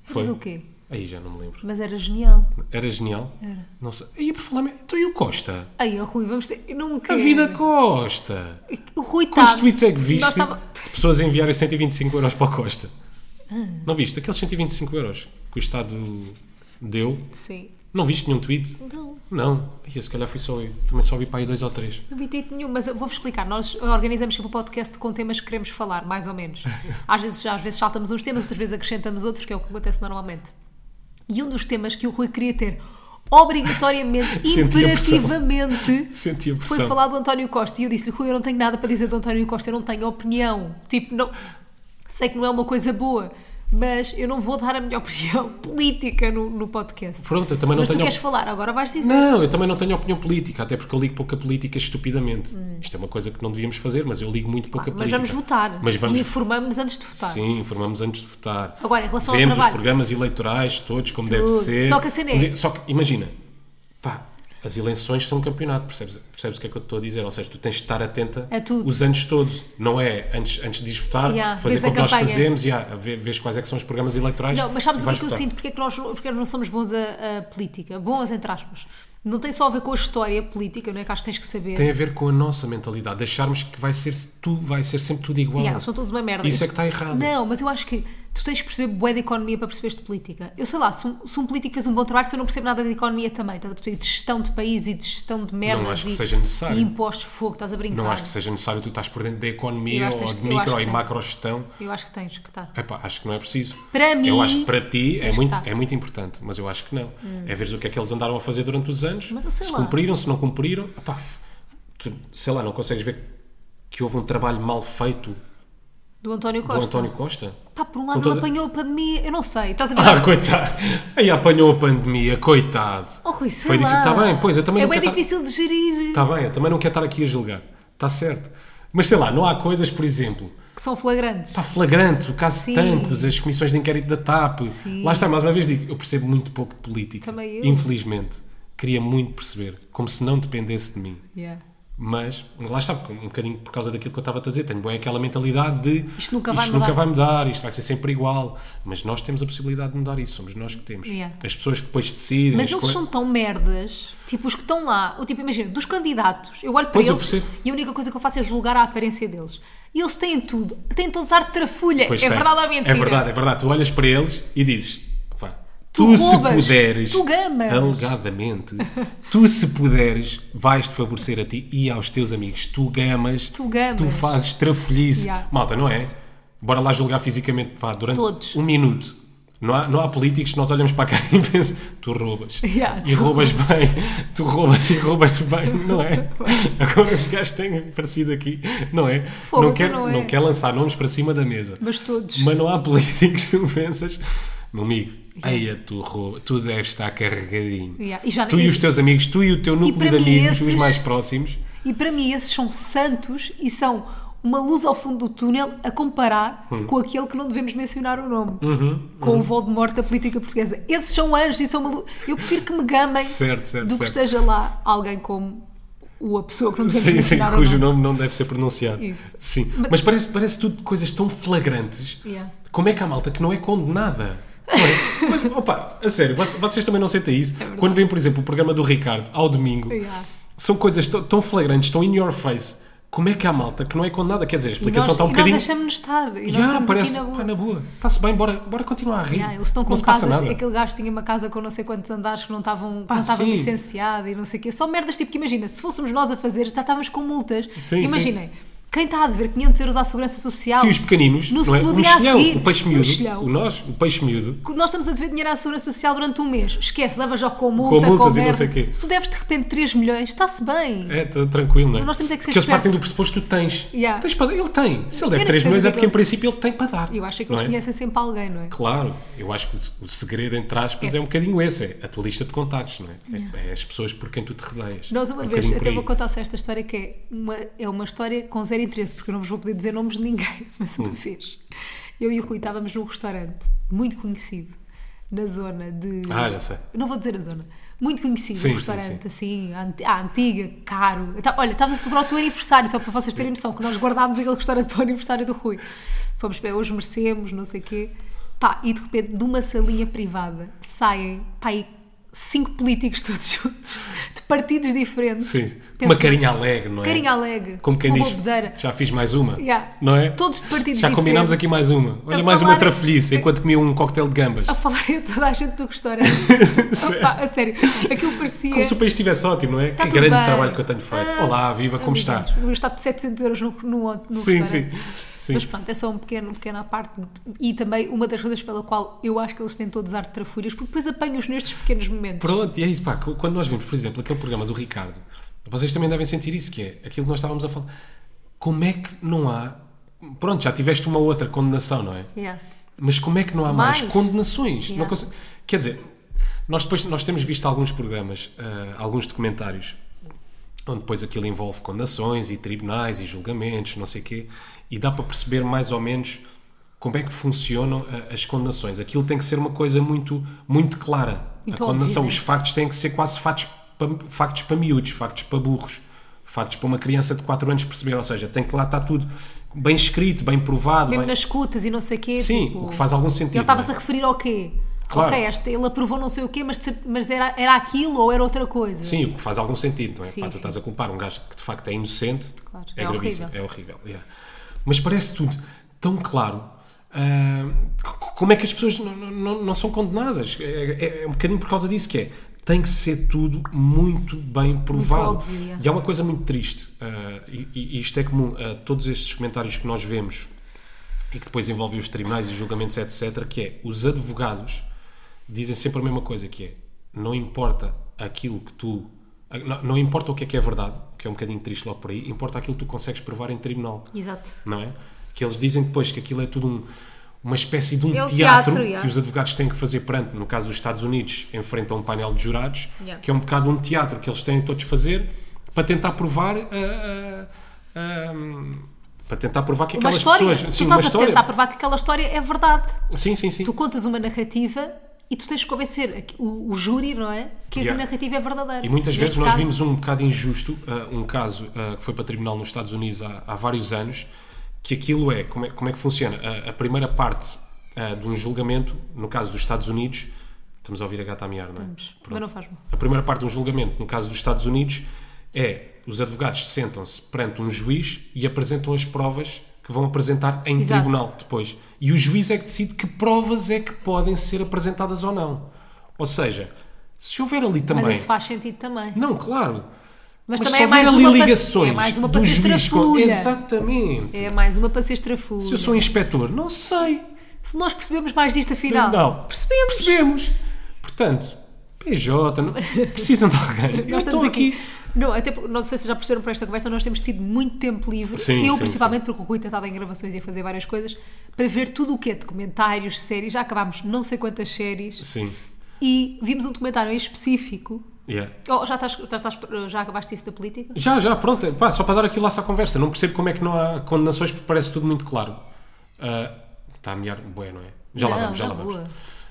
[SPEAKER 1] Foi?
[SPEAKER 2] Mas o quê?
[SPEAKER 1] Aí já não me lembro.
[SPEAKER 2] Mas era genial.
[SPEAKER 1] Era genial? Era. Não sei. Aí por falar, então e o Costa?
[SPEAKER 2] Aí, ó, Rui, vamos ter. Eu não
[SPEAKER 1] A
[SPEAKER 2] quero.
[SPEAKER 1] vida Costa!
[SPEAKER 2] O Rui está.
[SPEAKER 1] Quantos tweets é que viste
[SPEAKER 2] Nós estava-
[SPEAKER 1] de pessoas a enviarem 125 euros para a Costa? Não viste? Aqueles 125 euros que o Estado deu,
[SPEAKER 2] Sim.
[SPEAKER 1] não viste nenhum tweet?
[SPEAKER 2] Não,
[SPEAKER 1] Não. E se calhar fui só eu. Também só vi para aí dois ou três. *laughs*
[SPEAKER 2] não vi tweet nenhum, mas eu vou-vos explicar. Nós organizamos sempre o podcast com temas que queremos falar, mais ou
[SPEAKER 1] *laughs*
[SPEAKER 2] menos. Às vezes, às vezes saltamos uns temas, outras vezes acrescentamos outros, que é o que acontece normalmente. E um dos temas que o Rui queria ter,
[SPEAKER 1] *laughs*
[SPEAKER 2] obrigatoriamente,
[SPEAKER 1] Senti a pressão.
[SPEAKER 2] imperativamente,
[SPEAKER 1] Senti a
[SPEAKER 2] foi
[SPEAKER 1] pressão.
[SPEAKER 2] falar do António Costa. E eu disse-lhe, Rui, eu não tenho nada para dizer do António Costa, eu não tenho opinião. Tipo, não. Sei que não é uma coisa boa, mas eu não vou dar a minha *laughs* opinião política no, no podcast.
[SPEAKER 1] Pronto, eu também não
[SPEAKER 2] mas tu
[SPEAKER 1] tenho...
[SPEAKER 2] queres falar, agora vais dizer.
[SPEAKER 1] Não, eu também não tenho opinião política, até porque eu ligo pouca política estupidamente. Isto é uma coisa que não devíamos fazer, mas eu ligo muito pouca
[SPEAKER 2] Hum. Ah, Mas
[SPEAKER 1] política.
[SPEAKER 2] vamos votar.
[SPEAKER 1] Mas vamos
[SPEAKER 2] E informamos-nos antes de votar.
[SPEAKER 1] Sim, informamos antes de votar.
[SPEAKER 2] Agora, em relação ao
[SPEAKER 1] Vemos os
[SPEAKER 2] trabalho.
[SPEAKER 1] programas eleitorais todos, como deve
[SPEAKER 2] Tudo.
[SPEAKER 1] ser. Um
[SPEAKER 2] Só que a cena é-
[SPEAKER 1] Só que, imagina, pá, as eleições são um campeonato, percebes, percebes o que é que eu estou a dizer? Ou seja, tu tens de estar atenta
[SPEAKER 2] A É tudo.
[SPEAKER 1] os anos todos, não é antes, antes de ir votar,
[SPEAKER 2] Yeah,
[SPEAKER 1] fazer
[SPEAKER 2] vês a
[SPEAKER 1] como nós
[SPEAKER 2] campanha.
[SPEAKER 1] fazemos, yeah, vê- vês quais é que são os programas eleitorais.
[SPEAKER 2] Não, mas sabes o que é
[SPEAKER 1] vais
[SPEAKER 2] que eu
[SPEAKER 1] votar.
[SPEAKER 2] sinto? Porque é que nós porque não somos bons a, a política? Bons, entre aspas. Não tem só a ver com a história política, não é que acho que tens que saber.
[SPEAKER 1] Tem a ver com a nossa mentalidade, deixarmos que vai ser, tu, vai ser sempre tudo igual.
[SPEAKER 2] Yeah, ah, são todos uma merda.
[SPEAKER 1] Isso é que está errado.
[SPEAKER 2] Não, mas eu acho que tu tens que perceber bué de economia para perceberes de política. Eu sei lá, se um, se um político fez um bom trabalho, se eu não percebo nada de economia também, estás a perceber? De gestão de país e de gestão de merdas
[SPEAKER 1] acho que
[SPEAKER 2] e,
[SPEAKER 1] seja necessário.
[SPEAKER 2] e impostos, fogo, estás a brincar.
[SPEAKER 1] Não acho que seja necessário tu estás por dentro da
[SPEAKER 2] Eu
[SPEAKER 1] economia
[SPEAKER 2] acho que
[SPEAKER 1] ou
[SPEAKER 2] tens-
[SPEAKER 1] de
[SPEAKER 2] eu acho
[SPEAKER 1] micro
[SPEAKER 2] que
[SPEAKER 1] e
[SPEAKER 2] tem.
[SPEAKER 1] macro gestão.
[SPEAKER 2] Eu acho que tens que estar.
[SPEAKER 1] Epá, acho que não é preciso.
[SPEAKER 2] Para mim,
[SPEAKER 1] eu acho que para ti é
[SPEAKER 2] tens que
[SPEAKER 1] muito,
[SPEAKER 2] estar. Hum.
[SPEAKER 1] é muito importante, mas eu acho que não. É veres o que é que eles andaram a fazer durante os anos,
[SPEAKER 2] Mas eu sei
[SPEAKER 1] se
[SPEAKER 2] lá.
[SPEAKER 1] cumpriram, se não cumpriram. Epá, f- tu, sei lá, não consegues ver que houve um trabalho mal feito
[SPEAKER 2] Do António
[SPEAKER 1] do
[SPEAKER 2] Costa.
[SPEAKER 1] António Costa? *laughs*
[SPEAKER 2] Pá, por um
[SPEAKER 1] Com
[SPEAKER 2] lado
[SPEAKER 1] todas-
[SPEAKER 2] ele apanhou a pandemia, eu não
[SPEAKER 1] *laughs*
[SPEAKER 2] sei, estás a ver?
[SPEAKER 1] Ah, coitado! Aí apanhou a pandemia, coitado!
[SPEAKER 2] Oh, Rui, sei
[SPEAKER 1] Foi
[SPEAKER 2] lá.
[SPEAKER 1] difícil. Tá bem, pois, eu também
[SPEAKER 2] É
[SPEAKER 1] não
[SPEAKER 2] bem
[SPEAKER 1] quero tá-
[SPEAKER 2] difícil de gerir,
[SPEAKER 1] Está bem, eu também não quero estar aqui a julgar, está certo. Mas sei lá, não há coisas, por exemplo,
[SPEAKER 2] que são flagrantes.
[SPEAKER 1] Pá, Tá flagrante, o caso de
[SPEAKER 2] Sim.
[SPEAKER 1] Tancos, as comissões de inquérito da TAP.
[SPEAKER 2] Sim.
[SPEAKER 1] Lá está, mais uma vez digo, eu percebo muito pouco de política.
[SPEAKER 2] Também eu.
[SPEAKER 1] Infelizmente. Queria muito perceber, como se não dependesse de mim.
[SPEAKER 2] Yeah.
[SPEAKER 1] Mas, lá está, um bocadinho por causa daquilo que eu estava a dizer, tenho bem aquela mentalidade de
[SPEAKER 2] Isto nunca vai mudar."
[SPEAKER 1] vai mudar, isto vai ser sempre igual. Mas nós temos a possibilidade de mudar isso, somos nós que temos.
[SPEAKER 2] Yeah.
[SPEAKER 1] As pessoas que depois decidem.
[SPEAKER 2] Mas
[SPEAKER 1] as
[SPEAKER 2] eles
[SPEAKER 1] coisas-
[SPEAKER 2] são tão merdas, tipo os que estão lá, ou tipo, imagina, dos candidatos, eu olho para
[SPEAKER 1] Pois, eu
[SPEAKER 2] eles
[SPEAKER 1] percebo.
[SPEAKER 2] e a única coisa que eu faço é julgar a aparência deles. E eles têm tudo, têm todos ar de trafolha,
[SPEAKER 1] Pois
[SPEAKER 2] é
[SPEAKER 1] tem.
[SPEAKER 2] verdade ou mentira?
[SPEAKER 1] É verdade, é verdade. Tu olhas para eles e dizes: "Pá,
[SPEAKER 2] Tu
[SPEAKER 1] tu,
[SPEAKER 2] roubas,
[SPEAKER 1] se puderes,
[SPEAKER 2] tu gamas."
[SPEAKER 1] alegadamente, tu se puderes, vais-te favorecer a ti e aos teus amigos. Tu gamas,
[SPEAKER 2] Tu gamas.
[SPEAKER 1] tu fazes trafolhice.
[SPEAKER 2] Yeah.
[SPEAKER 1] Malta, não é? Bora lá julgar fisicamente vá, durante
[SPEAKER 2] Todos.
[SPEAKER 1] um minuto. Não há, não há políticos que nós olhamos para a cara *laughs* e pensamos, tu roubas.
[SPEAKER 2] Yeah,
[SPEAKER 1] e
[SPEAKER 2] tu
[SPEAKER 1] roubas bem. Tu roubas e roubas
[SPEAKER 2] *laughs*
[SPEAKER 1] bem, não é? Agora os gajos têm aparecido aqui, não é?
[SPEAKER 2] Fogo,
[SPEAKER 1] não,
[SPEAKER 2] tu
[SPEAKER 1] quer,
[SPEAKER 2] não é.
[SPEAKER 1] não quer lançar nomes para cima da mesa.
[SPEAKER 2] Mas todos.
[SPEAKER 1] Mas não há políticos *laughs* que tu pensas, meu amigo, aí tu rouba, tu deves estar carregadinho.
[SPEAKER 2] Yeah, e já
[SPEAKER 1] tu
[SPEAKER 2] nem-
[SPEAKER 1] e os teus amigos, tu e o teu núcleo
[SPEAKER 2] para
[SPEAKER 1] de
[SPEAKER 2] mim
[SPEAKER 1] amigos, os
[SPEAKER 2] esses-
[SPEAKER 1] mais
[SPEAKER 2] *laughs*
[SPEAKER 1] próximos.
[SPEAKER 2] E para mim esses são santos e são uma luz ao fundo do túnel a comparar
[SPEAKER 1] Hum.
[SPEAKER 2] com aquele que não devemos mencionar o nome,
[SPEAKER 1] Uhum,
[SPEAKER 2] com o Voldemort da política portuguesa. Esses são anjos e são uma luz. Eu prefiro
[SPEAKER 1] *laughs*
[SPEAKER 2] que me gamem
[SPEAKER 1] Certo, certo,
[SPEAKER 2] do que
[SPEAKER 1] certo.
[SPEAKER 2] esteja lá alguém como o- a pessoa que não devemos
[SPEAKER 1] Sim, sim,
[SPEAKER 2] mencionar o
[SPEAKER 1] cujo
[SPEAKER 2] nome.
[SPEAKER 1] nome não deve ser pronunciado.
[SPEAKER 2] Isso.
[SPEAKER 1] Sim.
[SPEAKER 2] Mas-
[SPEAKER 1] Mas, parece, parece tudo coisas tão flagrantes.
[SPEAKER 2] Yeah.
[SPEAKER 1] Como é que há malta que não é condenada? Não é?
[SPEAKER 2] *laughs*
[SPEAKER 1] Mas, opa, a sério, vo- vocês também não sentem isso.
[SPEAKER 2] É verdade.
[SPEAKER 1] Quando vem, por exemplo, o programa do Ricardo ao domingo,
[SPEAKER 2] Yeah.
[SPEAKER 1] são coisas tão, tão flagrantes, tão in your face. Como é que há malta que não é condenada? Quer dizer, a
[SPEAKER 2] E
[SPEAKER 1] explicação
[SPEAKER 2] nós,
[SPEAKER 1] está um
[SPEAKER 2] e nós
[SPEAKER 1] bocadinho.
[SPEAKER 2] deixamos-nos estar. E
[SPEAKER 1] Yeah,
[SPEAKER 2] nós estamos
[SPEAKER 1] parece,
[SPEAKER 2] aqui na
[SPEAKER 1] pá,
[SPEAKER 2] rua.
[SPEAKER 1] na boa. Está-se bem, bora, bora continuar a rir.
[SPEAKER 2] Yeah, eles estão com
[SPEAKER 1] não se passa
[SPEAKER 2] casas.
[SPEAKER 1] nada.
[SPEAKER 2] Aquele gajo tinha uma casa com não sei quantos andares que não estavam
[SPEAKER 1] Pá,
[SPEAKER 2] não estava
[SPEAKER 1] sim.
[SPEAKER 2] licenciada e não sei o quê. Só merdas tipo que imagina, se fôssemos nós a fazer, já estávamos com multas.
[SPEAKER 1] Sim,
[SPEAKER 2] Imaginem, quem está a dever 500 euros à segurança social,
[SPEAKER 1] Sim, os pequeninos.
[SPEAKER 2] No-
[SPEAKER 1] não é?
[SPEAKER 2] no
[SPEAKER 1] o
[SPEAKER 2] dia a
[SPEAKER 1] mexilhão,
[SPEAKER 2] seguir, um
[SPEAKER 1] o peixe
[SPEAKER 2] o
[SPEAKER 1] miúdo.
[SPEAKER 2] mexilhão.
[SPEAKER 1] o nós, o peixe miúdo.
[SPEAKER 2] nós estamos a dever dinheiro à segurança social durante um mês. Esquece, levas-o com multa,
[SPEAKER 1] Com multas e não
[SPEAKER 2] merda.
[SPEAKER 1] sei o quê.
[SPEAKER 2] Se tu deves de repente 3 milhões, está-se bem.
[SPEAKER 1] É, tá tranquilo, não é?
[SPEAKER 2] Mas nós temos é que ser
[SPEAKER 1] Porque eles partem
[SPEAKER 2] espertos.
[SPEAKER 1] do pressuposto que tu tens.
[SPEAKER 2] Yeah.
[SPEAKER 1] Tens para- Ele tem. Se ele deve
[SPEAKER 2] Eu nem
[SPEAKER 1] 3
[SPEAKER 2] sei
[SPEAKER 1] milhões é
[SPEAKER 2] do que é
[SPEAKER 1] porque
[SPEAKER 2] que
[SPEAKER 1] em princípio ele tem para dar.
[SPEAKER 2] Eu acho é que eles
[SPEAKER 1] não é?
[SPEAKER 2] conhecem sempre alguém, não é?
[SPEAKER 1] Claro, eu acho que o- o segredo, entre aspas,
[SPEAKER 2] É.
[SPEAKER 1] é. um bocadinho esse. É a tua lista de contactos, não é? É- É, as pessoas por quem tu te rodeias.
[SPEAKER 2] Nós uma
[SPEAKER 1] É um
[SPEAKER 2] vez,
[SPEAKER 1] bocadinho
[SPEAKER 2] até
[SPEAKER 1] por
[SPEAKER 2] vou
[SPEAKER 1] aí.
[SPEAKER 2] contar só esta história que é uma, é uma história com zero interesse, porque eu não vos vou poder dizer nomes de ninguém, *laughs* mas
[SPEAKER 1] Hum.
[SPEAKER 2] uma vez eu e o Rui estávamos num restaurante muito conhecido na zona de.
[SPEAKER 1] Ah, já sei.
[SPEAKER 2] Não vou dizer a zona. Muito conhecido,
[SPEAKER 1] Sim,
[SPEAKER 2] um
[SPEAKER 1] sim,
[SPEAKER 2] restaurante assim, à anti- à antiga, caro. Eu ta- Olha, estava a celebrar o teu aniversário, só para vocês terem noção, que nós guardámos aquele restaurante para o aniversário do Rui. Fomos bem, hoje merecemos, não sei o quê. Pá, e de repente, de uma salinha privada, saem, pá, aí cinco políticos todos *laughs* juntos, de partidos diferentes.
[SPEAKER 1] Sim.
[SPEAKER 2] Penso,
[SPEAKER 1] uma carinha alegre, não é?
[SPEAKER 2] carinha alegre,
[SPEAKER 1] Como quem
[SPEAKER 2] uma
[SPEAKER 1] diz,
[SPEAKER 2] bobedeira.
[SPEAKER 1] já fiz mais uma.
[SPEAKER 2] Yeah.
[SPEAKER 1] Não é?
[SPEAKER 2] Todos de partidos
[SPEAKER 1] já combinámos
[SPEAKER 2] diferentes.
[SPEAKER 1] aqui mais uma. Olha,
[SPEAKER 2] A
[SPEAKER 1] mais
[SPEAKER 2] falar-
[SPEAKER 1] uma
[SPEAKER 2] *laughs*
[SPEAKER 1] trafolhice enquanto comia um coquetel de gambas.
[SPEAKER 2] A falarem *laughs* a toda a gente do restaurante.
[SPEAKER 1] *laughs*
[SPEAKER 2] Opa, a sério, aquilo parecia...
[SPEAKER 1] Como se o país estivesse ótimo, não é?
[SPEAKER 2] Tá
[SPEAKER 1] que
[SPEAKER 2] tudo
[SPEAKER 1] grande
[SPEAKER 2] bem.
[SPEAKER 1] trabalho que eu tenho feito.
[SPEAKER 2] Ah, Um
[SPEAKER 1] Olá, viva, como está?
[SPEAKER 2] amigos, Vou gastar 700 euros no, no, no
[SPEAKER 1] Sim, sim.
[SPEAKER 2] restaurante.
[SPEAKER 1] sim.
[SPEAKER 2] Mas pronto, é só um pequeno, um pequeno à parte. de- E também uma das coisas pela qual eu acho que eles têm todos ar de trafúrias, porque depois apanham-os nestes pequenos momentos.
[SPEAKER 1] Pronto, e é isso, pá. Qu- Quando nós vimos, por exemplo, aquele programa do Ricardo, vocês também devem sentir isso, que é aquilo que nós estávamos a falar. Como é que não há. Pronto, já tiveste uma outra condenação, não é?
[SPEAKER 2] Yeah.
[SPEAKER 1] Mas como é que não há mais,
[SPEAKER 2] Mais?
[SPEAKER 1] condenações?
[SPEAKER 2] Yeah.
[SPEAKER 1] Não conse- Quer dizer, nós depois nós temos visto alguns programas, ah, alguns documentários, onde depois aquilo envolve condenações e tribunais e julgamentos, não sei o quê, e dá para perceber mais ou menos como é que funcionam ah, as condenações. Aquilo tem que ser uma coisa muito, muito clara.
[SPEAKER 2] Muito
[SPEAKER 1] a condenação,
[SPEAKER 2] óbvia, né?
[SPEAKER 1] os factos têm que ser quase fatos para, factos para miúdos, factos para burros, factos para uma criança de 4 anos perceber. Ou seja, tem que lá estar tudo bem escrito, bem provado.
[SPEAKER 2] Mesmo
[SPEAKER 1] bem-
[SPEAKER 2] nas escutas e não sei o quê.
[SPEAKER 1] Sim,
[SPEAKER 2] tipo,
[SPEAKER 1] o que faz algum sentido.
[SPEAKER 2] Ele estava-se
[SPEAKER 1] não é?
[SPEAKER 2] a referir ao quê?
[SPEAKER 1] Claro.
[SPEAKER 2] Ok, este, ele aprovou não sei o quê, mas, de cer- mas era, era aquilo ou era outra coisa.
[SPEAKER 1] é? Sim, o que faz algum sentido, não é?
[SPEAKER 2] Sim,
[SPEAKER 1] Pá, tu
[SPEAKER 2] sim.
[SPEAKER 1] estás a culpar um gajo que de facto é inocente.
[SPEAKER 2] Claro,
[SPEAKER 1] É,
[SPEAKER 2] é
[SPEAKER 1] gravíssimo,
[SPEAKER 2] horrível.
[SPEAKER 1] é horrível. yeah. Mas parece tudo tão claro. ah, c- como é que as pessoas não, não- não, não são condenadas? É, é- é um bocadinho por causa disso que é. Tem que ser tudo muito bem provado.
[SPEAKER 2] óbvio, yeah.
[SPEAKER 1] E há uma coisa muito triste, ah, e, e isto é comum a todos estes comentários que nós vemos e que depois envolvem os tribunais e julgamentos, etc., que é os advogados dizem sempre a mesma coisa, que é não importa aquilo que tu não, não importa o que é que é verdade, que é um bocadinho triste logo por aí, importa aquilo que tu consegues provar em tribunal,
[SPEAKER 2] Exato.
[SPEAKER 1] não é? Que eles dizem depois que aquilo é tudo um- uma espécie de um
[SPEAKER 2] É o
[SPEAKER 1] teatro,
[SPEAKER 2] teatro, yeah.
[SPEAKER 1] que os advogados têm que fazer perante, no caso dos Estados Unidos, em frente a um painel de jurados,
[SPEAKER 2] Yeah.
[SPEAKER 1] que é um bocado um teatro que eles têm todos de fazer para tentar provar ah, ah, ah, para tentar provar que
[SPEAKER 2] Uma
[SPEAKER 1] aquelas
[SPEAKER 2] história.
[SPEAKER 1] pessoas.
[SPEAKER 2] tu
[SPEAKER 1] Sim,
[SPEAKER 2] estás
[SPEAKER 1] uma
[SPEAKER 2] a
[SPEAKER 1] história.
[SPEAKER 2] tentar provar que aquela história é verdade.
[SPEAKER 1] Sim, sim, sim.
[SPEAKER 2] Tu contas uma narrativa e tu tens de convencer aqui- o, o júri, não é? Que
[SPEAKER 1] Yeah.
[SPEAKER 2] a narrativa é verdadeira.
[SPEAKER 1] E muitas vezes
[SPEAKER 2] Neste
[SPEAKER 1] nós
[SPEAKER 2] caso,
[SPEAKER 1] vimos um bocado injusto, uh, um caso uh, que foi para tribunal nos Estados Unidos há, há vários anos, que aquilo é, como é, como é que funciona? A- a primeira parte uh, de um julgamento, no caso dos Estados Unidos, estamos a ouvir a gata a miar, não é?
[SPEAKER 2] Estamos, mas
[SPEAKER 1] Pronto.
[SPEAKER 2] não faz mal.
[SPEAKER 1] A primeira parte de um julgamento, no caso dos Estados Unidos, é os advogados sentam-se perante um juiz e apresentam as provas que vão apresentar em
[SPEAKER 2] Exato.
[SPEAKER 1] tribunal depois. E o juiz é que decide que provas é que podem ser apresentadas ou não. Ou seja, se houver ali também.
[SPEAKER 2] Mas isso faz sentido também.
[SPEAKER 1] Não, claro.
[SPEAKER 2] Mas,
[SPEAKER 1] Mas
[SPEAKER 2] também
[SPEAKER 1] se
[SPEAKER 2] é mais,
[SPEAKER 1] houver
[SPEAKER 2] uma
[SPEAKER 1] ali
[SPEAKER 2] para-
[SPEAKER 1] ligações
[SPEAKER 2] é mais uma
[SPEAKER 1] do
[SPEAKER 2] para ser
[SPEAKER 1] juiz com-
[SPEAKER 2] estrafulha.
[SPEAKER 1] Exatamente.
[SPEAKER 2] É mais uma para ser estrafulha.
[SPEAKER 1] Se eu sou um inspetor, não sei.
[SPEAKER 2] Se nós percebemos mais disto afinal.
[SPEAKER 1] Não.
[SPEAKER 2] Percebemos.
[SPEAKER 1] Percebemos. Portanto, PJ, não- precisam de alguém. eu
[SPEAKER 2] *laughs* Nós
[SPEAKER 1] estou
[SPEAKER 2] estamos aqui.
[SPEAKER 1] aqui.
[SPEAKER 2] Não, até porque- não sei se já perceberam por esta conversa, nós temos tido muito tempo livre.
[SPEAKER 1] Sim,
[SPEAKER 2] eu,
[SPEAKER 1] sim,
[SPEAKER 2] principalmente, porque o Rui estava em gravações e a fazer várias coisas, para ver tudo o que é documentários, séries. Já acabámos não sei quantas séries
[SPEAKER 1] Sim.
[SPEAKER 2] e vimos um documentário em específico.
[SPEAKER 1] Yeah.
[SPEAKER 2] Oh, já, estás, já, estás, já acabaste isso da política?
[SPEAKER 1] Já, já, pronto. Pá, só para dar aqui o laço à conversa. Não percebo como é que não há condenações porque parece tudo muito claro. Ah, está a miar bué, não é? Já lá
[SPEAKER 2] Não,
[SPEAKER 1] vamos, já
[SPEAKER 2] na
[SPEAKER 1] lá vamos.
[SPEAKER 2] boa.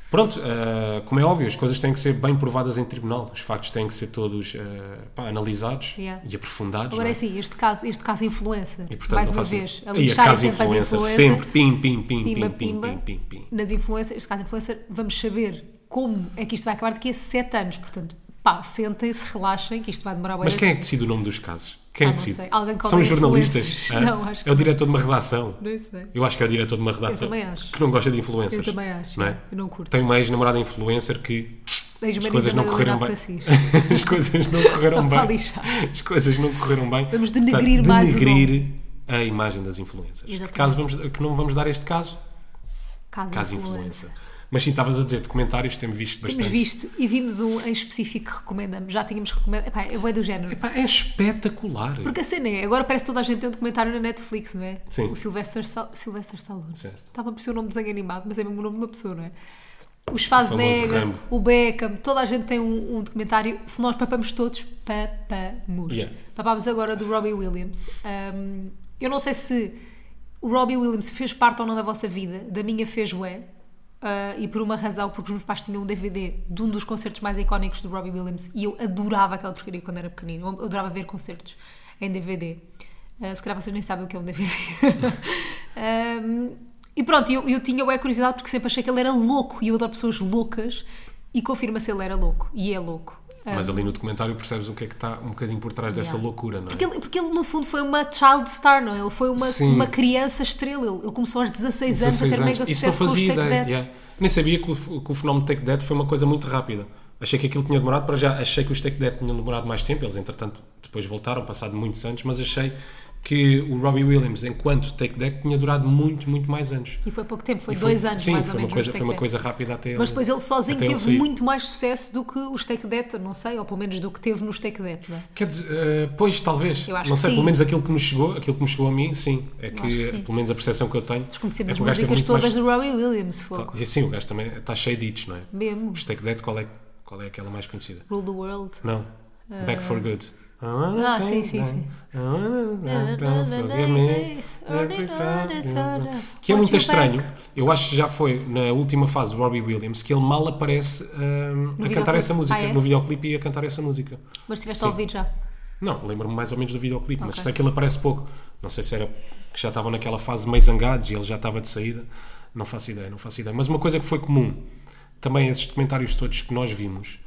[SPEAKER 1] Pronto, ah, como é óbvio, as coisas têm que ser bem provadas em tribunal. Os factos têm que ser todos ah, pá, analisados
[SPEAKER 2] Yeah.
[SPEAKER 1] e aprofundados.
[SPEAKER 2] Agora
[SPEAKER 1] não
[SPEAKER 2] é
[SPEAKER 1] é?
[SPEAKER 2] assim, este caso, este caso influencer,
[SPEAKER 1] E, portanto,
[SPEAKER 2] mais
[SPEAKER 1] não
[SPEAKER 2] uma
[SPEAKER 1] faço-
[SPEAKER 2] vez, a
[SPEAKER 1] Aí, a
[SPEAKER 2] lixarem
[SPEAKER 1] casa
[SPEAKER 2] sempre as
[SPEAKER 1] influencer,
[SPEAKER 2] influencers,
[SPEAKER 1] sempre. Pim, pim, pim,
[SPEAKER 2] pimba,
[SPEAKER 1] pim,
[SPEAKER 2] pimba,
[SPEAKER 1] pim, pim, pim, pim.
[SPEAKER 2] nas influencers, este caso influencer, vamos saber como é que isto vai acabar daqui a 7 anos, portanto, pá, sentem-se, relaxem, que isto vai demorar bué
[SPEAKER 1] Mas
[SPEAKER 2] de
[SPEAKER 1] quem é que decide o nome dos casos? Quem é
[SPEAKER 2] Ah, não
[SPEAKER 1] decide?
[SPEAKER 2] sei. Alguém que
[SPEAKER 1] São os
[SPEAKER 2] odeia
[SPEAKER 1] jornalistas.
[SPEAKER 2] influencers.
[SPEAKER 1] hã?
[SPEAKER 2] Não, acho que
[SPEAKER 1] É o diretor de uma redação.
[SPEAKER 2] Não sei.
[SPEAKER 1] Eu acho que é o diretor de uma redação
[SPEAKER 2] também acho.
[SPEAKER 1] que não gosta de influencers.
[SPEAKER 2] Eu também acho,
[SPEAKER 1] Não
[SPEAKER 2] é. Eu não curto.
[SPEAKER 1] Tem uma ex-namorada influencer que
[SPEAKER 2] Beijo,
[SPEAKER 1] as
[SPEAKER 2] Maria
[SPEAKER 1] coisas
[SPEAKER 2] da
[SPEAKER 1] não
[SPEAKER 2] Madalena
[SPEAKER 1] correram bem. *laughs*
[SPEAKER 2] Alcacis.
[SPEAKER 1] As coisas não correram
[SPEAKER 2] Só para
[SPEAKER 1] bem.
[SPEAKER 2] lixar.
[SPEAKER 1] As coisas não correram bem.
[SPEAKER 2] Vamos denegrir mais o
[SPEAKER 1] denegrir a imagem das influencers. Que,
[SPEAKER 2] Exatamente.
[SPEAKER 1] caso vamos, que não vamos dar este caso,
[SPEAKER 2] Caso,
[SPEAKER 1] caso
[SPEAKER 2] influencer.
[SPEAKER 1] influencer. Mas sim, estavas a dizer, documentários temos visto bastante.
[SPEAKER 2] Temos visto e vimos um em específico que recomendamos, já tínhamos recomendado, epá, é bué do género.
[SPEAKER 1] Epá, é espetacular.
[SPEAKER 2] Porque a cena é, agora parece que toda a gente tem um documentário na Netflix, não é?
[SPEAKER 1] Sim.
[SPEAKER 2] O Sylvester, Sal Sylvester Stallone. Tá
[SPEAKER 1] Certo.
[SPEAKER 2] Estava a parecer o nome de desenho animado, mas é mesmo o nome de uma pessoa, não é? O
[SPEAKER 1] famoso
[SPEAKER 2] Schwarzenegger,
[SPEAKER 1] Rambo.
[SPEAKER 2] o Beckham, toda a gente tem um, um documentário. Se nós papamos todos, papamos.
[SPEAKER 1] Yeah.
[SPEAKER 2] Papámos agora do Robbie Williams. Ahm, eu não sei se o Robbie Williams fez parte ou não da vossa vida, da minha fez o e por uma razão, porque os meus pais tinham um DVD de um dos concertos mais icónicos do Robbie Williams e eu adorava aquela porcaria quando era pequenino. Eu adorava ver concertos em DVD. Ah, se calhar vocês nem sabem o que é um DVD. Ahm, Um, e pronto, eu, eu tinha a curiosidade porque sempre achei que ele era louco e eu adoro pessoas loucas e confirma-se ele era louco e é louco. Ah,
[SPEAKER 1] Mas ali no documentário percebes o que é que está um bocadinho por trás dessa
[SPEAKER 2] Yeah.
[SPEAKER 1] loucura, não é?
[SPEAKER 2] Porque ele, porque ele, no fundo, foi uma child star, não é? Ele foi uma,
[SPEAKER 1] Sim.
[SPEAKER 2] uma criança estrela. Ele, ele começou aos 16, anos a
[SPEAKER 1] 16
[SPEAKER 2] ter mega
[SPEAKER 1] Isso não
[SPEAKER 2] sucesso com os
[SPEAKER 1] fazia
[SPEAKER 2] Take
[SPEAKER 1] ideia.
[SPEAKER 2] That.
[SPEAKER 1] yeah. Nem sabia que o, que o fenómeno Take That foi uma coisa muito rápida. Achei que aquilo tinha demorado para já. Achei que os Take That tinham demorado mais tempo. Eles, entretanto, depois voltaram, passado muitos anos. Mas achei que o Robbie Williams, enquanto Take That, tinha durado muito, muito mais anos.
[SPEAKER 2] E foi pouco tempo, foi
[SPEAKER 1] E
[SPEAKER 2] dois anos
[SPEAKER 1] sim,
[SPEAKER 2] mais
[SPEAKER 1] foi
[SPEAKER 2] ou
[SPEAKER 1] uma
[SPEAKER 2] menos.
[SPEAKER 1] Coisa,
[SPEAKER 2] nos
[SPEAKER 1] foi uma
[SPEAKER 2] Take
[SPEAKER 1] coisa rápida até
[SPEAKER 2] That. Mas depois ele sozinho
[SPEAKER 1] até
[SPEAKER 2] teve
[SPEAKER 1] sair.
[SPEAKER 2] muito mais sucesso do que os Take That, não sei, ou pelo menos do que teve nos Take That, não é?
[SPEAKER 1] Quer dizer, eh, pois, talvez.
[SPEAKER 2] Eu acho
[SPEAKER 1] não
[SPEAKER 2] que
[SPEAKER 1] sei,
[SPEAKER 2] sim.
[SPEAKER 1] pelo menos aquilo que, nos chegou, aquilo que me chegou a mim, sim. É que,
[SPEAKER 2] acho que sim.
[SPEAKER 1] pelo menos a percepção que eu tenho.
[SPEAKER 2] Desconhecemos
[SPEAKER 1] é
[SPEAKER 2] as
[SPEAKER 1] que o gajo teve
[SPEAKER 2] músicas
[SPEAKER 1] muito
[SPEAKER 2] todas do Robbie Williams, fogo.
[SPEAKER 1] Mais... Sim, o gajo também está cheio de hits, não é?
[SPEAKER 2] Mesmo.
[SPEAKER 1] Os Take That, qual é, qual é aquela mais conhecida?
[SPEAKER 2] Rule the World.
[SPEAKER 1] Não. Back for Good. Ah,
[SPEAKER 2] Eh, Ah, sim, sim, sim.
[SPEAKER 1] Que é muito
[SPEAKER 2] Watch your back.
[SPEAKER 1] estranho. Eu acho que já foi na última fase do Robbie Williams que ele mal aparece hum, a cantar
[SPEAKER 2] videoclipe.
[SPEAKER 1] essa música,
[SPEAKER 2] Ah, é?
[SPEAKER 1] no videoclipe e a cantar essa música.
[SPEAKER 2] Mas estiveste
[SPEAKER 1] Sim.
[SPEAKER 2] a ouvir já.
[SPEAKER 1] Não, lembro-me mais ou menos do videoclipe, mas
[SPEAKER 2] Ok.
[SPEAKER 1] sei que ele aparece pouco. Não sei se era que já estavam naquela fase meio zangados e ele já estava de saída. Não faço ideia, não faço ideia. Mas uma coisa que foi comum, também esses documentários todos que nós vimos,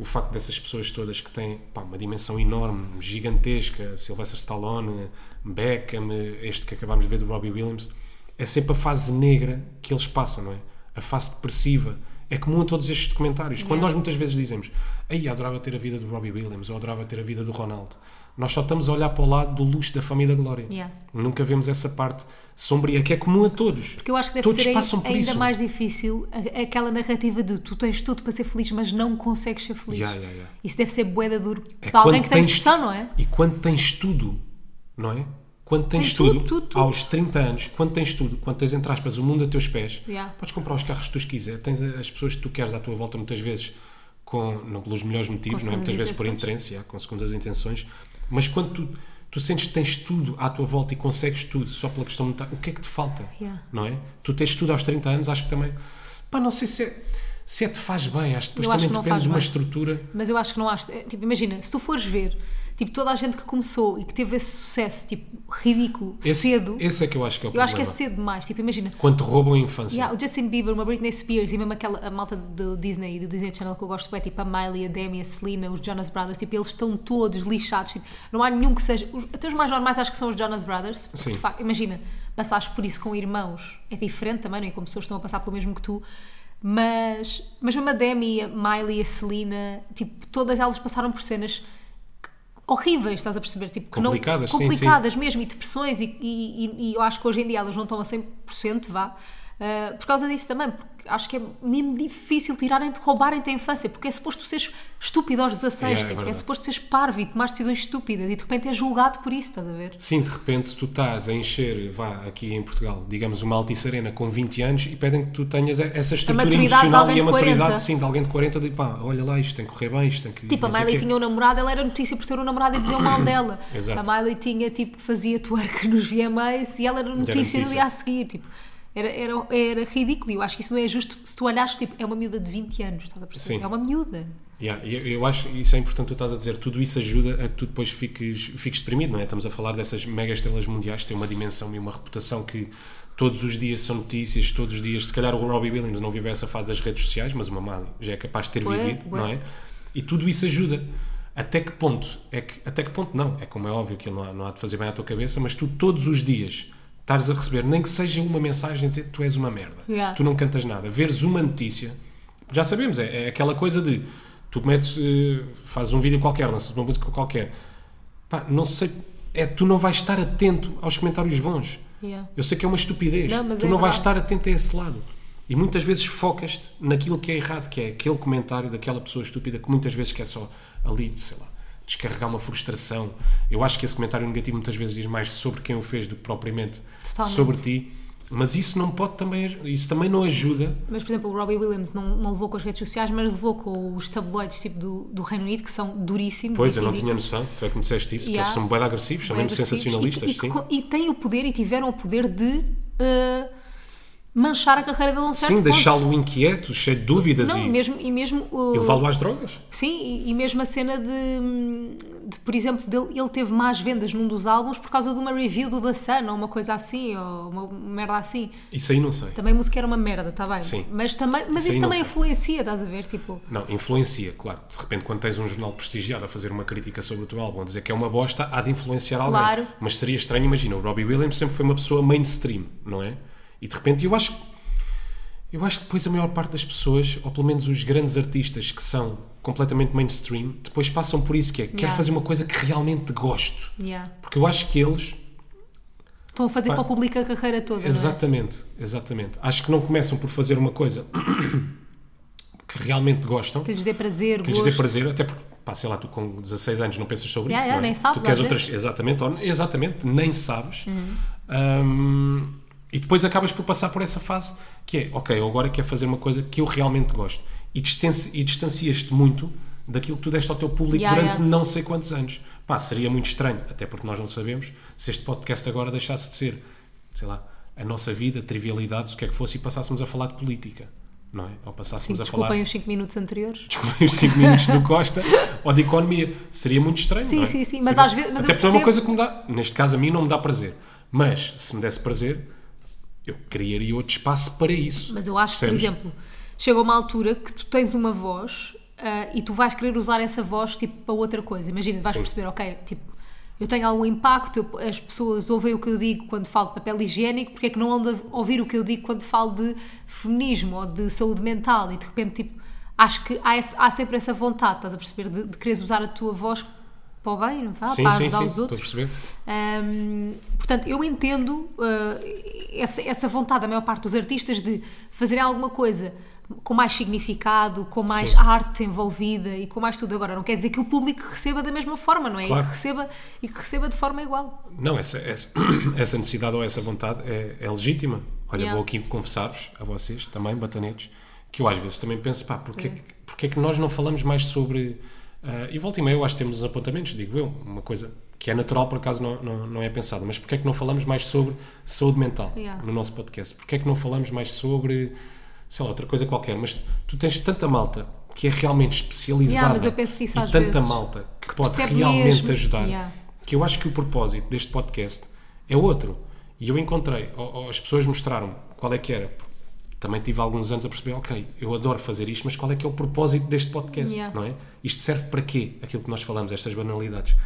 [SPEAKER 1] o facto dessas pessoas todas que têm pá, uma dimensão enorme, gigantesca, Sylvester Stallone, Beckham, este que acabámos de ver do Robbie Williams, é sempre a fase negra que eles passam, não é? A fase depressiva. É comum a todos estes documentários. Quando nós muitas vezes dizemos Ei, adorava ter a vida do Robbie Williams ou adorava ter a vida do Ronaldo, nós só estamos a olhar para o lado do luxo da família Glória.
[SPEAKER 2] Yeah.
[SPEAKER 1] Nunca vemos essa parte sombria que é comum a todos.
[SPEAKER 2] Porque eu acho que deve
[SPEAKER 1] todos
[SPEAKER 2] ser ai-
[SPEAKER 1] passam por
[SPEAKER 2] ainda
[SPEAKER 1] isso.
[SPEAKER 2] mais difícil a- aquela narrativa de tu tens tudo para ser feliz, mas não consegues ser feliz.
[SPEAKER 1] Yeah, yeah, yeah.
[SPEAKER 2] Isso deve ser boeda duro
[SPEAKER 1] É
[SPEAKER 2] para alguém
[SPEAKER 1] quando
[SPEAKER 2] que tem
[SPEAKER 1] tens-
[SPEAKER 2] depressão, não é?
[SPEAKER 1] E quando tens tudo, não é? Quando tens
[SPEAKER 2] Tens
[SPEAKER 1] tudo,
[SPEAKER 2] tudo, tudo, tudo.
[SPEAKER 1] aos 30 anos, quando tens tudo, quando tens, entre aspas, o mundo a teus pés,
[SPEAKER 2] Yeah.
[SPEAKER 1] podes comprar os carros que tu quiseres, tens as pessoas que tu queres à tua volta, muitas vezes com, não pelos melhores motivos,
[SPEAKER 2] Com
[SPEAKER 1] não é? muitas
[SPEAKER 2] segundas
[SPEAKER 1] vezes por
[SPEAKER 2] intenções.
[SPEAKER 1] interesse, yeah, com segundas intenções, mas quando tu, tu sentes que tens tudo à tua volta e consegues tudo só pela questão monetária, o que é que te falta?
[SPEAKER 2] Yeah.
[SPEAKER 1] Não é? Tu tens tudo aos 30 anos, acho que também. Pá, não sei se é, se é te faz bem, acho que depois
[SPEAKER 2] Eu acho
[SPEAKER 1] também
[SPEAKER 2] que não
[SPEAKER 1] depende
[SPEAKER 2] faz
[SPEAKER 1] de uma
[SPEAKER 2] bem.
[SPEAKER 1] estrutura.
[SPEAKER 2] Mas eu acho que não acho. é, Tipo, imagina, se tu fores ver, tipo, toda a gente que começou e que teve esse sucesso, tipo, ridículo,
[SPEAKER 1] Esse,
[SPEAKER 2] cedo,
[SPEAKER 1] Esse é que eu acho que é o
[SPEAKER 2] eu acho que é
[SPEAKER 1] problema.
[SPEAKER 2] cedo demais. Tipo, imagina,
[SPEAKER 1] Quando te roubam a infância.
[SPEAKER 2] Yeah, o Justin Bieber, uma Britney Spears e mesmo aquela a malta do Disney e do Disney Channel que eu gosto bem, tipo a Miley, a Demi, a Selena, os Jonas Brothers, tipo, eles estão todos lixados. Tipo, não há nenhum que seja. Os, até os mais normais acho que são os Jonas Brothers. Porque,
[SPEAKER 1] Sim.
[SPEAKER 2] de facto, imagina, passares por isso com irmãos é diferente também, não é? Como pessoas que estão a passar pelo mesmo que tu. Mas, mas mesmo a Demi, a Miley, a Selena, tipo, todas elas passaram por cenas que- horríveis, estás a perceber? Tipo, que não-
[SPEAKER 1] Complicadas, sim, sim.
[SPEAKER 2] complicadas depressões mesmo e depressões e, e- e- e eu acho que hoje em dia elas não estão a 100% vá, ah, por causa disso também, porque acho que é mesmo difícil tirarem-te, roubarem-te a infância, porque é suposto tu seres estúpido aos 16,
[SPEAKER 1] Yeah, é
[SPEAKER 2] tipo, é,
[SPEAKER 1] verdade.
[SPEAKER 2] suposto seres parvo e tomar decisões estúpidas e de repente és julgado por isso, estás a ver?
[SPEAKER 1] Sim, de repente tu estás a encher, vá, aqui em Portugal, digamos, uma Altice Arena com 20 anos e pedem que tu tenhas essa estrutura
[SPEAKER 2] maturidade de
[SPEAKER 1] emocional e
[SPEAKER 2] alguém
[SPEAKER 1] a
[SPEAKER 2] de
[SPEAKER 1] maturidade,
[SPEAKER 2] 40.
[SPEAKER 1] sim, de alguém de 40, de pá, olha lá, isto tem que correr bem, isto tem é que...
[SPEAKER 2] Tipo, a
[SPEAKER 1] não sei
[SPEAKER 2] Miley
[SPEAKER 1] quê.
[SPEAKER 2] tinha um namorado, ela era notícia por ter um namorado e dizer
[SPEAKER 1] *coughs*
[SPEAKER 2] o mal dela.
[SPEAKER 1] Exato.
[SPEAKER 2] A Miley tinha, tipo, fazia twerk *laughs* nos VMAs e ela era notícia, no
[SPEAKER 1] notícia.
[SPEAKER 2] dia a seguir, tipo. Era, era, era ridículo, e eu acho que isso não é justo. Se tu olhares, tipo, é uma miúda de 20 anos, estás a perceber?
[SPEAKER 1] Sim.
[SPEAKER 2] É uma miúda.
[SPEAKER 1] Yeah, e eu, eu acho isso é importante tu estás a dizer tudo isso ajuda a que tu depois fiques, fiques deprimido não é estamos a falar dessas mega estrelas mundiais que têm uma dimensão e uma reputação que todos os dias são notícias todos os dias se calhar o Robbie Williams não viveu essa fase das redes sociais mas uma Miley já é capaz de ter
[SPEAKER 2] Bué,
[SPEAKER 1] vivido
[SPEAKER 2] bué.
[SPEAKER 1] não é e tudo isso ajuda até que ponto é que até que ponto não é como é óbvio que não há, não há de fazer bem à tua cabeça mas tu todos os dias estares a receber nem que seja uma mensagem a dizer que tu és uma merda
[SPEAKER 2] Yeah.
[SPEAKER 1] tu não cantas nada veres uma notícia já sabemos, é, é aquela coisa de tu metes, eh, fazes um vídeo qualquer, lanças uma música qualquer, pá, não sei, é tu não vais estar atento aos comentários bons.
[SPEAKER 2] Yeah.
[SPEAKER 1] Eu sei que é uma estupidez,
[SPEAKER 2] Não, mas
[SPEAKER 1] tu
[SPEAKER 2] é
[SPEAKER 1] não vais
[SPEAKER 2] verdade.
[SPEAKER 1] estar atento a esse lado. E muitas vezes focas-te naquilo que é errado, que é aquele comentário daquela pessoa estúpida que muitas vezes quer só ali, sei lá, descarregar uma frustração. Eu acho que esse comentário negativo muitas vezes diz mais sobre quem o fez do que propriamente
[SPEAKER 2] Totalmente.
[SPEAKER 1] sobre ti. Mas isso não pode também, isso também não ajuda
[SPEAKER 2] Mas, é por exemplo, o Robbie Williams não, não levou com as redes sociais, mas levou com os tabloides tipo do, do Reino Unido, que são duríssimos.
[SPEAKER 1] Pois,
[SPEAKER 2] e
[SPEAKER 1] eu não tinha
[SPEAKER 2] ridículos,
[SPEAKER 1] noção. Tu é que me disseste isso, que
[SPEAKER 2] Yeah.
[SPEAKER 1] eles são bem agressivos, são
[SPEAKER 2] bem
[SPEAKER 1] mesmo
[SPEAKER 2] agressivos,
[SPEAKER 1] sensacionalistas,
[SPEAKER 2] e, que-
[SPEAKER 1] sim.
[SPEAKER 2] e, que- e têm o poder e tiveram o poder de eh, manchar a carreira dele a um certo
[SPEAKER 1] Sim,
[SPEAKER 2] ponto.
[SPEAKER 1] deixá-lo inquieto, cheio de dúvidas
[SPEAKER 2] Não,
[SPEAKER 1] e,
[SPEAKER 2] e mesmo, e mesmo eh,
[SPEAKER 1] e levá-lo às drogas.
[SPEAKER 2] Sim, e, e mesmo a cena de, hum, de, por exemplo, dele, ele teve mais vendas num dos álbuns por causa de uma review do The Sun ou uma coisa assim, ou uma merda assim.
[SPEAKER 1] Isso aí não sei.
[SPEAKER 2] Também a música era uma merda, está bem.
[SPEAKER 1] Sim.
[SPEAKER 2] Mas, também, mas
[SPEAKER 1] Isso
[SPEAKER 2] isso,
[SPEAKER 1] aí não
[SPEAKER 2] também
[SPEAKER 1] sei.
[SPEAKER 2] influencia, estás a ver? Tipo,
[SPEAKER 1] Não, influencia, claro. De repente, quando tens um jornal prestigiado a fazer uma crítica sobre o teu álbum, a dizer que é uma bosta, há de influenciar alguém.
[SPEAKER 2] Claro.
[SPEAKER 1] Mas seria estranho, imagina, o Robbie Williams sempre foi uma pessoa mainstream, não é? E de repente, eu acho Eu acho que depois a maior parte das pessoas, ou pelo menos os grandes artistas que são completamente mainstream, depois passam por isso que é, quero
[SPEAKER 2] Yeah.
[SPEAKER 1] fazer uma coisa que realmente gosto.
[SPEAKER 2] yeah.
[SPEAKER 1] Porque eu acho que eles
[SPEAKER 2] Estão a fazer
[SPEAKER 1] Pá.
[SPEAKER 2] para o público a carreira toda. é?
[SPEAKER 1] Exatamente, exatamente. Acho que não começam por fazer uma coisa *coughs* que realmente gostam,
[SPEAKER 2] Não é? Que lhes dê prazer,
[SPEAKER 1] que lhes
[SPEAKER 2] gosto.
[SPEAKER 1] dê prazer, até porque, pá, sei lá, tu com 16 anos não pensas sobre
[SPEAKER 2] Yeah,
[SPEAKER 1] isso,
[SPEAKER 2] yeah,
[SPEAKER 1] não é?
[SPEAKER 2] nem sabes
[SPEAKER 1] tu queres
[SPEAKER 2] às
[SPEAKER 1] outras,
[SPEAKER 2] vezes. Uhum.
[SPEAKER 1] exatamente, ou- exatamente, nem sabes. Um, e depois acabas por passar por essa fase que é, ok, eu agora quero fazer uma coisa que eu realmente gosto. E, distanci- e distancias-te muito daquilo que tu deste ao teu público
[SPEAKER 2] Yeah,
[SPEAKER 1] durante
[SPEAKER 2] yeah.
[SPEAKER 1] não sei quantos anos. Pá, seria muito estranho, até porque nós não sabemos se este podcast agora deixasse de ser, sei lá, a nossa vida, trivialidades, o que é que fosse, e passássemos a falar de política, não é? Ou
[SPEAKER 2] Sim,
[SPEAKER 1] passássemos a falar.
[SPEAKER 2] desculpem os 5 minutos anteriores.
[SPEAKER 1] Desculpem os 5 minutos do Costa ou de economia. Seria muito estranho.
[SPEAKER 2] Sim,
[SPEAKER 1] não é?
[SPEAKER 2] sim, sim, mas
[SPEAKER 1] Seria-
[SPEAKER 2] às vezes- mas
[SPEAKER 1] Até
[SPEAKER 2] eu
[SPEAKER 1] porque é uma
[SPEAKER 2] percebo-
[SPEAKER 1] coisa que me dá. Neste caso, a mim não me dá prazer. Mas se me desse prazer, eu criaria outro espaço para isso.
[SPEAKER 2] Mas eu acho que, por
[SPEAKER 1] Percebes?
[SPEAKER 2] exemplo, chega uma altura que tu tens uma voz ah, e tu vais querer usar essa voz tipo para outra coisa. Imagina, vais
[SPEAKER 1] Sim.
[SPEAKER 2] perceber, ok, tipo, eu tenho algum impacto, eu- as pessoas ouvem o que eu digo quando falo de papel higiênico, porque é que não vão de- ouvir o que eu digo quando falo de feminismo ou de saúde mental e de repente, tipo, acho que há, esse- há sempre essa vontade, estás a perceber, de, de quereres usar a tua voz para o bem, não é?
[SPEAKER 1] sim,
[SPEAKER 2] para
[SPEAKER 1] sim,
[SPEAKER 2] ajudar
[SPEAKER 1] sim.
[SPEAKER 2] os outros.
[SPEAKER 1] Estou a perceber.
[SPEAKER 2] Hum, portanto, eu entendo uh, essa, essa vontade da maior parte dos artistas de fazerem alguma coisa com mais significado, com mais
[SPEAKER 1] Sim.
[SPEAKER 2] arte envolvida e com mais tudo. Agora, não quer dizer que o público receba da mesma forma, não é? E,
[SPEAKER 1] Claro.
[SPEAKER 2] que receba, e que receba de forma igual.
[SPEAKER 1] Não, essa, essa, *clears throat* essa necessidade ou essa vontade é, é legítima. Olha,
[SPEAKER 2] Yeah.
[SPEAKER 1] vou aqui confessar-vos, a vocês também, batanetes, que eu às vezes também penso, pá, porquê, que- porquê é que nós não falamos mais sobre. ah, e volta e meia, eu acho que temos uns apontamentos, digo eu, uma coisa que é natural, por acaso não, não, não é pensada, mas porquê é que não falamos mais sobre saúde mental
[SPEAKER 2] Yeah.
[SPEAKER 1] no nosso podcast? Porquê é que não falamos mais sobre, sei lá, outra coisa qualquer? Mas tu tens tanta malta que é realmente especializada
[SPEAKER 2] mas eu penso isso
[SPEAKER 1] e
[SPEAKER 2] às
[SPEAKER 1] tanta
[SPEAKER 2] vezes.
[SPEAKER 1] malta que, pode
[SPEAKER 2] percebe
[SPEAKER 1] realmente
[SPEAKER 2] mesmo.
[SPEAKER 1] ajudar
[SPEAKER 2] Yeah.
[SPEAKER 1] que eu acho que o propósito deste podcast é outro. E eu encontrei, ou- ou as pessoas mostraram qual é que era. Também tive alguns anos a perceber, ok, eu adoro fazer isto, mas qual é que é o propósito deste podcast,
[SPEAKER 2] Yeah.
[SPEAKER 1] não é? Isto serve para quê? Aquilo que nós falamos, estas banalidades.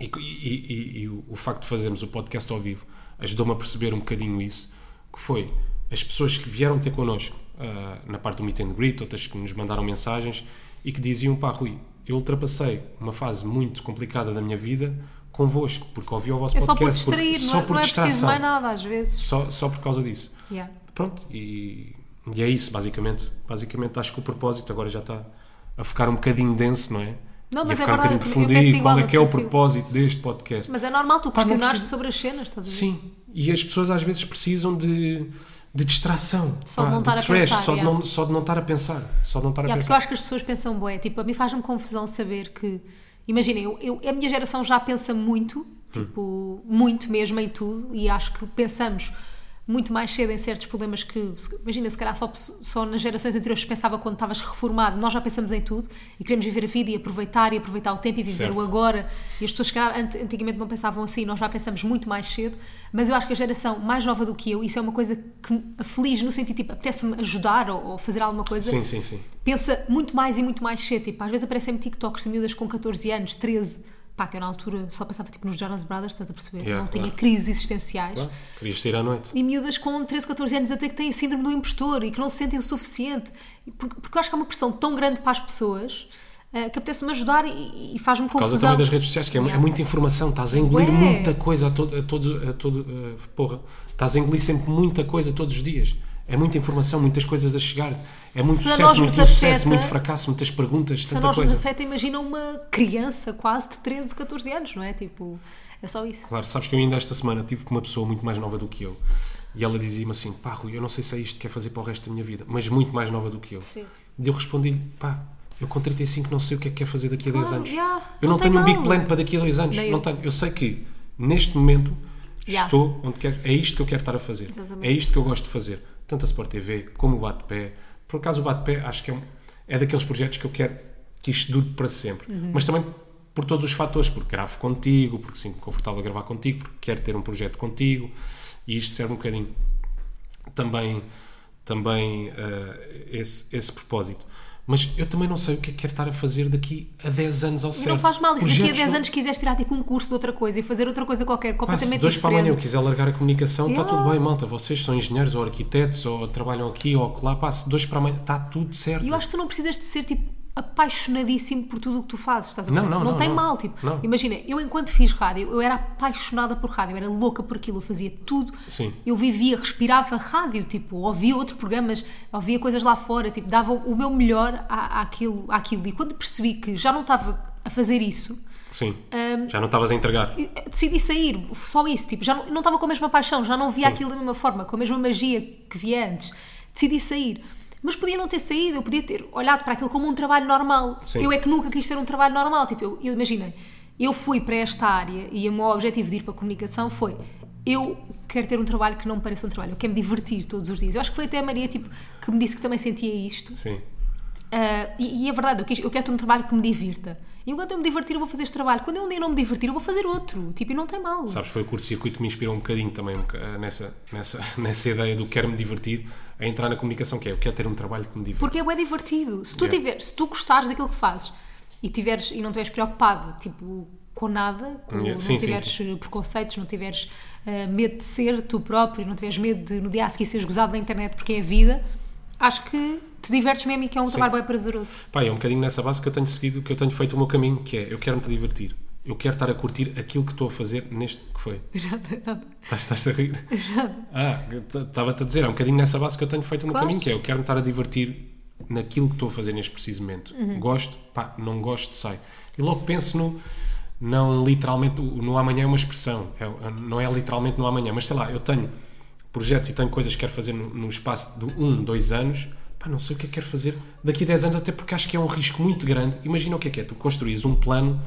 [SPEAKER 1] E, e- e- e o, o facto de fazermos o podcast ao vivo ajudou-me a perceber um bocadinho isso, que foi as pessoas que vieram ter connosco ah, na parte do meet and greet, outras que nos mandaram mensagens e que diziam, pá Rui, eu ultrapassei uma fase muito complicada da minha vida convosco, porque ouvi o vosso
[SPEAKER 2] É só por
[SPEAKER 1] podcast. porque-
[SPEAKER 2] distrair,
[SPEAKER 1] só
[SPEAKER 2] não, é,
[SPEAKER 1] por
[SPEAKER 2] não é preciso
[SPEAKER 1] distração,
[SPEAKER 2] mais nada às vezes.
[SPEAKER 1] Só, só por causa disso.
[SPEAKER 2] Yeah.
[SPEAKER 1] Pronto, e, e é isso, basicamente. Basicamente acho que o propósito agora já está a ficar um bocadinho denso, não é?
[SPEAKER 2] Não,
[SPEAKER 1] E
[SPEAKER 2] mas
[SPEAKER 1] a
[SPEAKER 2] é
[SPEAKER 1] ficar
[SPEAKER 2] verdade,
[SPEAKER 1] um bocadinho
[SPEAKER 2] eu
[SPEAKER 1] profundo.
[SPEAKER 2] penso
[SPEAKER 1] E qual
[SPEAKER 2] igual,
[SPEAKER 1] é
[SPEAKER 2] eu
[SPEAKER 1] que é o
[SPEAKER 2] penso igual.
[SPEAKER 1] propósito deste podcast?
[SPEAKER 2] Mas é normal, tu
[SPEAKER 1] Pá, não
[SPEAKER 2] questionaste
[SPEAKER 1] preciso-
[SPEAKER 2] sobre as cenas, estás a ver?
[SPEAKER 1] Sim, e as pessoas às vezes precisam de, de distração.
[SPEAKER 2] Só de não estar a
[SPEAKER 1] trash,
[SPEAKER 2] pensar,
[SPEAKER 1] Só, de
[SPEAKER 2] yeah.
[SPEAKER 1] não, só de não estar a pensar. Só de não estar a
[SPEAKER 2] Yeah, porque
[SPEAKER 1] pensar.
[SPEAKER 2] eu acho que as pessoas pensam bué, tipo, a mim faz-me confusão saber que, imaginem, eu, eu- a minha geração já pensa muito, tipo, muito mesmo em tudo, e acho que pensamos muito mais cedo em certos problemas que, se- imagina, se calhar só, pesso- só nas gerações anteriores se pensava quando estavas reformado, nós já pensamos em tudo e queremos viver a vida e aproveitar e aproveitar o tempo e viver
[SPEAKER 1] Certo.
[SPEAKER 2] o agora, e as pessoas, se calhar, ant- antigamente não pensavam assim, nós já pensamos muito mais cedo, mas eu acho que a geração mais nova do que eu, isso é uma coisa que me aflige no sentido, tipo, apetece-me ajudar ou, ou fazer alguma coisa
[SPEAKER 1] Sim, sim, sim.
[SPEAKER 2] pensa muito mais e muito mais cedo. Tipo, às vezes aparecem-me TikToks de miúdas com 14 anos, 13. Pá, que eu na altura só pensava tipo, nos Jonas Brothers, estás a perceber?
[SPEAKER 1] Yeah,
[SPEAKER 2] não
[SPEAKER 1] claro.
[SPEAKER 2] tinha crises existenciais.
[SPEAKER 1] Claro, querias sair à noite.
[SPEAKER 2] E miúdas com 13, 14 anos até que têm síndrome do impostor e que não se sentem o suficiente. E por- Porque, eu acho que há uma pressão tão grande para as pessoas eh, que apetece-me ajudar e, e faz-me
[SPEAKER 1] Por causa
[SPEAKER 2] confusão.
[SPEAKER 1] também das redes sociais, que é,
[SPEAKER 2] Yeah.
[SPEAKER 1] é muita informação, estás a engolir
[SPEAKER 2] Ué.
[SPEAKER 1] muita coisa a todo. A todo, a todo eh, porra, estás a engolir sempre muita coisa todos os dias. É muita informação, muitas coisas a chegar. É muito
[SPEAKER 2] Se a nós
[SPEAKER 1] sucesso, muito
[SPEAKER 2] nos afeta-
[SPEAKER 1] sucesso, muito fracasso, muitas perguntas,
[SPEAKER 2] Se a
[SPEAKER 1] tanta
[SPEAKER 2] nós nos
[SPEAKER 1] coisa.
[SPEAKER 2] afeta, imagina uma criança quase de 13, 14 anos, não é? Tipo, é só isso.
[SPEAKER 1] Claro, sabes que eu ainda esta semana tive com uma pessoa muito mais nova do que eu e ela dizia-me assim: pá, Rui, eu não sei se é isto que quer fazer para o resto da minha vida, mas muito mais nova do que eu.
[SPEAKER 2] Sim.
[SPEAKER 1] E eu respondi-lhe: pá, eu com 35 não sei o que é que quer fazer daqui a 10
[SPEAKER 2] Claro,
[SPEAKER 1] anos.
[SPEAKER 2] já.
[SPEAKER 1] Eu
[SPEAKER 2] Não
[SPEAKER 1] não
[SPEAKER 2] tem
[SPEAKER 1] tenho um big
[SPEAKER 2] mal.
[SPEAKER 1] plan para daqui a 2 anos.
[SPEAKER 2] Nem eu.
[SPEAKER 1] Não tenho. Eu sei que neste momento
[SPEAKER 2] Já.
[SPEAKER 1] estou onde quero, é isto que eu quero estar a fazer.
[SPEAKER 2] Exatamente.
[SPEAKER 1] É isto que eu gosto de fazer. Tanto a Sport TV como o Bate-Pé. Por acaso, o Bate-Pé acho que é, um- é daqueles projetos que eu quero que isto dure para sempre.
[SPEAKER 2] Uhum.
[SPEAKER 1] Mas também por todos os fatores, porque gravo contigo, porque sinto-me confortável a gravar contigo, porque quero ter um projeto contigo e isto serve um bocadinho também, também eh, esse, esse propósito. Mas eu também não sei o que é que quero estar a fazer daqui a 10 anos ao
[SPEAKER 2] E
[SPEAKER 1] certo.
[SPEAKER 2] não faz mal, e se daqui a
[SPEAKER 1] Projetos
[SPEAKER 2] 10
[SPEAKER 1] não-
[SPEAKER 2] anos quiseres tirar tipo um curso de outra coisa e fazer outra coisa
[SPEAKER 1] Pá,
[SPEAKER 2] qualquer,
[SPEAKER 1] se
[SPEAKER 2] completamente
[SPEAKER 1] dois para amanhã eu
[SPEAKER 2] diferente.
[SPEAKER 1] quiser largar a comunicação, está
[SPEAKER 2] Yeah.
[SPEAKER 1] tudo bem, malta. Vocês são engenheiros ou arquitetos ou trabalham aqui ou lá. Pá, se dois para amanhã está tudo certo.
[SPEAKER 2] E eu acho que tu não precisas de ser tipo apaixonadíssimo por tudo o que tu fazes, estás a
[SPEAKER 1] Não,
[SPEAKER 2] perceber?
[SPEAKER 1] não, não,
[SPEAKER 2] tem
[SPEAKER 1] não.
[SPEAKER 2] mal, tipo,
[SPEAKER 1] Não.
[SPEAKER 2] imagina, eu enquanto fiz rádio, eu era apaixonada por rádio, eu era louca por aquilo, eu fazia tudo,
[SPEAKER 1] Sim.
[SPEAKER 2] eu vivia, respirava rádio, tipo, ouvia outros programas, ouvia coisas lá fora, tipo, dava o meu melhor à, àquilo, àquilo. E quando percebi que já não estava a fazer isso,
[SPEAKER 1] Sim. Já não estavas a entregar.
[SPEAKER 2] um, E, eh, decidi sair, só isso, tipo, já não não estava com a mesma paixão, já não via
[SPEAKER 1] Sim.
[SPEAKER 2] aquilo da mesma forma, com a mesma magia que via antes. Decidi sair. Mas podia não ter saído, eu podia ter olhado para aquilo como um trabalho normal.
[SPEAKER 1] Sim.
[SPEAKER 2] Eu é que nunca quis ter um trabalho normal, tipo, eu, eu imaginei, eu fui para esta área e o meu objetivo de ir para a comunicação foi eu quero ter um trabalho que não me pareça um trabalho, eu quero me divertir todos os dias. Eu acho que foi até a Maria tipo, que me disse que também sentia isto.
[SPEAKER 1] Sim.
[SPEAKER 2] Ah, e, e é verdade, eu, quis- eu quero ter um trabalho que me divirta. E enquanto eu me divertir, eu vou fazer este trabalho. Quando eu um dia não me divertir, eu vou fazer outro. Tipo, e não tem mal.
[SPEAKER 1] Sabes, foi o curso circuito que me inspirou um bocadinho também um boca- eh, nessa, nessa, *laughs* nessa ideia do quero-me divertir a entrar na comunicação, que é eu quero ter um trabalho que me divirta.
[SPEAKER 2] Porque é bué divertido. Se tu,
[SPEAKER 1] Yeah.
[SPEAKER 2] tiver, se tu gostares daquilo que fazes e, tiveres, e não estiveres preocupado, tipo, com nada, com-
[SPEAKER 1] Yeah,
[SPEAKER 2] não
[SPEAKER 1] sim, sim,
[SPEAKER 2] tiveres preconceitos, não tiveres ah, medo de ser tu próprio, não tiveres medo de no dia a seguir seres gozado na internet porque é a vida, acho que te divertes mesmo e que é um trabalho bem prazeroso.
[SPEAKER 1] Pá, é um bocadinho nessa base que eu tenho seguido, que eu tenho feito o meu caminho, que é eu quero-me divertir. Eu quero estar a curtir aquilo que estou a fazer neste que foi. Estás- Estás-te a rir? Ah, estava-te a dizer, é um bocadinho nessa base que eu tenho feito o meu
[SPEAKER 2] Claro.
[SPEAKER 1] caminho, que é eu quero-me estar a divertir naquilo que estou a fazer neste preciso momento. Gosto, pá, não gosto, sai. E logo penso no. Não literalmente, o no amanhã é uma expressão, é o- não é literalmente no amanhã, mas sei lá, eu tenho projetos e tenho coisas que quero fazer no, no espaço de um, dois anos, pá, não sei o que é que quero fazer daqui a 10 anos, até porque acho que é um risco muito grande. Imagina o que é que é, tu construís um plano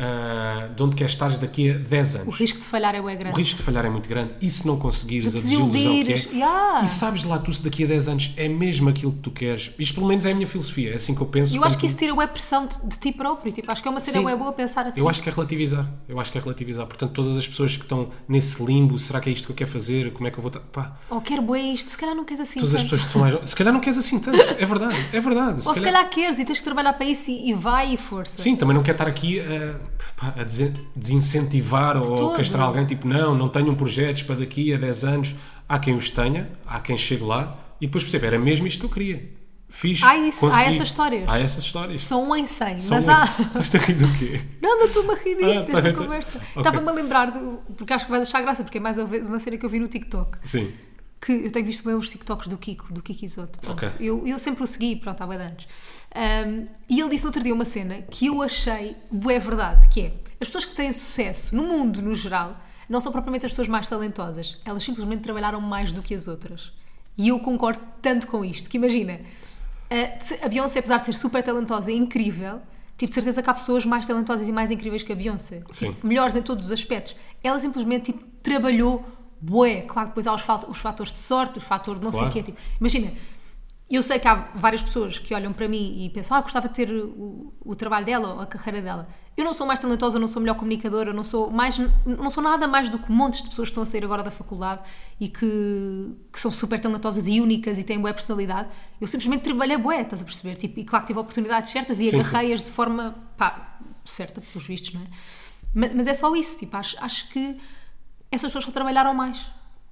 [SPEAKER 1] ah, de onde queres estar daqui a 10 anos.
[SPEAKER 2] O risco de falhar é bué
[SPEAKER 1] O
[SPEAKER 2] grande.
[SPEAKER 1] risco de falhar é muito grande e se não conseguires
[SPEAKER 2] De
[SPEAKER 1] a
[SPEAKER 2] te
[SPEAKER 1] desilusão que é,
[SPEAKER 2] desiludires, yeah.
[SPEAKER 1] e sabes lá tu se daqui a 10 anos é mesmo aquilo que tu queres. Isto pelo menos é a minha filosofia, é assim que eu penso.
[SPEAKER 2] E eu acho
[SPEAKER 1] quando
[SPEAKER 2] que isso tira bué pressão de, de ti próprio. Tipo, acho que é uma cena
[SPEAKER 1] Sim.
[SPEAKER 2] bué boa pensar assim.
[SPEAKER 1] Eu acho que é relativizar. Eu acho que é relativizar. Portanto, todas as pessoas que estão nesse limbo, será que é isto que eu quero fazer? Como é que eu vou... ta- Pá,
[SPEAKER 2] Ou "Oh, quero bué isto, se calhar não queres assim
[SPEAKER 1] todas as
[SPEAKER 2] tanto.
[SPEAKER 1] pessoas que estão mais... Se calhar não queres assim tanto. É verdade, é verdade.
[SPEAKER 2] Ou se calhar queres e tens de trabalhar para isso e, e vai e força.
[SPEAKER 1] Sim, também não quero estar aqui a, pá, a desen- desincentivar ou
[SPEAKER 2] todo.
[SPEAKER 1] castrar alguém, tipo, não, não tenham projetos para daqui a 10 anos. Há quem os tenha, há quem chegue lá e depois percebe, era mesmo isto que eu queria. Fiz,
[SPEAKER 2] Há isso, há
[SPEAKER 1] consegui.
[SPEAKER 2] essas histórias.
[SPEAKER 1] Há essas histórias.
[SPEAKER 2] São um em 100,
[SPEAKER 1] São
[SPEAKER 2] mas
[SPEAKER 1] umas-
[SPEAKER 2] há.
[SPEAKER 1] Estás-te a rir do quê?
[SPEAKER 2] *laughs* Não, não estou-me a rir disto,
[SPEAKER 1] Ah, tá
[SPEAKER 2] desta
[SPEAKER 1] bem, tá-
[SPEAKER 2] conversa.
[SPEAKER 1] ok.
[SPEAKER 2] Estava-me a lembrar, do- porque acho que vais achar graça, porque é mais uma vez uma cena que eu vi no TikTok.
[SPEAKER 1] Sim.
[SPEAKER 2] Que eu tenho visto bem os TikToks do Kiko, do Kiko Isoto. pronto.
[SPEAKER 1] Ok.
[SPEAKER 2] Eu, eu sempre o segui, pronto, há bué de anos. Ahm, e ele disse outro dia uma cena que eu achei é verdade, que é as pessoas que têm sucesso no mundo, no geral, não são propriamente as pessoas mais talentosas. Elas simplesmente trabalharam mais do que as outras. E eu concordo tanto com isto, que imagina, a, se- a Beyoncé, apesar de ser super talentosa e incrível, tipo, de certeza que há pessoas mais talentosas e mais incríveis que a Beyoncé.
[SPEAKER 1] Sim.
[SPEAKER 2] Tipo, melhores em todos os aspectos. Ela simplesmente tipo, trabalhou bué. Claro que depois há os, fat- os fatores de sorte, o fator de não
[SPEAKER 1] Claro.
[SPEAKER 2] sei o quê. Tipo, imagina, eu sei que há várias pessoas que olham para mim e pensam ah, gostava de ter o, o trabalho dela ou a carreira dela. Eu não sou mais talentosa, não sou melhor comunicadora, não sou, mais, não sou nada mais do que montes de pessoas que estão a sair agora da faculdade e que, que são super talentosas e únicas e têm boa personalidade. Eu simplesmente trabalhei bué, estás a perceber? Tipo, e claro que tive oportunidades certas e
[SPEAKER 1] Sim,
[SPEAKER 2] agarrei-as de forma pá, certa, pelos vistos, não é? Mas, mas é só isso, tipo, acho, acho que essas pessoas só trabalharam mais.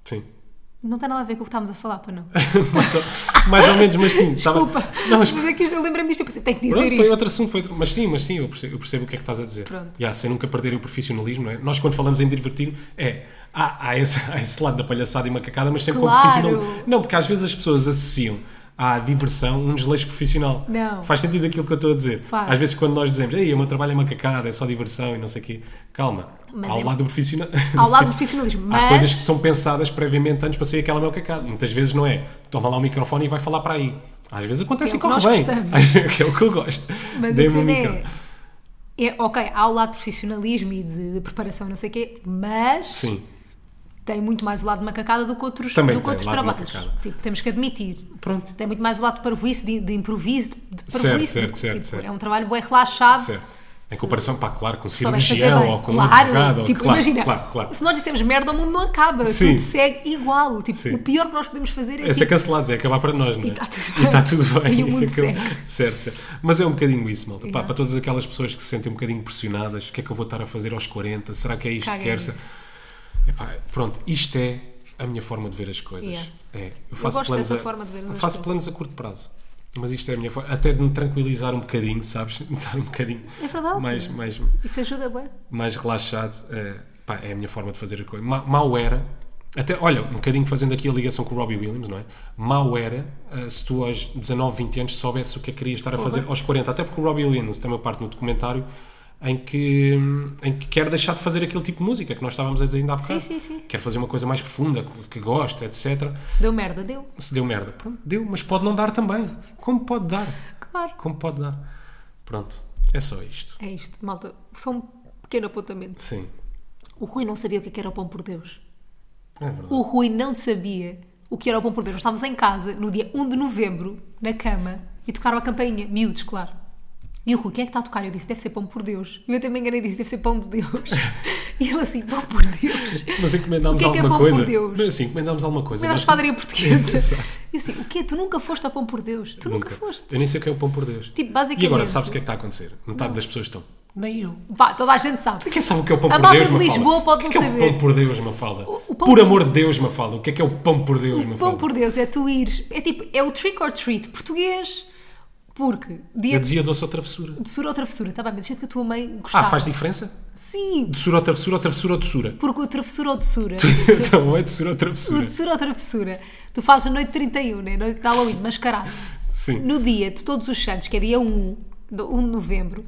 [SPEAKER 1] Sim. *laughs*
[SPEAKER 2] Não tem nada a ver com o que estávamos a falar, para não.
[SPEAKER 1] mais, ou, mais ou menos, mas
[SPEAKER 2] *laughs*
[SPEAKER 1] sim. estava-
[SPEAKER 2] Desculpa.
[SPEAKER 1] Tá Não, mas
[SPEAKER 2] mas é que isto- eu lembrei-me disto e pensei, tenho que dizer
[SPEAKER 1] Pronto,
[SPEAKER 2] isto.
[SPEAKER 1] foi outro assunto, foi outro- mas sim, mas sim, eu percebo, eu percebo o que é que estás a dizer.
[SPEAKER 2] Pronto.
[SPEAKER 1] Já, sem nunca perder o profissionalismo, não é? Nós quando falamos em divertir, é, há, há, esse, há esse lado da palhaçada e macacada, mas sempre
[SPEAKER 2] Claro.
[SPEAKER 1] com profissionalismo. Não, porque às vezes as pessoas associam à diversão um desleixo profissional.
[SPEAKER 2] Não.
[SPEAKER 1] Faz sentido aquilo que eu estou a dizer.
[SPEAKER 2] Faz.
[SPEAKER 1] Às vezes quando nós dizemos, ei, o meu trabalho é macacada, é só diversão e não sei o quê, calma,
[SPEAKER 2] Mas
[SPEAKER 1] ao
[SPEAKER 2] é-
[SPEAKER 1] lado do profissional...
[SPEAKER 2] Ao lado do
[SPEAKER 1] *laughs*
[SPEAKER 2] profissionalismo,
[SPEAKER 1] Há coisas
[SPEAKER 2] mas
[SPEAKER 1] que são pensadas previamente antes para sair aquela macacada. Muitas vezes não é. Toma lá o microfone e vai falar para aí. Às vezes acontece
[SPEAKER 2] Que é
[SPEAKER 1] e
[SPEAKER 2] o que
[SPEAKER 1] corre
[SPEAKER 2] nós
[SPEAKER 1] bem.
[SPEAKER 2] gostamos.
[SPEAKER 1] que é o que eu gosto.
[SPEAKER 2] mas a
[SPEAKER 1] Dê-me um
[SPEAKER 2] cena
[SPEAKER 1] micro.
[SPEAKER 2] é, é, ok, há o lado de profissionalismo e de, de preparação e não sei o quê, mas
[SPEAKER 1] Sim.
[SPEAKER 2] tem muito mais o lado de macacada do que outros,
[SPEAKER 1] Também
[SPEAKER 2] do que
[SPEAKER 1] tem
[SPEAKER 2] outros
[SPEAKER 1] lado de
[SPEAKER 2] trabalhos.
[SPEAKER 1] macacada.
[SPEAKER 2] Tipo, temos que admitir.
[SPEAKER 1] Pronto.
[SPEAKER 2] Tem muito mais o lado de parvoíce, de, de improviso, de, de
[SPEAKER 1] Certo,
[SPEAKER 2] parvoíce.
[SPEAKER 1] certo,
[SPEAKER 2] do que,
[SPEAKER 1] certo,
[SPEAKER 2] tipo,
[SPEAKER 1] certo.
[SPEAKER 2] É um trabalho bem relaxado.
[SPEAKER 1] Certo. Em comparação, pá, claro, com um
[SPEAKER 2] Só vais fazer
[SPEAKER 1] cirurgião
[SPEAKER 2] bem.
[SPEAKER 1] ou com um
[SPEAKER 2] claro,
[SPEAKER 1] advogado. ou-
[SPEAKER 2] tipo,
[SPEAKER 1] claro,
[SPEAKER 2] imagina,
[SPEAKER 1] Claro, claro.
[SPEAKER 2] se nós dissemos merda, o mundo não acaba,
[SPEAKER 1] Sim.
[SPEAKER 2] tudo segue igual. Tipo,
[SPEAKER 1] Sim.
[SPEAKER 2] o pior que nós podemos fazer é,
[SPEAKER 1] É ser
[SPEAKER 2] tipo,
[SPEAKER 1] cancelados, é acabar para nós, não é?
[SPEAKER 2] E tá tudo bem.
[SPEAKER 1] E tá tudo bem.
[SPEAKER 2] E o mundo
[SPEAKER 1] Acaba-
[SPEAKER 2] segue.
[SPEAKER 1] Certo, certo. Mas é um bocadinho isso, malta. Pá,
[SPEAKER 2] Yeah.
[SPEAKER 1] para todas aquelas pessoas que se sentem um bocadinho pressionadas, o que é que eu vou estar a fazer aos 40? Será que é isto
[SPEAKER 2] Caga
[SPEAKER 1] que quero?
[SPEAKER 2] nisso.
[SPEAKER 1] Epá, pronto, isto é a minha forma de ver as coisas.
[SPEAKER 2] Yeah.
[SPEAKER 1] É, eu faço
[SPEAKER 2] gosto
[SPEAKER 1] planos
[SPEAKER 2] dessa
[SPEAKER 1] a,
[SPEAKER 2] forma de ver
[SPEAKER 1] Faço
[SPEAKER 2] as coisas.
[SPEAKER 1] planos a curto prazo. Mas isto é a minha forma. Até de me tranquilizar um bocadinho, sabes? *laughs* De estar um bocadinho
[SPEAKER 2] É verdade.
[SPEAKER 1] mais, mais,
[SPEAKER 2] isso ajuda bem.
[SPEAKER 1] mais relaxado. eh, pá, é a minha forma de fazer a coisa. Ma- Mal era. Até, olha, um bocadinho fazendo aqui a ligação com o Robbie Williams, não é? Mal era eh, se tu aos 19, 20 anos soubesse o que é que querias estar a fazer aos 40. Até porque o Robbie Williams tem uma parte no documentário em que, em que quer deixar de fazer aquele tipo de música que nós estávamos a dizer ainda há bocado.
[SPEAKER 2] sim, sim.
[SPEAKER 1] Quer fazer uma coisa mais profunda, que gosta, etc.
[SPEAKER 2] Se deu merda, deu.
[SPEAKER 1] Se deu merda, pronto, deu, mas pode não dar também. Como pode dar?
[SPEAKER 2] Claro.
[SPEAKER 1] Como pode dar? Pronto, é só isto.
[SPEAKER 2] É isto, malta. São Pequeno apontamento.
[SPEAKER 1] Sim,
[SPEAKER 2] O Rui não sabia o que é que era o pão por Deus.
[SPEAKER 1] é verdade.
[SPEAKER 2] O Rui não sabia o que era o pão por Deus. Nós estávamos em casa, no dia 1 de novembro, na cama, e tocaram a campainha. Miúdos, claro. E o Rui, quem é que está a tocar? Eu disse, deve ser pão por Deus. E eu também enganei, disse, deve ser pão de Deus. *laughs* E ele assim, pão por Deus.
[SPEAKER 1] Mas encomendámos
[SPEAKER 2] O que é que é
[SPEAKER 1] alguma
[SPEAKER 2] pão
[SPEAKER 1] coisa.
[SPEAKER 2] por Deus?
[SPEAKER 1] Não, Sim, encomendámos alguma coisa.
[SPEAKER 2] Mas
[SPEAKER 1] Nós-
[SPEAKER 2] padaria portuguesa.
[SPEAKER 1] *laughs* Exato.
[SPEAKER 2] E eu assim, o quê? Tu nunca foste ao pão por Deus? Tu nunca, foste.
[SPEAKER 1] Eu nem sei o que é o pão por Deus.
[SPEAKER 2] Tipo,
[SPEAKER 1] E agora,
[SPEAKER 2] basicamente-
[SPEAKER 1] sabes o que é que está a acontecer? Metade das pessoas estão. Nem eu.
[SPEAKER 2] Vá, toda a gente sabe.
[SPEAKER 1] Quem sabe o que é o pão
[SPEAKER 2] A
[SPEAKER 1] por
[SPEAKER 2] malta
[SPEAKER 1] Deus?
[SPEAKER 2] de
[SPEAKER 1] Mafalda?
[SPEAKER 2] Lisboa
[SPEAKER 1] o
[SPEAKER 2] pode
[SPEAKER 1] que
[SPEAKER 2] não
[SPEAKER 1] é que é
[SPEAKER 2] saber.
[SPEAKER 1] o pão por Deus, Mafalda?
[SPEAKER 2] o pão
[SPEAKER 1] por
[SPEAKER 2] por-
[SPEAKER 1] amor de Deus, Mafalda. O que é que é o pão por Deus,
[SPEAKER 2] O
[SPEAKER 1] Mafalda?
[SPEAKER 2] pão por Deus é tu ires. É tipo, é o trick or treat português. Porque dia
[SPEAKER 1] Eu
[SPEAKER 2] de
[SPEAKER 1] dizia doce ou travessura.
[SPEAKER 2] doçura ou travessura, tá bem, mas deixa que a tua mãe
[SPEAKER 1] Ah,
[SPEAKER 2] gostava.
[SPEAKER 1] faz diferença?
[SPEAKER 2] Sim,
[SPEAKER 1] Doçura ou travessura ou travessura ou doçura?
[SPEAKER 2] porque o travessura ou doçura.
[SPEAKER 1] *laughs* então é doçura ou
[SPEAKER 2] o
[SPEAKER 1] travessura.
[SPEAKER 2] doçura ou travessura. Tu fazes a noite de 31, né? Noite de Halloween, mascarado.
[SPEAKER 1] Sim.
[SPEAKER 2] No dia de todos os santos, que é dia 1, de 1 de novembro,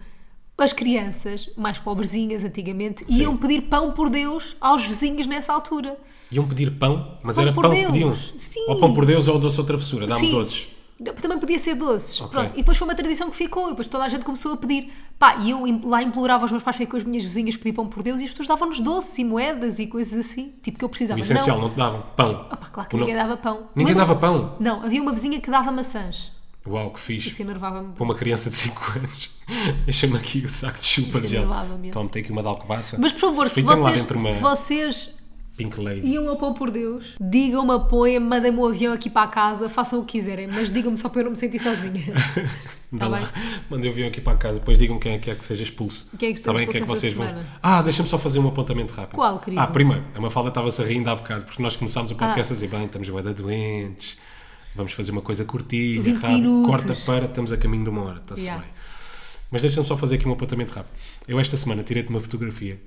[SPEAKER 2] as crianças, mais pobrezinhas antigamente, iam pedir pão por Deus aos vizinhos nessa altura.
[SPEAKER 1] Iam pedir pão, mas
[SPEAKER 2] Pão
[SPEAKER 1] era
[SPEAKER 2] por
[SPEAKER 1] pão
[SPEAKER 2] Deus.
[SPEAKER 1] que pediam.
[SPEAKER 2] Sim.
[SPEAKER 1] Ou pão por Deus ou doce ou travessura. Dá-me
[SPEAKER 2] Sim.
[SPEAKER 1] doces.
[SPEAKER 2] Não, Também podia ser doces.
[SPEAKER 1] Ok.
[SPEAKER 2] Pronto. E depois foi uma tradição que ficou, e depois toda a gente começou a pedir. Pá, e eu im- lá implorava aos meus pais para ir com as minhas vizinhas pedir pão por Deus e as pessoas davam-nos doces e moedas e coisas assim, tipo que eu precisava.
[SPEAKER 1] O essencial,
[SPEAKER 2] Não.
[SPEAKER 1] não, te davam. Pão.
[SPEAKER 2] Ah pá, claro que
[SPEAKER 1] Não-
[SPEAKER 2] ninguém dava pão.
[SPEAKER 1] Ninguém
[SPEAKER 2] Lembro-
[SPEAKER 1] dava pão?
[SPEAKER 2] Não, havia uma vizinha que dava maçãs.
[SPEAKER 1] Uau, que fixe.
[SPEAKER 2] Isso é enervava-me.
[SPEAKER 1] Para uma criança de 5 *laughs* anos. Deixa-me aqui o saco de chupa
[SPEAKER 2] Isso
[SPEAKER 1] de
[SPEAKER 2] é
[SPEAKER 1] ela.
[SPEAKER 2] provável, meu.
[SPEAKER 1] Toma, tem aqui uma de alcobaça.
[SPEAKER 2] Mas por favor, se
[SPEAKER 1] Fritem lá
[SPEAKER 2] vocês,
[SPEAKER 1] dentro uma
[SPEAKER 2] se vocês
[SPEAKER 1] Pink Lady.
[SPEAKER 2] iam ao pão por Deus, digam-me, apoiem-me, mandem-me um avião aqui para a casa, façam o que quiserem, mas digam-me só para eu não me
[SPEAKER 1] *laughs*
[SPEAKER 2] sentir sozinha.
[SPEAKER 1] Manda
[SPEAKER 2] Tá
[SPEAKER 1] lá.
[SPEAKER 2] bem.
[SPEAKER 1] *laughs* Mandem o avião aqui para casa, depois digam quem é que é que seja expulso.
[SPEAKER 2] Quem é que seja
[SPEAKER 1] Tá bem? Quem é que
[SPEAKER 2] expulso
[SPEAKER 1] vocês
[SPEAKER 2] esta
[SPEAKER 1] vão.
[SPEAKER 2] semana?
[SPEAKER 1] Ah, deixa-me só fazer um apontamento rápido.
[SPEAKER 2] Qual, querido? Ah.
[SPEAKER 1] Ah, primeiro, a Mafalda estava-se a rindo há bocado, porque nós começámos o podcast a dizer: bem, estamos bem doentes, vamos fazer uma coisa curtinha,
[SPEAKER 2] 20
[SPEAKER 1] rápido,
[SPEAKER 2] minutos.
[SPEAKER 1] corta para, estamos a caminho de uma hora, está-se
[SPEAKER 2] Yeah.
[SPEAKER 1] bem. Mas deixa-me só fazer aqui um apontamento rápido. Eu esta semana tirei-te uma fotografia.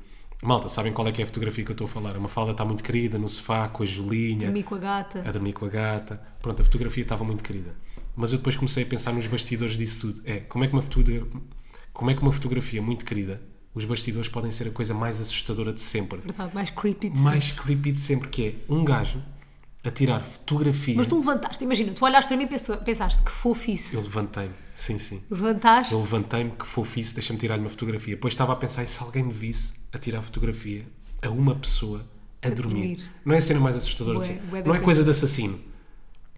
[SPEAKER 1] Malta, sabem qual é que é a fotografia que eu estou a falar? A Mafalda está muito querida no sofá com a Julinha
[SPEAKER 2] Dormi com a gata.
[SPEAKER 1] a dormir com a gata. Pronto, a fotografia estava muito querida. Mas eu depois comecei a pensar nos bastidores disso tudo. É, como é que uma, fotogra- como é que uma fotografia muito querida, os bastidores podem ser a coisa mais assustadora de sempre.
[SPEAKER 2] Verdade, Tá mais creepy de sempre.
[SPEAKER 1] É. Mais creepy de sempre, que é um gajo a tirar fotografia.
[SPEAKER 2] Mas tu levantaste, imagina, tu olhaste para mim e pensou- pensaste que fofice.
[SPEAKER 1] Eu levantei-me, sim, sim.
[SPEAKER 2] Levantaste,
[SPEAKER 1] Eu levantei-me, que fofice, deixa-me tirar-lhe uma fotografia. Depois estava a pensar, e se alguém me visse a tirar fotografia a uma pessoa a, dormir?
[SPEAKER 2] dormir.
[SPEAKER 1] Não é a cena mais assustadora de
[SPEAKER 2] Bué,
[SPEAKER 1] sempre.
[SPEAKER 2] bué da
[SPEAKER 1] Não é
[SPEAKER 2] creepy.
[SPEAKER 1] coisa de assassino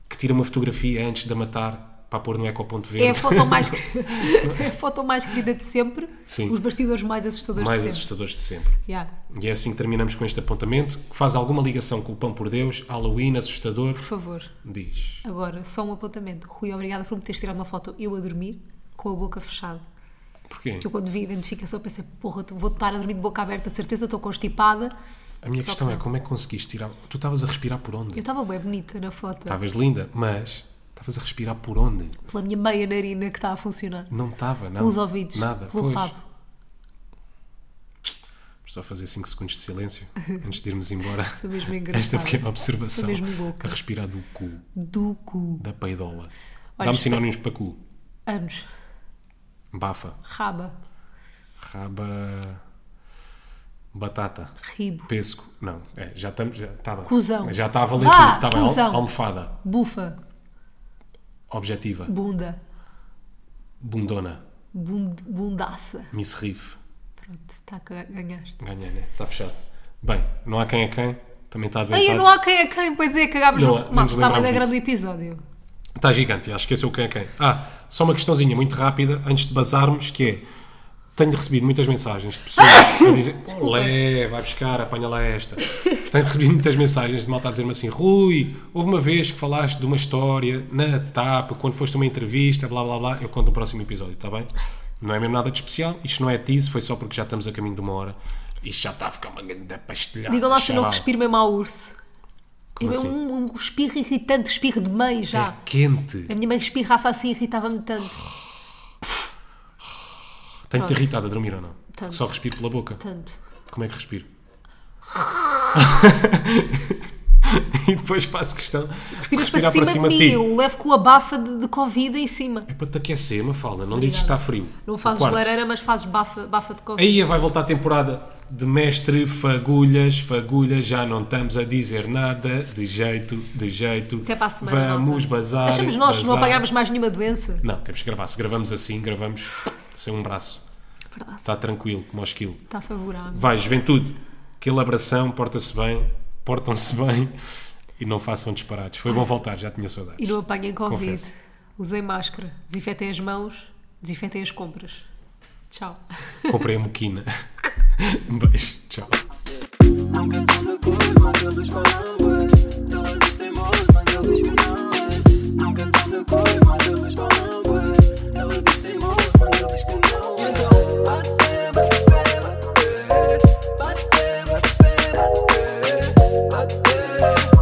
[SPEAKER 1] que tira uma fotografia antes de a matar para pôr no ecoponto verde.
[SPEAKER 2] é
[SPEAKER 1] *laughs*
[SPEAKER 2] a foto mais, *laughs* é a foto mais querida de sempre.
[SPEAKER 1] Sim.
[SPEAKER 2] Os bastidores mais assustadores
[SPEAKER 1] mais
[SPEAKER 2] de sempre.
[SPEAKER 1] assustadores de sempre.
[SPEAKER 2] Yeah.
[SPEAKER 1] E é assim que terminamos com este apontamento, que faz alguma ligação com o Pão por Deus, Halloween, assustador,
[SPEAKER 2] Por favor,
[SPEAKER 1] diz.
[SPEAKER 2] agora, só um apontamento. Rui, obrigada por me teres tirado uma foto eu a dormir, com a boca fechada.
[SPEAKER 1] Porquê?
[SPEAKER 2] Que eu quando vi a identificação pensei, porra, eu vou estar a dormir de boca aberta, de certeza estou constipada.
[SPEAKER 1] A minha
[SPEAKER 2] Só
[SPEAKER 1] questão
[SPEAKER 2] que
[SPEAKER 1] é
[SPEAKER 2] não.
[SPEAKER 1] como é que conseguiste tirar... Tu estavas a respirar por
[SPEAKER 2] Eu
[SPEAKER 1] onde?
[SPEAKER 2] estava bem bonita na foto,
[SPEAKER 1] Estavas linda, mas estavas a respirar por onde?
[SPEAKER 2] pela minha meia narina que está a funcionar.
[SPEAKER 1] Não estava, não.
[SPEAKER 2] Pelos ouvidos,
[SPEAKER 1] Nada.
[SPEAKER 2] pelo
[SPEAKER 1] pois.
[SPEAKER 2] rabo.
[SPEAKER 1] Só fazer 5 segundos de silêncio antes de irmos embora.
[SPEAKER 2] *laughs* Sou mesmo
[SPEAKER 1] Esta
[SPEAKER 2] engraçada.
[SPEAKER 1] pequena observação.
[SPEAKER 2] Sou mesmo louca.
[SPEAKER 1] A respirar do cu,
[SPEAKER 2] Do cu.
[SPEAKER 1] da peidola.
[SPEAKER 2] Olha, é-
[SPEAKER 1] Dá-me
[SPEAKER 2] espera-
[SPEAKER 1] sinónimos para cu.
[SPEAKER 2] Anos.
[SPEAKER 1] Bafa,
[SPEAKER 2] Raba.
[SPEAKER 1] raba, batata,
[SPEAKER 2] Ribo.
[SPEAKER 1] pesco. Não, é, já estamos, já está bem.
[SPEAKER 2] Cusão.
[SPEAKER 1] Já está a valer
[SPEAKER 2] Vá,
[SPEAKER 1] tudo. Está bem, al-
[SPEAKER 2] cusão.
[SPEAKER 1] almofada,
[SPEAKER 2] Bufa.
[SPEAKER 1] objetiva,
[SPEAKER 2] Bunda.
[SPEAKER 1] bundona,
[SPEAKER 2] Bund, bundaça.
[SPEAKER 1] miss riff.
[SPEAKER 2] Pronto, tá, que ganhaste.
[SPEAKER 1] Ganhei, né? Está fechado. Bem, não há quem é quem. Também está
[SPEAKER 2] Aí
[SPEAKER 1] adventado.
[SPEAKER 2] não há quem é quem, pois é, cagámos
[SPEAKER 1] Não
[SPEAKER 2] no.
[SPEAKER 1] há, não nos
[SPEAKER 2] Marcos, estava
[SPEAKER 1] lembrámos
[SPEAKER 2] na grande do episódio.
[SPEAKER 1] Está Tá gigante, já esqueceu quem é quem. Ah, só uma questãozinha muito rápida, antes de bazarmos, que é... Tenho recebido muitas mensagens de pessoas a
[SPEAKER 2] *laughs*
[SPEAKER 1] dizer Olé, vai buscar, apanha lá esta. Tenho recebido muitas mensagens de malta a dizer-me assim Rui, houve uma vez que falaste de uma história na TAP, quando foste a uma entrevista, blá blá blá. Eu conto no próximo episódio, está bem? Não é mesmo nada de especial. Isto não é tease, foi só porque já estamos a caminho de uma hora. Isto já está a ficar uma grande pastelhada.
[SPEAKER 2] Digam lá se eu não
[SPEAKER 1] chaval.
[SPEAKER 2] respiro mesmo ao urso.
[SPEAKER 1] Como
[SPEAKER 2] é
[SPEAKER 1] assim?
[SPEAKER 2] um, um espirro irritante, espirro de mãe
[SPEAKER 1] É
[SPEAKER 2] já.
[SPEAKER 1] quente.
[SPEAKER 2] A minha mãe espirrava assim, irritava-me tanto.
[SPEAKER 1] Tenho-te
[SPEAKER 2] Pronto.
[SPEAKER 1] irritado a dormir ou não?
[SPEAKER 2] Tanto.
[SPEAKER 1] Só respiro pela boca.
[SPEAKER 2] Tanto.
[SPEAKER 1] Como é que respiro? *laughs* e depois faço questão de
[SPEAKER 2] Respiras
[SPEAKER 1] respirar
[SPEAKER 2] para cima, de mim,
[SPEAKER 1] ti.
[SPEAKER 2] eu levo com a bafa de, de Covid em cima.
[SPEAKER 1] É para te aquecer, Mafalda. Não dizes que está frio.
[SPEAKER 2] Não
[SPEAKER 1] O
[SPEAKER 2] fazes
[SPEAKER 1] quarto.
[SPEAKER 2] lareira, mas fazes bafa, bafa de Covid.
[SPEAKER 1] Aí vai voltar a temporada de mestre Fagulhas. Fagulhas, já não estamos a dizer nada. De jeito, de jeito.
[SPEAKER 2] Até para a semana.
[SPEAKER 1] Vamos
[SPEAKER 2] malta.
[SPEAKER 1] bazar.
[SPEAKER 2] Achamos nós, se não
[SPEAKER 1] bazar.
[SPEAKER 2] apagámos mais nenhuma doença.
[SPEAKER 1] Não, temos que gravar. Se gravamos assim, gravamos sem um braço.
[SPEAKER 2] verdade.
[SPEAKER 1] Está tranquilo, como ao esquilo.
[SPEAKER 2] Está Tá favorável.
[SPEAKER 1] Vai, juventude, aquele abração, porta-se bem, portam-se *laughs* bem e não façam disparados. Foi bom voltar, já tinha saudades.
[SPEAKER 2] E não apanhem Covid.
[SPEAKER 1] Confesso.
[SPEAKER 2] Usem máscara. Desinfetem as mãos. Desinfetem as compras. Tchau.
[SPEAKER 1] Comprei a moquina. *laughs* Um beijo, tchau.
[SPEAKER 3] Nunca tanta coisa, mas eles falam bué. Ela diz teimoso, mas ele diz que não é. Nunca tanta coisa, mas eles falam bué. Ela diz teimoso, mas ele diz que não é. Então, bate, bate, bate, bate. Bate, bate, bate, bate. Bate.